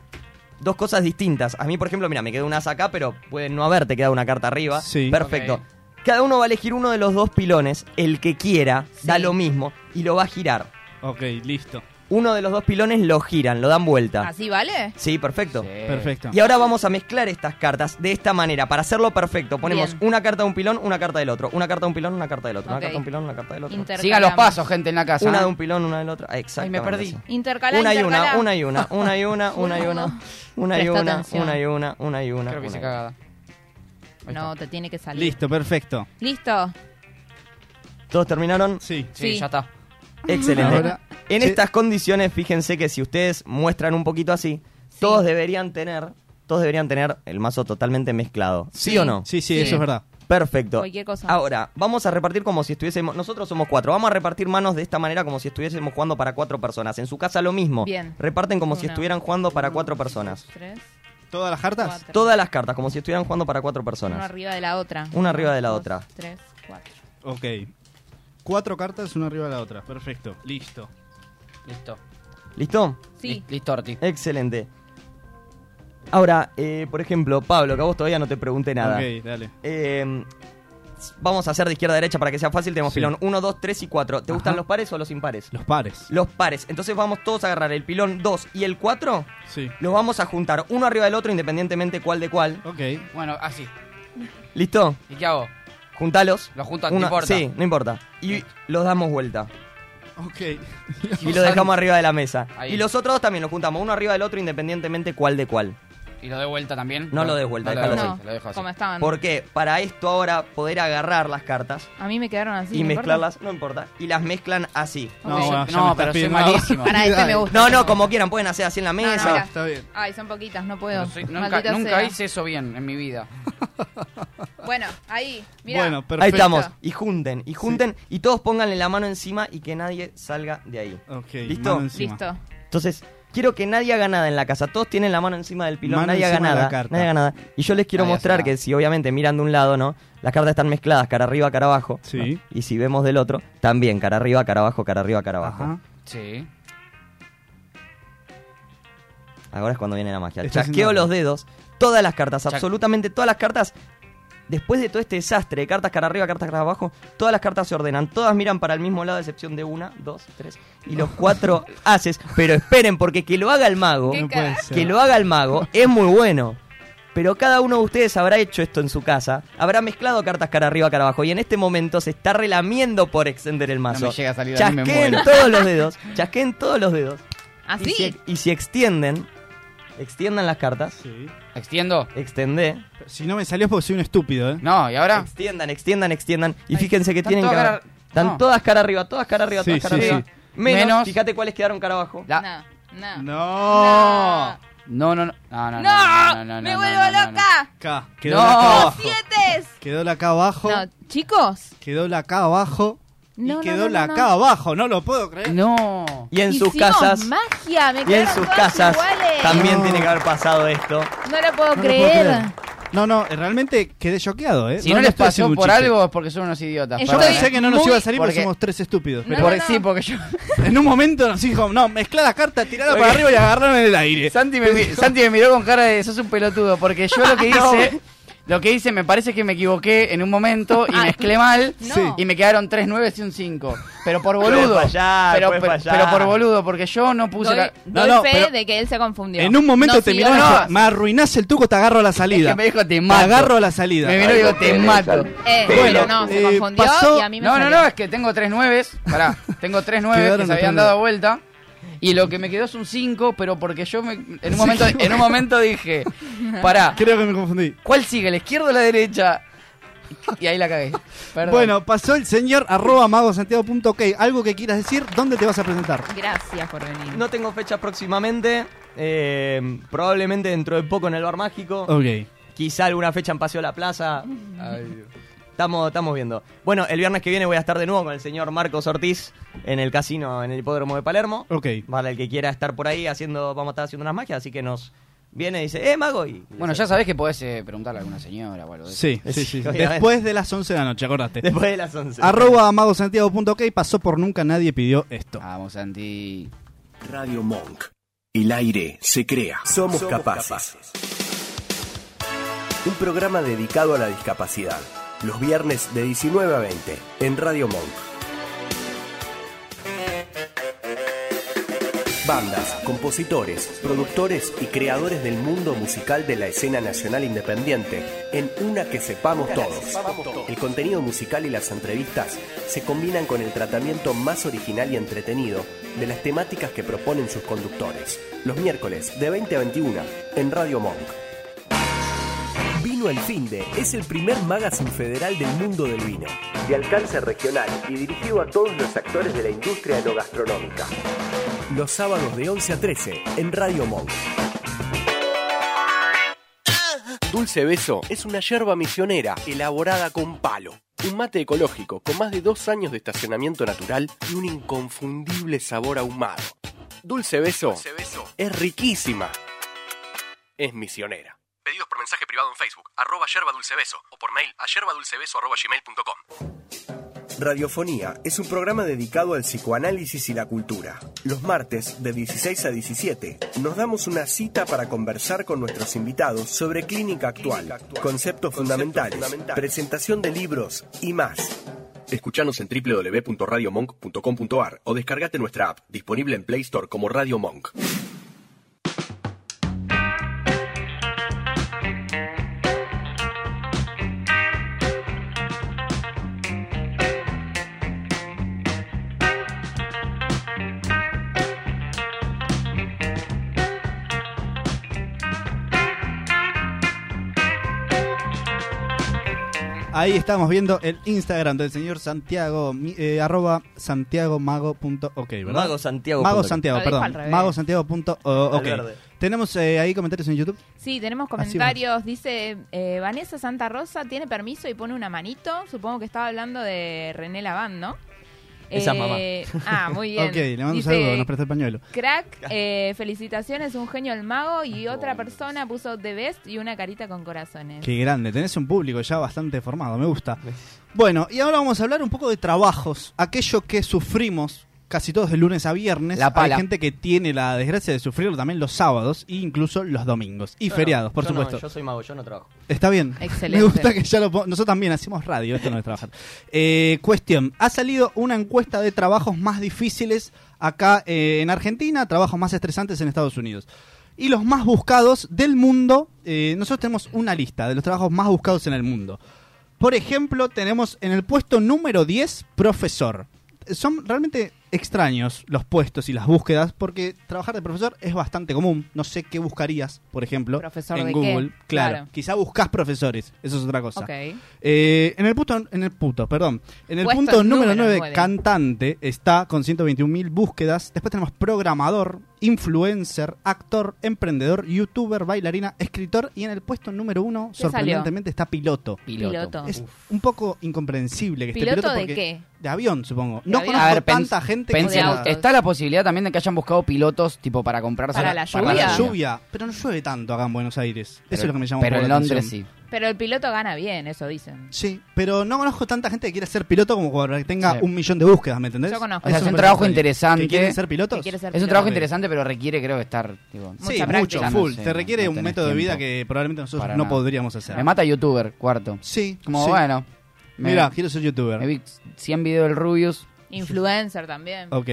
[SPEAKER 6] dos cosas distintas. A mí, por ejemplo, mira, me quedó una acá, pero puede no haberte quedado una carta arriba.
[SPEAKER 2] Sí.
[SPEAKER 6] Perfecto.
[SPEAKER 4] Ok.
[SPEAKER 6] Cada uno va a elegir uno de los dos pilones, el que quiera, da
[SPEAKER 3] Sí.
[SPEAKER 6] lo mismo, y lo va a girar.
[SPEAKER 2] Ok, listo.
[SPEAKER 6] Uno de los dos pilones lo giran, lo dan vuelta.
[SPEAKER 3] ¿Así vale?
[SPEAKER 6] Sí, perfecto.
[SPEAKER 2] Perfecto.
[SPEAKER 6] Eh, Y ahora vamos a mezclar estas cartas de esta manera. Para hacerlo perfecto, ponemos
[SPEAKER 3] Bien.
[SPEAKER 6] una carta de un pilón, una carta del otro. Una carta de un pilón, una carta del otro.
[SPEAKER 3] Ok.
[SPEAKER 6] Una carta de un pilón, una carta del otro.
[SPEAKER 3] Intercalamos.
[SPEAKER 4] Sigan los pasos, gente, en la casa.
[SPEAKER 6] Una
[SPEAKER 4] ¿eh?
[SPEAKER 6] de un pilón, una del otro. Exacto.
[SPEAKER 4] Ay, me perdí.
[SPEAKER 3] Intercalá,
[SPEAKER 6] Una y una,
[SPEAKER 3] intercalá.
[SPEAKER 6] una y una, una y una, una y una. Una y
[SPEAKER 3] Presta
[SPEAKER 6] una,
[SPEAKER 3] atención.
[SPEAKER 6] una y una, una y una.
[SPEAKER 4] Creo que hice
[SPEAKER 6] una y una.
[SPEAKER 4] cagada. Ahí
[SPEAKER 3] No,
[SPEAKER 4] está.
[SPEAKER 3] te tiene que salir.
[SPEAKER 2] Listo, perfecto.
[SPEAKER 3] ¿Listo?
[SPEAKER 6] ¿Todos terminaron?
[SPEAKER 2] Sí.
[SPEAKER 4] Sí,
[SPEAKER 3] Sí.
[SPEAKER 4] ya está.
[SPEAKER 6] Excelente.
[SPEAKER 2] Ahora-
[SPEAKER 6] en
[SPEAKER 2] Sí.
[SPEAKER 6] estas condiciones, fíjense que si ustedes muestran un poquito así, todos deberían tener, todos deberían tener el mazo totalmente mezclado. ¿Sí, o no?
[SPEAKER 2] Sí, sí,
[SPEAKER 4] Sí.
[SPEAKER 2] eso es verdad.
[SPEAKER 6] Perfecto.
[SPEAKER 3] Cualquier cosa.
[SPEAKER 6] Ahora, vamos a repartir como si estuviésemos. Nosotros somos cuatro. Vamos a repartir manos de esta manera como si estuviésemos jugando para cuatro personas. En su casa lo mismo.
[SPEAKER 3] Bien.
[SPEAKER 6] Reparten como si
[SPEAKER 3] Una.
[SPEAKER 6] estuvieran jugando para cuatro personas.
[SPEAKER 3] Tres,
[SPEAKER 2] ¿Todas las cartas?
[SPEAKER 3] cuatro.
[SPEAKER 6] Todas las cartas, como si estuvieran jugando para cuatro
[SPEAKER 3] Una
[SPEAKER 6] personas.
[SPEAKER 3] arriba de la otra.
[SPEAKER 6] Una arriba de la
[SPEAKER 3] Dos,
[SPEAKER 6] otra.
[SPEAKER 3] Tres, cuatro.
[SPEAKER 2] Ok. Cuatro cartas, una arriba de la otra. Perfecto. Listo.
[SPEAKER 4] Listo.
[SPEAKER 6] ¿Listo?
[SPEAKER 3] Sí.
[SPEAKER 4] Li- Listo,
[SPEAKER 2] Eh.
[SPEAKER 4] Orti.
[SPEAKER 6] Excelente. Ahora, eh, por ejemplo, Pablo, que a vos todavía no te pregunté nada.
[SPEAKER 2] Ok, dale.
[SPEAKER 6] Eh, vamos a hacer de izquierda a derecha para que sea fácil. Tenemos
[SPEAKER 2] Sí.
[SPEAKER 6] pilón 1, 2, 3 y 4. ¿Te
[SPEAKER 2] Ajá.
[SPEAKER 6] gustan los pares o los impares?
[SPEAKER 2] Los pares.
[SPEAKER 6] Los pares. Entonces vamos todos a agarrar el pilón 2 y el 4.
[SPEAKER 2] Sí.
[SPEAKER 6] Los vamos a juntar uno arriba del otro independientemente cuál de cuál.
[SPEAKER 2] Ok.
[SPEAKER 4] Bueno, así.
[SPEAKER 6] ¿Listo?
[SPEAKER 4] ¿Y qué hago?
[SPEAKER 6] Juntalos.
[SPEAKER 4] Los junto, no
[SPEAKER 6] Uno-
[SPEAKER 4] importa.
[SPEAKER 6] Sí, no importa. Y los damos vuelta.
[SPEAKER 3] (laughs)
[SPEAKER 2] Ok.
[SPEAKER 6] Y lo dejamos arriba de la mesa.
[SPEAKER 4] Ahí.
[SPEAKER 6] Y los otros dos también los juntamos uno arriba del otro independientemente cuál de cuál.
[SPEAKER 4] ¿Y lo de vuelta también?
[SPEAKER 6] No lo de vuelta,
[SPEAKER 4] lo
[SPEAKER 6] déjalo
[SPEAKER 4] dejo
[SPEAKER 6] así.
[SPEAKER 4] así, lo dejo así.
[SPEAKER 3] como estaban.
[SPEAKER 6] Porque para esto ahora poder agarrar las cartas
[SPEAKER 3] A mí me quedaron así.
[SPEAKER 6] y
[SPEAKER 3] ¿no importa?
[SPEAKER 6] mezclarlas, no importa. Y las mezclan así.
[SPEAKER 3] Ok. No,
[SPEAKER 2] bueno, ya
[SPEAKER 4] no,
[SPEAKER 2] me estás
[SPEAKER 4] pero soy
[SPEAKER 2] pidiendo algo. Ah,
[SPEAKER 4] malísimo.
[SPEAKER 3] Para este me gusta.
[SPEAKER 6] No, no, como quieran, pueden hacer así en la
[SPEAKER 3] No,
[SPEAKER 6] mesa.
[SPEAKER 3] mira.
[SPEAKER 2] Está bien.
[SPEAKER 3] Ay, son poquitas, no puedo.
[SPEAKER 4] Pero soy- nunca
[SPEAKER 3] Maldita
[SPEAKER 4] nunca
[SPEAKER 3] sea.
[SPEAKER 4] hice eso bien en mi vida.
[SPEAKER 3] Bueno, ahí, mira.
[SPEAKER 2] Bueno, perfecto.
[SPEAKER 6] ahí estamos. Y junten, y junten, y todos pónganle la mano encima y que nadie salga de ahí.
[SPEAKER 2] Ok.
[SPEAKER 6] ¿Listo?
[SPEAKER 2] mano encima.
[SPEAKER 3] Listo.
[SPEAKER 6] Entonces, quiero que nadie haga nada en la casa. Todos tienen la mano encima del pilón,
[SPEAKER 2] Mano
[SPEAKER 6] nadie haga
[SPEAKER 2] encima de la
[SPEAKER 6] nada.
[SPEAKER 2] carta.
[SPEAKER 6] Nadie haga nada. Y yo les quiero
[SPEAKER 4] Nadie hace
[SPEAKER 6] mostrar
[SPEAKER 4] nada.
[SPEAKER 6] que si obviamente miran de un lado, ¿no? Las cartas están mezcladas, cara arriba, cara abajo.
[SPEAKER 2] Sí.
[SPEAKER 6] ¿no? Y si vemos del otro, también cara arriba, cara abajo, cara arriba, cara abajo.
[SPEAKER 2] Ajá.
[SPEAKER 4] Sí.
[SPEAKER 6] Ahora es cuando viene la magia.
[SPEAKER 2] Está
[SPEAKER 6] Chasqueo
[SPEAKER 2] haciendo-
[SPEAKER 6] los dedos, todas las cartas,
[SPEAKER 4] Chac-
[SPEAKER 6] absolutamente todas las cartas. Después de todo este desastre de cartas cara arriba, cartas cara abajo, todas las cartas se ordenan, todas miran para el mismo lado, a excepción de una, dos, tres y los
[SPEAKER 2] (laughs)
[SPEAKER 6] cuatro haces. Pero esperen, porque que lo haga el mago,
[SPEAKER 3] Qué
[SPEAKER 2] No puede ser.
[SPEAKER 6] que lo haga el mago, es muy bueno. Pero cada uno de ustedes habrá hecho esto en su casa, habrá mezclado cartas cara arriba, cara abajo, y en este momento se está relamiendo por extender el mazo.
[SPEAKER 4] me llega a salir a mí, me
[SPEAKER 6] chasqueen
[SPEAKER 4] muero.
[SPEAKER 6] todos los dedos, chasqueen todos los dedos.
[SPEAKER 4] ¿Ah,
[SPEAKER 6] Y si,
[SPEAKER 3] Así.
[SPEAKER 6] y si extienden, extiendan las cartas,
[SPEAKER 2] Sí.
[SPEAKER 4] ¿Extiendo?
[SPEAKER 6] extendé,
[SPEAKER 2] Pero si no me salió es porque soy un estúpido, ¿eh?
[SPEAKER 4] No, ¿y ahora?
[SPEAKER 6] extiendan, extiendan, extiendan. Y
[SPEAKER 4] Ah. Ay,
[SPEAKER 6] fíjense que
[SPEAKER 4] están
[SPEAKER 6] tienen que.
[SPEAKER 4] todas
[SPEAKER 6] agarrar-
[SPEAKER 4] cara-
[SPEAKER 6] Están
[SPEAKER 4] no.
[SPEAKER 6] todas cara arriba, todas cara arriba,
[SPEAKER 2] Sí,
[SPEAKER 6] todas cara
[SPEAKER 2] sí,
[SPEAKER 6] arriba.
[SPEAKER 2] sí.
[SPEAKER 6] Menos,
[SPEAKER 4] Menos-
[SPEAKER 6] fíjate cuáles quedaron cara abajo.
[SPEAKER 4] La-
[SPEAKER 3] No, no.
[SPEAKER 2] No.
[SPEAKER 4] No, no, no. No, no, no. no, no, no,
[SPEAKER 3] ¡Me
[SPEAKER 4] no,
[SPEAKER 3] vuelvo
[SPEAKER 4] no, no, no.
[SPEAKER 3] loca!
[SPEAKER 2] Acá. Quedó
[SPEAKER 4] No.
[SPEAKER 2] la acá abajo.
[SPEAKER 3] ¡Siete!
[SPEAKER 2] Quedó la acá abajo.
[SPEAKER 3] No, chicos.
[SPEAKER 2] Quedó la acá abajo.
[SPEAKER 3] No, no,
[SPEAKER 2] y quedó
[SPEAKER 3] no, no,
[SPEAKER 2] la
[SPEAKER 3] no.
[SPEAKER 2] acá abajo. No lo puedo creer.
[SPEAKER 4] No.
[SPEAKER 6] Y en sus
[SPEAKER 3] Hicimos
[SPEAKER 6] casas.
[SPEAKER 3] magia! Me
[SPEAKER 6] Y en
[SPEAKER 3] quedaron
[SPEAKER 6] sus
[SPEAKER 3] todas
[SPEAKER 6] casas
[SPEAKER 3] iguales.
[SPEAKER 6] también
[SPEAKER 2] No.
[SPEAKER 6] tiene que haber pasado
[SPEAKER 3] No
[SPEAKER 6] esto.
[SPEAKER 3] lo puedo
[SPEAKER 2] No lo puedo
[SPEAKER 3] creer.
[SPEAKER 2] creer. No, no, realmente quedé choqueado, ¿eh?
[SPEAKER 4] Si no, les
[SPEAKER 2] estoy
[SPEAKER 4] pasó
[SPEAKER 2] haciendo un
[SPEAKER 4] por
[SPEAKER 2] chiste.
[SPEAKER 4] algo es porque son unos idiotas.
[SPEAKER 3] Yo
[SPEAKER 2] Yo
[SPEAKER 4] perdón,
[SPEAKER 3] Perdón,
[SPEAKER 2] pensé
[SPEAKER 4] ¿eh?
[SPEAKER 2] que no nos
[SPEAKER 4] Muy-
[SPEAKER 2] iba a salir porque,
[SPEAKER 4] porque-
[SPEAKER 2] somos tres estúpidos.
[SPEAKER 3] No,
[SPEAKER 2] Pero
[SPEAKER 4] Porque-
[SPEAKER 3] no, no.
[SPEAKER 4] Sí, porque yo...
[SPEAKER 3] (laughs)
[SPEAKER 2] en un momento nos dijo, no, mezcla la carta, tirala para arriba y agarrarla en el aire.
[SPEAKER 4] Santi me, mi- Santi me miró con cara de sos un pelotudo, porque yo lo que hice, lo que hice me parece que me equivoqué en un momento y
[SPEAKER 3] Ah.
[SPEAKER 4] mezclé mal
[SPEAKER 3] No.
[SPEAKER 4] y me quedaron tres nueves y un 5. Pero por
[SPEAKER 6] Puede
[SPEAKER 4] boludo.
[SPEAKER 6] fallar,
[SPEAKER 4] pero,
[SPEAKER 6] puede
[SPEAKER 4] pero-
[SPEAKER 6] fallar.
[SPEAKER 4] pero por boludo, porque yo no puse
[SPEAKER 3] Doy,
[SPEAKER 4] la.
[SPEAKER 2] No,
[SPEAKER 3] doy
[SPEAKER 2] no,
[SPEAKER 3] fe
[SPEAKER 2] pero-
[SPEAKER 3] de que él se confundió.
[SPEAKER 2] En un momento
[SPEAKER 3] No
[SPEAKER 2] te
[SPEAKER 3] siguió
[SPEAKER 2] miró y
[SPEAKER 3] la-
[SPEAKER 2] me
[SPEAKER 4] no.
[SPEAKER 2] dijo, me arruinás el tuco, te agarro a la salida.
[SPEAKER 4] Es que me dijo, te
[SPEAKER 2] Te
[SPEAKER 4] mato.
[SPEAKER 2] agarro a la salida.
[SPEAKER 4] Me miró y digo, te mato.
[SPEAKER 3] Eh,
[SPEAKER 2] Bueno,
[SPEAKER 3] pero no, se
[SPEAKER 2] eh,
[SPEAKER 3] confundió
[SPEAKER 2] pasó-
[SPEAKER 3] y a mí me
[SPEAKER 4] No, no,
[SPEAKER 3] salió.
[SPEAKER 4] no, es que tengo tres nueves. Pará, tengo tres nueves que
[SPEAKER 2] Quedaron
[SPEAKER 4] se habían
[SPEAKER 2] tres
[SPEAKER 4] dado vuelta. Y lo que me quedó es un 5, pero porque yo me, en, un momento, en un momento dije,
[SPEAKER 2] (laughs)
[SPEAKER 4] pará,
[SPEAKER 2] Creo que me confundí.
[SPEAKER 4] ¿cuál sigue? ¿La izquierda o la derecha? Y ahí la cagué. Perdón.
[SPEAKER 2] Bueno, pasó el señor arroba magosantiago.ok. Algo que quieras decir, ¿dónde te vas a presentar?
[SPEAKER 3] Gracias por venir.
[SPEAKER 6] No tengo fecha próximamente. eh, probablemente dentro de poco en el bar mágico.
[SPEAKER 2] Ok.
[SPEAKER 6] Quizá alguna fecha en Paseo La Plaza.
[SPEAKER 4] Ay, Dios.
[SPEAKER 6] Estamos, estamos viendo. Bueno, el viernes que viene voy a estar de nuevo con el señor Marcos Ortiz en el casino, en el hipódromo de Palermo.
[SPEAKER 2] Ok.
[SPEAKER 6] Para el que quiera estar por ahí haciendo, vamos a estar haciendo unas magias, así que nos viene y dice, eh, mago. Y, (laughs)
[SPEAKER 4] Bueno, ya sabés que podés eh, preguntarle a alguna señora o algo de eso.
[SPEAKER 2] Sí, sí, sí. sí.
[SPEAKER 6] obviamente.
[SPEAKER 2] Después de las 11 de la noche, acordate.
[SPEAKER 6] Después de las 11.
[SPEAKER 2] Arroba
[SPEAKER 4] Ah,
[SPEAKER 2] magosantiago.ok pasó por nunca nadie pidió esto.
[SPEAKER 4] Vamos, Santi.
[SPEAKER 1] Radio Monk. El aire se crea.
[SPEAKER 7] Somos, capaces. Un programa dedicado a la discapacidad. Los viernes de 19 a 20 en Radio Monk. Bandas, compositores, productores y creadores del mundo musical de la escena nacional independiente, en una que sepamos todos. El contenido musical y las entrevistas se combinan con el tratamiento más original y entretenido de las temáticas que proponen sus conductores. Los miércoles de 20 a 21 en Radio Monk. Vino el Finde es el primer magazine federal del mundo del vino, de alcance regional y dirigido a todos los actores de la industria enogastronómica. Los sábados de 11 a 13 en Radio Monk. Dulce Beso es una yerba misionera elaborada con palo. Un mate ecológico con más de dos años de estacionamiento natural y un inconfundible sabor ahumado. Dulce Beso, es riquísima. Es misionera. Pedidos por mensaje privado en Facebook, arroba yerba dulce beso o por mail a yerbadulcebeso arroba gmail.com. Radiofonía es un programa dedicado al psicoanálisis y la cultura. Los martes, de 16 a 17, nos damos una cita para conversar con nuestros invitados sobre clínica actual, conceptos, fundamentales, presentación de libros y más. Escuchanos en www.radiomonk.com.ar o descargate nuestra app, disponible en Play Store como Radio Monk.
[SPEAKER 2] Ahí estamos viendo el Instagram del señor Santiago, mi- eh, arroba santiagomago.ok, ¿verdad?
[SPEAKER 6] Mago Santiago.
[SPEAKER 2] Mago
[SPEAKER 6] punto com.
[SPEAKER 2] Santiago,
[SPEAKER 3] Lo dijo al
[SPEAKER 2] perdón.
[SPEAKER 3] revés.
[SPEAKER 2] Mago Santiago punto, oh, ok.
[SPEAKER 6] Al verde.
[SPEAKER 2] Tenemos eh, ahí comentarios en YouTube.
[SPEAKER 3] Sí, tenemos
[SPEAKER 2] Así
[SPEAKER 3] comentarios. Dice eh, Vanessa Santa Rosa tiene permiso y pone una manito. Supongo que estaba hablando de René Laván, ¿no?
[SPEAKER 6] Esa
[SPEAKER 3] Ah,
[SPEAKER 2] (laughs)
[SPEAKER 3] muy bien.
[SPEAKER 2] Ok, le mando
[SPEAKER 3] Dice,
[SPEAKER 2] un saludo, nos presta el pañuelo.
[SPEAKER 3] Crack, eh, felicitaciones, un genio el mago. Y otra persona puso The Best y una carita con corazones.
[SPEAKER 2] Qué grande, tenés un público ya bastante formado, me gusta. Bueno, y ahora vamos a hablar un poco de trabajos, aquello que sufrimos casi todos de lunes a viernes.
[SPEAKER 4] La
[SPEAKER 2] Hay
[SPEAKER 4] pala.
[SPEAKER 2] gente que tiene la desgracia de sufrirlo también los sábados e incluso los domingos y
[SPEAKER 6] Yo no,
[SPEAKER 2] feriados, por
[SPEAKER 6] yo no,
[SPEAKER 2] supuesto.
[SPEAKER 6] yo soy mago, yo no trabajo.
[SPEAKER 2] Está bien. (laughs)
[SPEAKER 3] Excelente.
[SPEAKER 2] Me gusta que ya lo pon- Nosotros también hacemos radio, esto no es trabajar. Eh, cuestión, ha salido una encuesta de trabajos más difíciles acá eh, en Argentina, trabajos más estresantes en Estados Unidos. Y los más buscados del mundo, eh, nosotros tenemos una lista de los trabajos más buscados en el mundo. Por ejemplo, tenemos en el puesto número 10, profesor. Son realmente extraños los puestos y las búsquedas porque trabajar de profesor es bastante común. No sé qué buscarías, por ejemplo,
[SPEAKER 3] ¿Profesor
[SPEAKER 2] en
[SPEAKER 3] de qué?
[SPEAKER 2] Google. Claro.
[SPEAKER 3] Claro.
[SPEAKER 2] Quizá buscas profesores, eso es otra cosa.
[SPEAKER 3] Ok.
[SPEAKER 2] Eh, en el punto, en el punto, perdón. En el
[SPEAKER 3] Puesto
[SPEAKER 2] punto número
[SPEAKER 3] número
[SPEAKER 2] 9,
[SPEAKER 3] nueve.
[SPEAKER 2] cantante, está con 121.000 búsquedas. Después tenemos programador, influencer, actor, emprendedor, youtuber, bailarina, escritor. Y en el puesto número 1,
[SPEAKER 3] salió?
[SPEAKER 2] sorprendentemente, está piloto.
[SPEAKER 4] Piloto.
[SPEAKER 3] Piloto.
[SPEAKER 2] Es un poco incomprensible que esté
[SPEAKER 3] ¿Piloto
[SPEAKER 2] piloto
[SPEAKER 3] de
[SPEAKER 2] porque-
[SPEAKER 3] qué?
[SPEAKER 2] De avión, supongo.
[SPEAKER 3] ¿De
[SPEAKER 2] no
[SPEAKER 3] avión?
[SPEAKER 2] conozco
[SPEAKER 3] A
[SPEAKER 4] ver, pens-
[SPEAKER 2] tanta gente que
[SPEAKER 3] pensemos,
[SPEAKER 2] sea-
[SPEAKER 4] Pensemos,
[SPEAKER 3] Claro.
[SPEAKER 4] está la posibilidad también de que hayan buscado pilotos tipo para comprarse
[SPEAKER 3] Para la
[SPEAKER 2] para la
[SPEAKER 3] lluvia.
[SPEAKER 2] lluvia, pero no llueve tanto acá en Buenos Aires.
[SPEAKER 4] Pero-
[SPEAKER 2] Eso es lo que me llama un
[SPEAKER 4] Pero
[SPEAKER 2] poco
[SPEAKER 4] en
[SPEAKER 2] la
[SPEAKER 4] Londres
[SPEAKER 2] atención.
[SPEAKER 4] sí.
[SPEAKER 3] Pero el piloto gana bien, eso dicen.
[SPEAKER 2] Sí, pero no conozco tanta gente que quiera ser piloto como para que tenga
[SPEAKER 4] Sí.
[SPEAKER 2] un millón de búsquedas, ¿me entendés?
[SPEAKER 3] Yo conozco.
[SPEAKER 4] O sea,
[SPEAKER 2] Eso
[SPEAKER 4] es un
[SPEAKER 2] me
[SPEAKER 4] trabajo
[SPEAKER 2] parece
[SPEAKER 4] interesante.
[SPEAKER 2] ¿Que quieren ser pilotos?
[SPEAKER 3] Que quiere ser
[SPEAKER 4] Es un
[SPEAKER 3] piloto.
[SPEAKER 4] trabajo
[SPEAKER 2] Ok.
[SPEAKER 4] interesante, pero requiere, creo, estar. tipo,
[SPEAKER 3] Mucha
[SPEAKER 2] Sí,
[SPEAKER 3] práctica.
[SPEAKER 2] mucho, full.
[SPEAKER 4] Ya no
[SPEAKER 2] Te
[SPEAKER 4] sé,
[SPEAKER 2] requiere
[SPEAKER 4] no
[SPEAKER 2] un
[SPEAKER 4] tenés
[SPEAKER 2] método de vida
[SPEAKER 4] tiempo.
[SPEAKER 2] que probablemente nosotros
[SPEAKER 4] Para
[SPEAKER 2] no
[SPEAKER 4] nada.
[SPEAKER 2] podríamos hacer.
[SPEAKER 4] Me mata YouTuber, cuarto.
[SPEAKER 2] Sí,
[SPEAKER 4] Como
[SPEAKER 2] sí.
[SPEAKER 4] bueno. me-
[SPEAKER 2] Mira, quiero ser
[SPEAKER 4] Me
[SPEAKER 2] youtuber.
[SPEAKER 4] vi 100 videos del Rubius.
[SPEAKER 3] Influencer también.
[SPEAKER 2] Ok.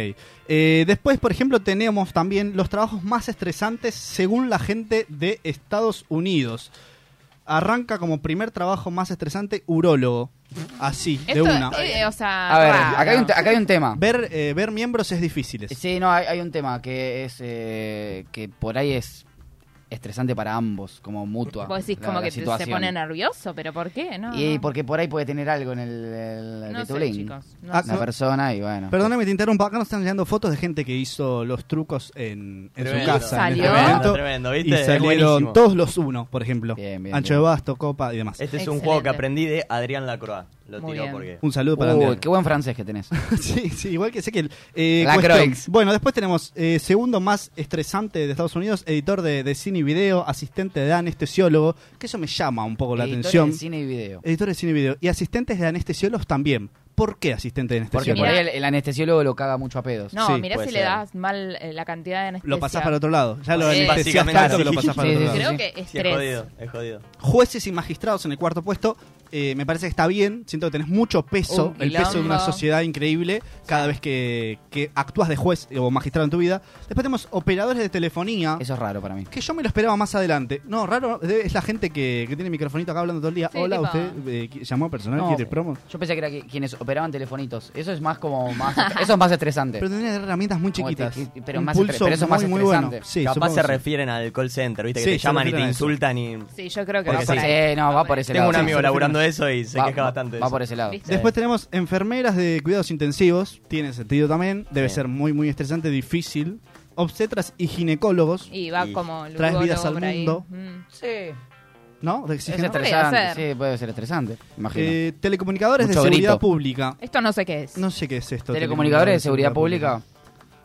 [SPEAKER 2] Eh, después, por ejemplo, tenemos también los trabajos más estresantes según la gente de Estados Unidos. Arranca como primer trabajo más estresante, urólogo. Así, de
[SPEAKER 3] Esto,
[SPEAKER 2] una.
[SPEAKER 3] eh, o sea,
[SPEAKER 4] A ver,
[SPEAKER 3] raro.
[SPEAKER 4] acá hay un, te- acá hay un tema.
[SPEAKER 2] Ver, eh, ver miembros es difícil.
[SPEAKER 4] Sí, no, hay, hay un tema que es eh, que por ahí es estresante para ambos, como mutua.
[SPEAKER 3] Vos decís
[SPEAKER 4] la-
[SPEAKER 3] como
[SPEAKER 4] la
[SPEAKER 3] que te- se
[SPEAKER 4] situación.
[SPEAKER 3] pone nervioso, pero ¿por qué? No,
[SPEAKER 4] Y
[SPEAKER 3] no.
[SPEAKER 4] porque por ahí puede tener algo en el, el
[SPEAKER 3] No sé,
[SPEAKER 4] vitulín.
[SPEAKER 3] chicos. No
[SPEAKER 2] Ah,
[SPEAKER 3] sé.
[SPEAKER 4] Una persona y bueno.
[SPEAKER 2] Perdóname, te interrumpo. Acá nos están llegando fotos de gente que hizo los trucos en, en su
[SPEAKER 6] Tremendo.
[SPEAKER 2] casa. en este
[SPEAKER 3] Salió.
[SPEAKER 2] momento.
[SPEAKER 6] Tremendo, tremendo, ¿viste?
[SPEAKER 2] Y
[SPEAKER 6] Es
[SPEAKER 2] salieron
[SPEAKER 6] buenísimo.
[SPEAKER 2] todos los unos, por ejemplo.
[SPEAKER 4] Bien, bien,
[SPEAKER 2] Ancho
[SPEAKER 4] bien.
[SPEAKER 2] de basto, copa y demás.
[SPEAKER 6] Este es un
[SPEAKER 3] Excelente.
[SPEAKER 6] juego que aprendí de Adrián Lacroix. Lo
[SPEAKER 3] Muy
[SPEAKER 6] tiro
[SPEAKER 3] bien.
[SPEAKER 6] porque.
[SPEAKER 2] Un saludo para
[SPEAKER 4] Uy,
[SPEAKER 2] Andrea.
[SPEAKER 4] qué buen francés que tenés.
[SPEAKER 2] (laughs) sí, sí, igual que Ezequiel. Eh,
[SPEAKER 4] La
[SPEAKER 2] cuestión.
[SPEAKER 4] Croix.
[SPEAKER 2] Bueno, después tenemos eh, segundo más estresante de Estados Unidos, editor de, de cine y video, asistente de anestesiólogo, que eso me llama un poco la
[SPEAKER 4] Editores
[SPEAKER 2] atención. Este
[SPEAKER 4] de cine y video.
[SPEAKER 2] Editores de cine y video. Y asistentes de anestesiólogos también. ¿Por qué asistente de
[SPEAKER 4] Porque
[SPEAKER 2] anestesia?
[SPEAKER 4] por ahí
[SPEAKER 3] Mirá.
[SPEAKER 4] el, el anestesiólogo lo caga mucho a pedos.
[SPEAKER 3] No,
[SPEAKER 2] Sí,
[SPEAKER 3] mirá si
[SPEAKER 6] puede
[SPEAKER 3] le
[SPEAKER 6] ser.
[SPEAKER 3] das mal eh, la cantidad de anestesia.
[SPEAKER 2] Lo pasás para otro lado. Ya lo
[SPEAKER 3] Sí.
[SPEAKER 2] anestesias
[SPEAKER 6] Básicamente,
[SPEAKER 2] tanto que
[SPEAKER 6] sí.
[SPEAKER 2] lo pasás para
[SPEAKER 4] Sí,
[SPEAKER 2] otro
[SPEAKER 4] sí,
[SPEAKER 2] lado.
[SPEAKER 3] Creo
[SPEAKER 4] sí.
[SPEAKER 3] que
[SPEAKER 6] Sí, es
[SPEAKER 3] estrés.
[SPEAKER 6] jodido, es jodido.
[SPEAKER 2] Jueces y magistrados en el cuarto puesto. eh, me parece que está bien. Siento que tenés mucho peso.
[SPEAKER 4] Oh,
[SPEAKER 3] Un
[SPEAKER 2] El peso de una
[SPEAKER 3] quilombo.
[SPEAKER 2] sociedad increíble cada vez que, que actúas de juez o magistrado en tu vida. Después tenemos operadores de telefonía.
[SPEAKER 4] Eso es raro para mí.
[SPEAKER 2] Que yo me lo esperaba más adelante. No, raro, de- es la gente que, que tiene el microfonito acá hablando todo el día.
[SPEAKER 3] Sí,
[SPEAKER 2] Hola,
[SPEAKER 3] tipo-
[SPEAKER 2] ¿usted eh, qui- llamó personal?
[SPEAKER 4] No.
[SPEAKER 2] ¿Quiere promo?
[SPEAKER 4] Yo pensé que era que quienes operaban telefonitos. Eso es más como más. (laughs) Eso es más estresante.
[SPEAKER 2] Pero tendría herramientas muy
[SPEAKER 4] Como
[SPEAKER 2] chiquitas.
[SPEAKER 4] te- que- pero
[SPEAKER 2] Un
[SPEAKER 4] más estre- pero eso es más
[SPEAKER 2] muy, muy bueno.
[SPEAKER 4] estresante.
[SPEAKER 2] Sí,
[SPEAKER 6] Capaz
[SPEAKER 2] supongo
[SPEAKER 6] se
[SPEAKER 2] que sí.
[SPEAKER 6] refieren al call center, viste, que
[SPEAKER 2] Sí,
[SPEAKER 6] te
[SPEAKER 2] se
[SPEAKER 6] llaman y te
[SPEAKER 2] refieren a eso.
[SPEAKER 6] insultan y.
[SPEAKER 3] Sí, yo creo que va
[SPEAKER 6] Porque
[SPEAKER 3] por
[SPEAKER 6] sí.
[SPEAKER 3] ahí.
[SPEAKER 4] Sí, no, va por ese
[SPEAKER 6] Tengo un
[SPEAKER 4] lado.
[SPEAKER 6] amigo
[SPEAKER 4] Sí,
[SPEAKER 6] laburando eso y se
[SPEAKER 4] Va-
[SPEAKER 6] queja
[SPEAKER 4] va-
[SPEAKER 6] bastante. de
[SPEAKER 4] Va
[SPEAKER 6] eso.
[SPEAKER 4] por ese lado.
[SPEAKER 3] ¿Viste?
[SPEAKER 2] Después tenemos enfermeras de cuidados intensivos. Tiene sentido también. Debe
[SPEAKER 6] Sí.
[SPEAKER 2] ser muy, muy estresante, difícil. Obstetras y ginecólogos.
[SPEAKER 3] Y va
[SPEAKER 6] Y
[SPEAKER 3] como
[SPEAKER 2] traes
[SPEAKER 3] luego,
[SPEAKER 2] vidas
[SPEAKER 3] luego
[SPEAKER 2] al
[SPEAKER 3] por ahí.
[SPEAKER 2] mundo.
[SPEAKER 3] Mm.
[SPEAKER 4] Sí.
[SPEAKER 2] ¿No? De
[SPEAKER 4] Es
[SPEAKER 2] oxígeno.
[SPEAKER 3] estres-
[SPEAKER 4] estresante.
[SPEAKER 3] ser.
[SPEAKER 4] Sí, puede ser estresante. Imagino.
[SPEAKER 2] Eh, telecomunicadores
[SPEAKER 4] Mucho
[SPEAKER 2] de seguridad
[SPEAKER 4] grito.
[SPEAKER 2] pública.
[SPEAKER 3] Esto no sé qué es. No,
[SPEAKER 2] No sé qué es esto.
[SPEAKER 4] Telecomunicadores de seguridad pública.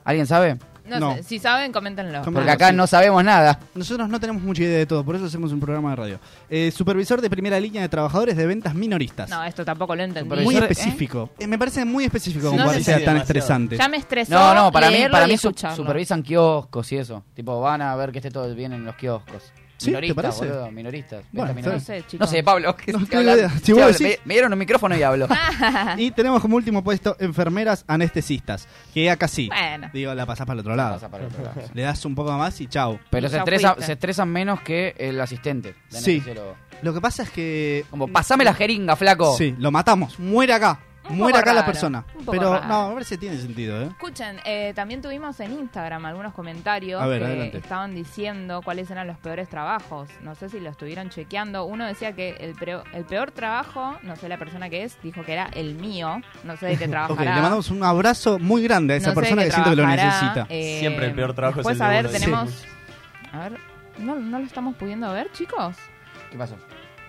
[SPEAKER 4] ¿Alguien sabe?
[SPEAKER 2] no.
[SPEAKER 3] sé. Si saben, coméntenlo.
[SPEAKER 2] Com-
[SPEAKER 4] Porque
[SPEAKER 2] Ah,
[SPEAKER 4] acá
[SPEAKER 2] sí.
[SPEAKER 4] no sabemos nada.
[SPEAKER 2] Nosotros no tenemos mucha idea de todo, por eso hacemos un programa de radio. Eh, supervisor de primera línea de trabajadores de ventas minoristas.
[SPEAKER 3] No, esto tampoco lo entendí.
[SPEAKER 2] muy
[SPEAKER 4] Supervisor-
[SPEAKER 2] específico. Eh, me parece muy específico
[SPEAKER 3] Sí,
[SPEAKER 2] como
[SPEAKER 3] no
[SPEAKER 2] para
[SPEAKER 3] sé
[SPEAKER 2] que sea
[SPEAKER 6] si
[SPEAKER 2] tan
[SPEAKER 6] demasiado.
[SPEAKER 2] estresante.
[SPEAKER 3] Ya me estresó.
[SPEAKER 4] No, no, para mí,
[SPEAKER 3] leerlo
[SPEAKER 4] para
[SPEAKER 3] y
[SPEAKER 4] mí su-
[SPEAKER 3] escucharlo.
[SPEAKER 4] supervisan kioscos y eso. Tipo, van a ver que esté todo bien en los kioscos.
[SPEAKER 2] Sí, ¿te
[SPEAKER 4] Minoristas,
[SPEAKER 2] parece?
[SPEAKER 4] boludo, minoristas.
[SPEAKER 2] Bueno,
[SPEAKER 4] Venta
[SPEAKER 2] está
[SPEAKER 3] No
[SPEAKER 2] bien.
[SPEAKER 4] minorista.
[SPEAKER 3] sé, chicos.
[SPEAKER 4] No sé, Pablo,
[SPEAKER 2] (laughs)
[SPEAKER 4] ¿qué
[SPEAKER 2] No
[SPEAKER 4] estoy
[SPEAKER 2] tengo
[SPEAKER 4] hablando?
[SPEAKER 2] idea. Si
[SPEAKER 4] Sí,
[SPEAKER 2] vos
[SPEAKER 4] hablo,
[SPEAKER 2] decís-
[SPEAKER 4] me, me dieron un micrófono
[SPEAKER 2] (laughs)
[SPEAKER 4] y hablo.
[SPEAKER 2] Y tenemos como último puesto enfermeras anestesistas, que acá sí.
[SPEAKER 3] Bueno.
[SPEAKER 2] Digo, la pasás para el otro lado.
[SPEAKER 4] Pasa para el (laughs) otro lado.
[SPEAKER 2] Le das un poco más y chao.
[SPEAKER 4] Pero
[SPEAKER 3] Ya
[SPEAKER 4] se, estresa-
[SPEAKER 3] fuiste.
[SPEAKER 4] se estresan menos que el asistente. de
[SPEAKER 2] Sí.
[SPEAKER 4] anestesiólogo.
[SPEAKER 2] Lo que pasa es que.
[SPEAKER 4] Como, pasame la jeringa, flaco.
[SPEAKER 2] Sí, lo matamos. Muere acá.
[SPEAKER 3] Un
[SPEAKER 2] Muere
[SPEAKER 3] poco
[SPEAKER 2] acá la
[SPEAKER 3] raro,
[SPEAKER 2] persona.
[SPEAKER 3] un poco
[SPEAKER 2] Pero
[SPEAKER 3] raro.
[SPEAKER 2] no, a ver si tiene sentido, ¿eh?
[SPEAKER 3] Escuchen, eh, también tuvimos en Instagram algunos comentarios
[SPEAKER 2] A ver,
[SPEAKER 3] que
[SPEAKER 2] adelante.
[SPEAKER 3] estaban diciendo cuáles eran los peores trabajos. No sé si lo estuvieron chequeando. Uno decía que el, preo- el peor trabajo, no sé la persona que es, dijo que era el mío. No sé
[SPEAKER 2] (laughs)
[SPEAKER 3] de qué trabajará.
[SPEAKER 2] Ok, le mandamos un abrazo muy grande a esa
[SPEAKER 3] No sé de
[SPEAKER 2] persona
[SPEAKER 3] qué
[SPEAKER 2] que siento que lo
[SPEAKER 3] trabajará.
[SPEAKER 2] necesita.
[SPEAKER 3] Eh,
[SPEAKER 6] Siempre el peor trabajo es
[SPEAKER 3] después,
[SPEAKER 6] el de
[SPEAKER 3] a ver,
[SPEAKER 6] uno,
[SPEAKER 3] tenemos... A ver, ¿no, ¿no lo estamos pudiendo ver, chicos?
[SPEAKER 4] ¿Qué pasó?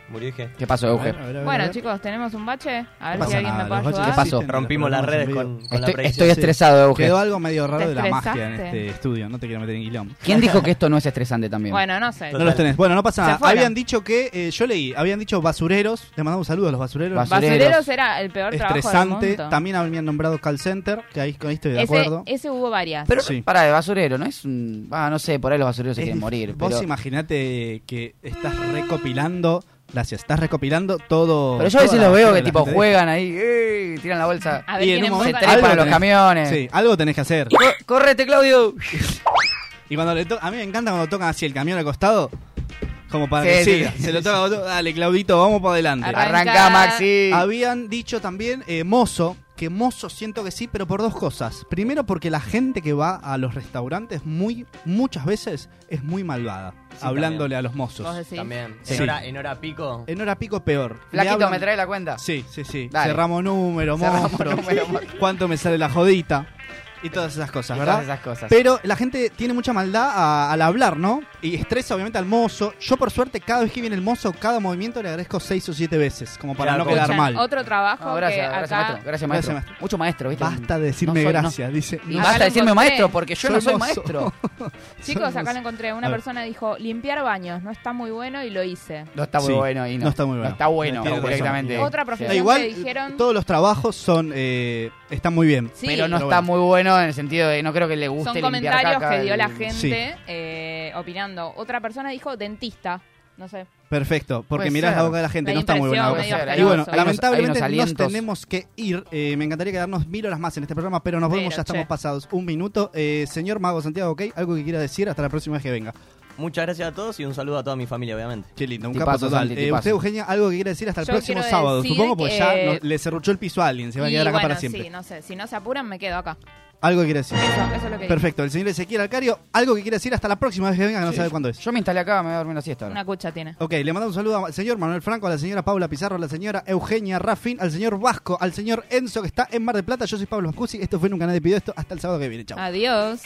[SPEAKER 6] Murió dije.
[SPEAKER 4] ¿Qué pasó,
[SPEAKER 2] A ver,
[SPEAKER 4] Euge?
[SPEAKER 2] a ver, a ver, a
[SPEAKER 3] Bueno,
[SPEAKER 2] ver.
[SPEAKER 3] chicos, tenemos un bache.
[SPEAKER 2] No
[SPEAKER 3] A ver si
[SPEAKER 2] pasa
[SPEAKER 3] alguien
[SPEAKER 2] nada,
[SPEAKER 3] me puede
[SPEAKER 2] los baches
[SPEAKER 3] ayudar.
[SPEAKER 4] ¿Qué pasó?
[SPEAKER 2] existen,
[SPEAKER 6] Rompimos
[SPEAKER 2] los
[SPEAKER 6] las redes
[SPEAKER 2] programas en
[SPEAKER 6] con,
[SPEAKER 2] vivo.
[SPEAKER 6] con la
[SPEAKER 4] Estoy,
[SPEAKER 6] predicción.
[SPEAKER 4] estoy estresado, Euge.
[SPEAKER 2] Quedó algo medio raro
[SPEAKER 3] Te
[SPEAKER 2] de la magia en
[SPEAKER 3] estresaste.
[SPEAKER 2] este estudio. No te quiero meter en guilón.
[SPEAKER 4] ¿Quién dijo que esto no es estresante también?
[SPEAKER 3] Bueno, no sé.
[SPEAKER 2] No los tenés. Bueno, no pasa
[SPEAKER 3] Se
[SPEAKER 2] nada.
[SPEAKER 3] fueron.
[SPEAKER 2] Habían dicho que, eh, yo leí, habían dicho basureros. Le mandamos saludos a los basureros.
[SPEAKER 4] Bas-
[SPEAKER 3] Basureros.
[SPEAKER 4] Basureros
[SPEAKER 3] era el peor trabajo del
[SPEAKER 2] Estresante.
[SPEAKER 3] mundo.
[SPEAKER 2] También habían nombrado call center, que ahí con ahí estoy de
[SPEAKER 3] ese,
[SPEAKER 2] acuerdo.
[SPEAKER 3] ese hubo varias.
[SPEAKER 4] Pero
[SPEAKER 2] Sí.
[SPEAKER 4] para de basurero, ¿no es un... Ah, no sé, por ahí los basureros se
[SPEAKER 2] Es
[SPEAKER 4] quieren
[SPEAKER 2] dif-
[SPEAKER 4] morir.
[SPEAKER 2] Vos
[SPEAKER 4] pero-
[SPEAKER 2] imaginate que estás recopilando, gracias, estás recopilando todo.
[SPEAKER 4] Pero yo a veces
[SPEAKER 2] toda la
[SPEAKER 4] los veo
[SPEAKER 2] basura
[SPEAKER 4] que
[SPEAKER 2] la
[SPEAKER 4] tipo
[SPEAKER 2] gente
[SPEAKER 4] juegan ahí, ¡eh! tiran la
[SPEAKER 3] A
[SPEAKER 4] bolsa.
[SPEAKER 2] deja.
[SPEAKER 3] ver,
[SPEAKER 2] y en
[SPEAKER 3] tienen
[SPEAKER 2] un
[SPEAKER 3] poca-
[SPEAKER 2] momento
[SPEAKER 4] Se trepan
[SPEAKER 2] algo
[SPEAKER 4] los
[SPEAKER 2] tenés-
[SPEAKER 4] camiones.
[SPEAKER 2] Sí, algo tenés que hacer.
[SPEAKER 4] ¡Cor- ¡Correte, Claudio!
[SPEAKER 2] Y cuando le to- a mí me encanta cuando tocan así el camión al costado, como para
[SPEAKER 4] Sí,
[SPEAKER 2] que
[SPEAKER 4] sí,
[SPEAKER 2] siga.
[SPEAKER 4] sí,
[SPEAKER 2] Se lo toca, otro, dale, Claudito, vamos para adelante.
[SPEAKER 3] Arranca.
[SPEAKER 4] Arranca, Maxi.
[SPEAKER 2] Habían dicho también eh, mozo, que mozo siento que sí, pero por dos cosas. Primero porque la gente que va a los restaurantes muy muchas veces es muy malvada, hablándole a los
[SPEAKER 3] Vos
[SPEAKER 2] mozos.
[SPEAKER 3] decís.
[SPEAKER 6] También.
[SPEAKER 2] Sí.
[SPEAKER 6] En, hora, en hora pico.
[SPEAKER 2] En hora pico peor. Le
[SPEAKER 4] Flaquito,
[SPEAKER 2] hablan-
[SPEAKER 4] ¿me trae la cuenta?
[SPEAKER 2] Sí, sí, sí.
[SPEAKER 4] Dale.
[SPEAKER 2] Cerramos número,
[SPEAKER 4] (laughs) Cerramos
[SPEAKER 2] monstruo.
[SPEAKER 4] número, monstruo.
[SPEAKER 2] ¿Cuánto me sale la jodita? Y todas esas cosas,
[SPEAKER 4] Y
[SPEAKER 2] ¿verdad?
[SPEAKER 4] todas esas cosas.
[SPEAKER 2] Pero la gente tiene mucha maldad a- al hablar, ¿no? Y estresa obviamente al mozo. Yo por suerte cada vez que viene el mozo, cada movimiento le agradezco seis o siete veces, como para
[SPEAKER 6] Claro,
[SPEAKER 2] no
[SPEAKER 6] como-
[SPEAKER 2] quedar
[SPEAKER 3] Escuchan,
[SPEAKER 2] mal.
[SPEAKER 3] Otro trabajo
[SPEAKER 4] No, gracias,
[SPEAKER 3] que
[SPEAKER 4] gracias,
[SPEAKER 3] acá...
[SPEAKER 4] maestro. Gracias, maestro.
[SPEAKER 2] maestro.
[SPEAKER 4] Mucho maestro, ¿viste?
[SPEAKER 2] Basta de decirme
[SPEAKER 4] No Ah, soy- no.
[SPEAKER 2] gracias, dice.
[SPEAKER 4] Y
[SPEAKER 2] No,
[SPEAKER 3] Acá
[SPEAKER 4] basta
[SPEAKER 3] lo
[SPEAKER 4] de decirme
[SPEAKER 3] encontré.
[SPEAKER 4] maestro porque yo
[SPEAKER 2] Soy
[SPEAKER 4] no soy
[SPEAKER 2] mozo.
[SPEAKER 4] maestro.
[SPEAKER 3] Chicos, acá
[SPEAKER 2] Somos-
[SPEAKER 3] lo encontré. Una
[SPEAKER 2] A ver.
[SPEAKER 3] persona dijo, limpiar baños, no está muy bueno y lo hice.
[SPEAKER 4] No está muy
[SPEAKER 2] Sí,
[SPEAKER 4] bueno y no.
[SPEAKER 2] no está muy bueno.
[SPEAKER 4] No está bueno,
[SPEAKER 2] Tiene razón.
[SPEAKER 4] directamente.
[SPEAKER 3] Otra
[SPEAKER 2] Da
[SPEAKER 3] profesión
[SPEAKER 2] igual,
[SPEAKER 3] que dijeron...
[SPEAKER 2] todos los trabajos son eh, están muy bien.
[SPEAKER 3] Sí,
[SPEAKER 4] Pero no
[SPEAKER 2] Pero
[SPEAKER 4] está
[SPEAKER 2] bueno.
[SPEAKER 4] muy bueno en el sentido de no creo que le guste
[SPEAKER 3] son
[SPEAKER 4] limpiar
[SPEAKER 3] comentarios
[SPEAKER 4] caca
[SPEAKER 3] que dio la
[SPEAKER 4] el-
[SPEAKER 3] gente
[SPEAKER 2] Sí.
[SPEAKER 3] eh, opinando. Otra persona dijo, dentista. No sé.
[SPEAKER 2] Perfecto, porque
[SPEAKER 4] Puede
[SPEAKER 2] mirás
[SPEAKER 4] ser.
[SPEAKER 2] la boca de la gente,
[SPEAKER 3] Me
[SPEAKER 2] no está muy buena.
[SPEAKER 3] impresionó,
[SPEAKER 2] boca.
[SPEAKER 3] medio
[SPEAKER 2] Y bueno,
[SPEAKER 3] asqueroso. Hay unos-
[SPEAKER 2] lamentablemente
[SPEAKER 4] hay unos
[SPEAKER 2] nos
[SPEAKER 4] alientos.
[SPEAKER 2] tenemos que ir. Eh, me encantaría quedarnos mil horas más en este programa, pero nos vemos,
[SPEAKER 3] Pero,
[SPEAKER 2] ya estamos
[SPEAKER 3] che.
[SPEAKER 2] pasados un minuto. Eh, señor Mago Santiago, ¿ok? ¿Algo que quiera decir hasta la próxima vez que venga?
[SPEAKER 6] Muchas gracias a todos y un saludo a toda mi familia, obviamente.
[SPEAKER 2] Qué lindo, un
[SPEAKER 4] Tipazo,
[SPEAKER 2] capo total.
[SPEAKER 4] Santi,
[SPEAKER 2] Eh,
[SPEAKER 4] tipazo.
[SPEAKER 2] usted, Eugenia, algo que quiera decir hasta el
[SPEAKER 3] Yo
[SPEAKER 2] próximo
[SPEAKER 3] quiero
[SPEAKER 2] sábado,
[SPEAKER 3] decir
[SPEAKER 2] supongo, porque ya
[SPEAKER 3] que-
[SPEAKER 2] no- le serruchó el piso a alguien, se va a
[SPEAKER 3] y
[SPEAKER 2] quedar acá
[SPEAKER 3] bueno,
[SPEAKER 2] para siempre.
[SPEAKER 3] sí, no sé. Si no se apuran, me quedo acá.
[SPEAKER 2] Algo que quiera decir.
[SPEAKER 3] Eso, eso es lo que dije.
[SPEAKER 2] Perfecto, el señor Ezequiel Alcario, algo que quiera decir hasta la próxima vez que venga, que no sabe cuándo es.
[SPEAKER 4] Yo me instalé acá, me voy a dormir una siesta ahora.
[SPEAKER 3] Una cucha tiene.
[SPEAKER 2] Ok, le mandamos un saludo al señor Manuel Franco, a la señora Paula Pizarro, a la señora Eugenia Raffin, al señor Vasco, al señor Enzo que está en Mar del Plata. Yo soy Pablo Mascusi, esto fue Nunca Nadie Pidió Esto. Hasta el sábado que viene, chao.
[SPEAKER 3] Adiós.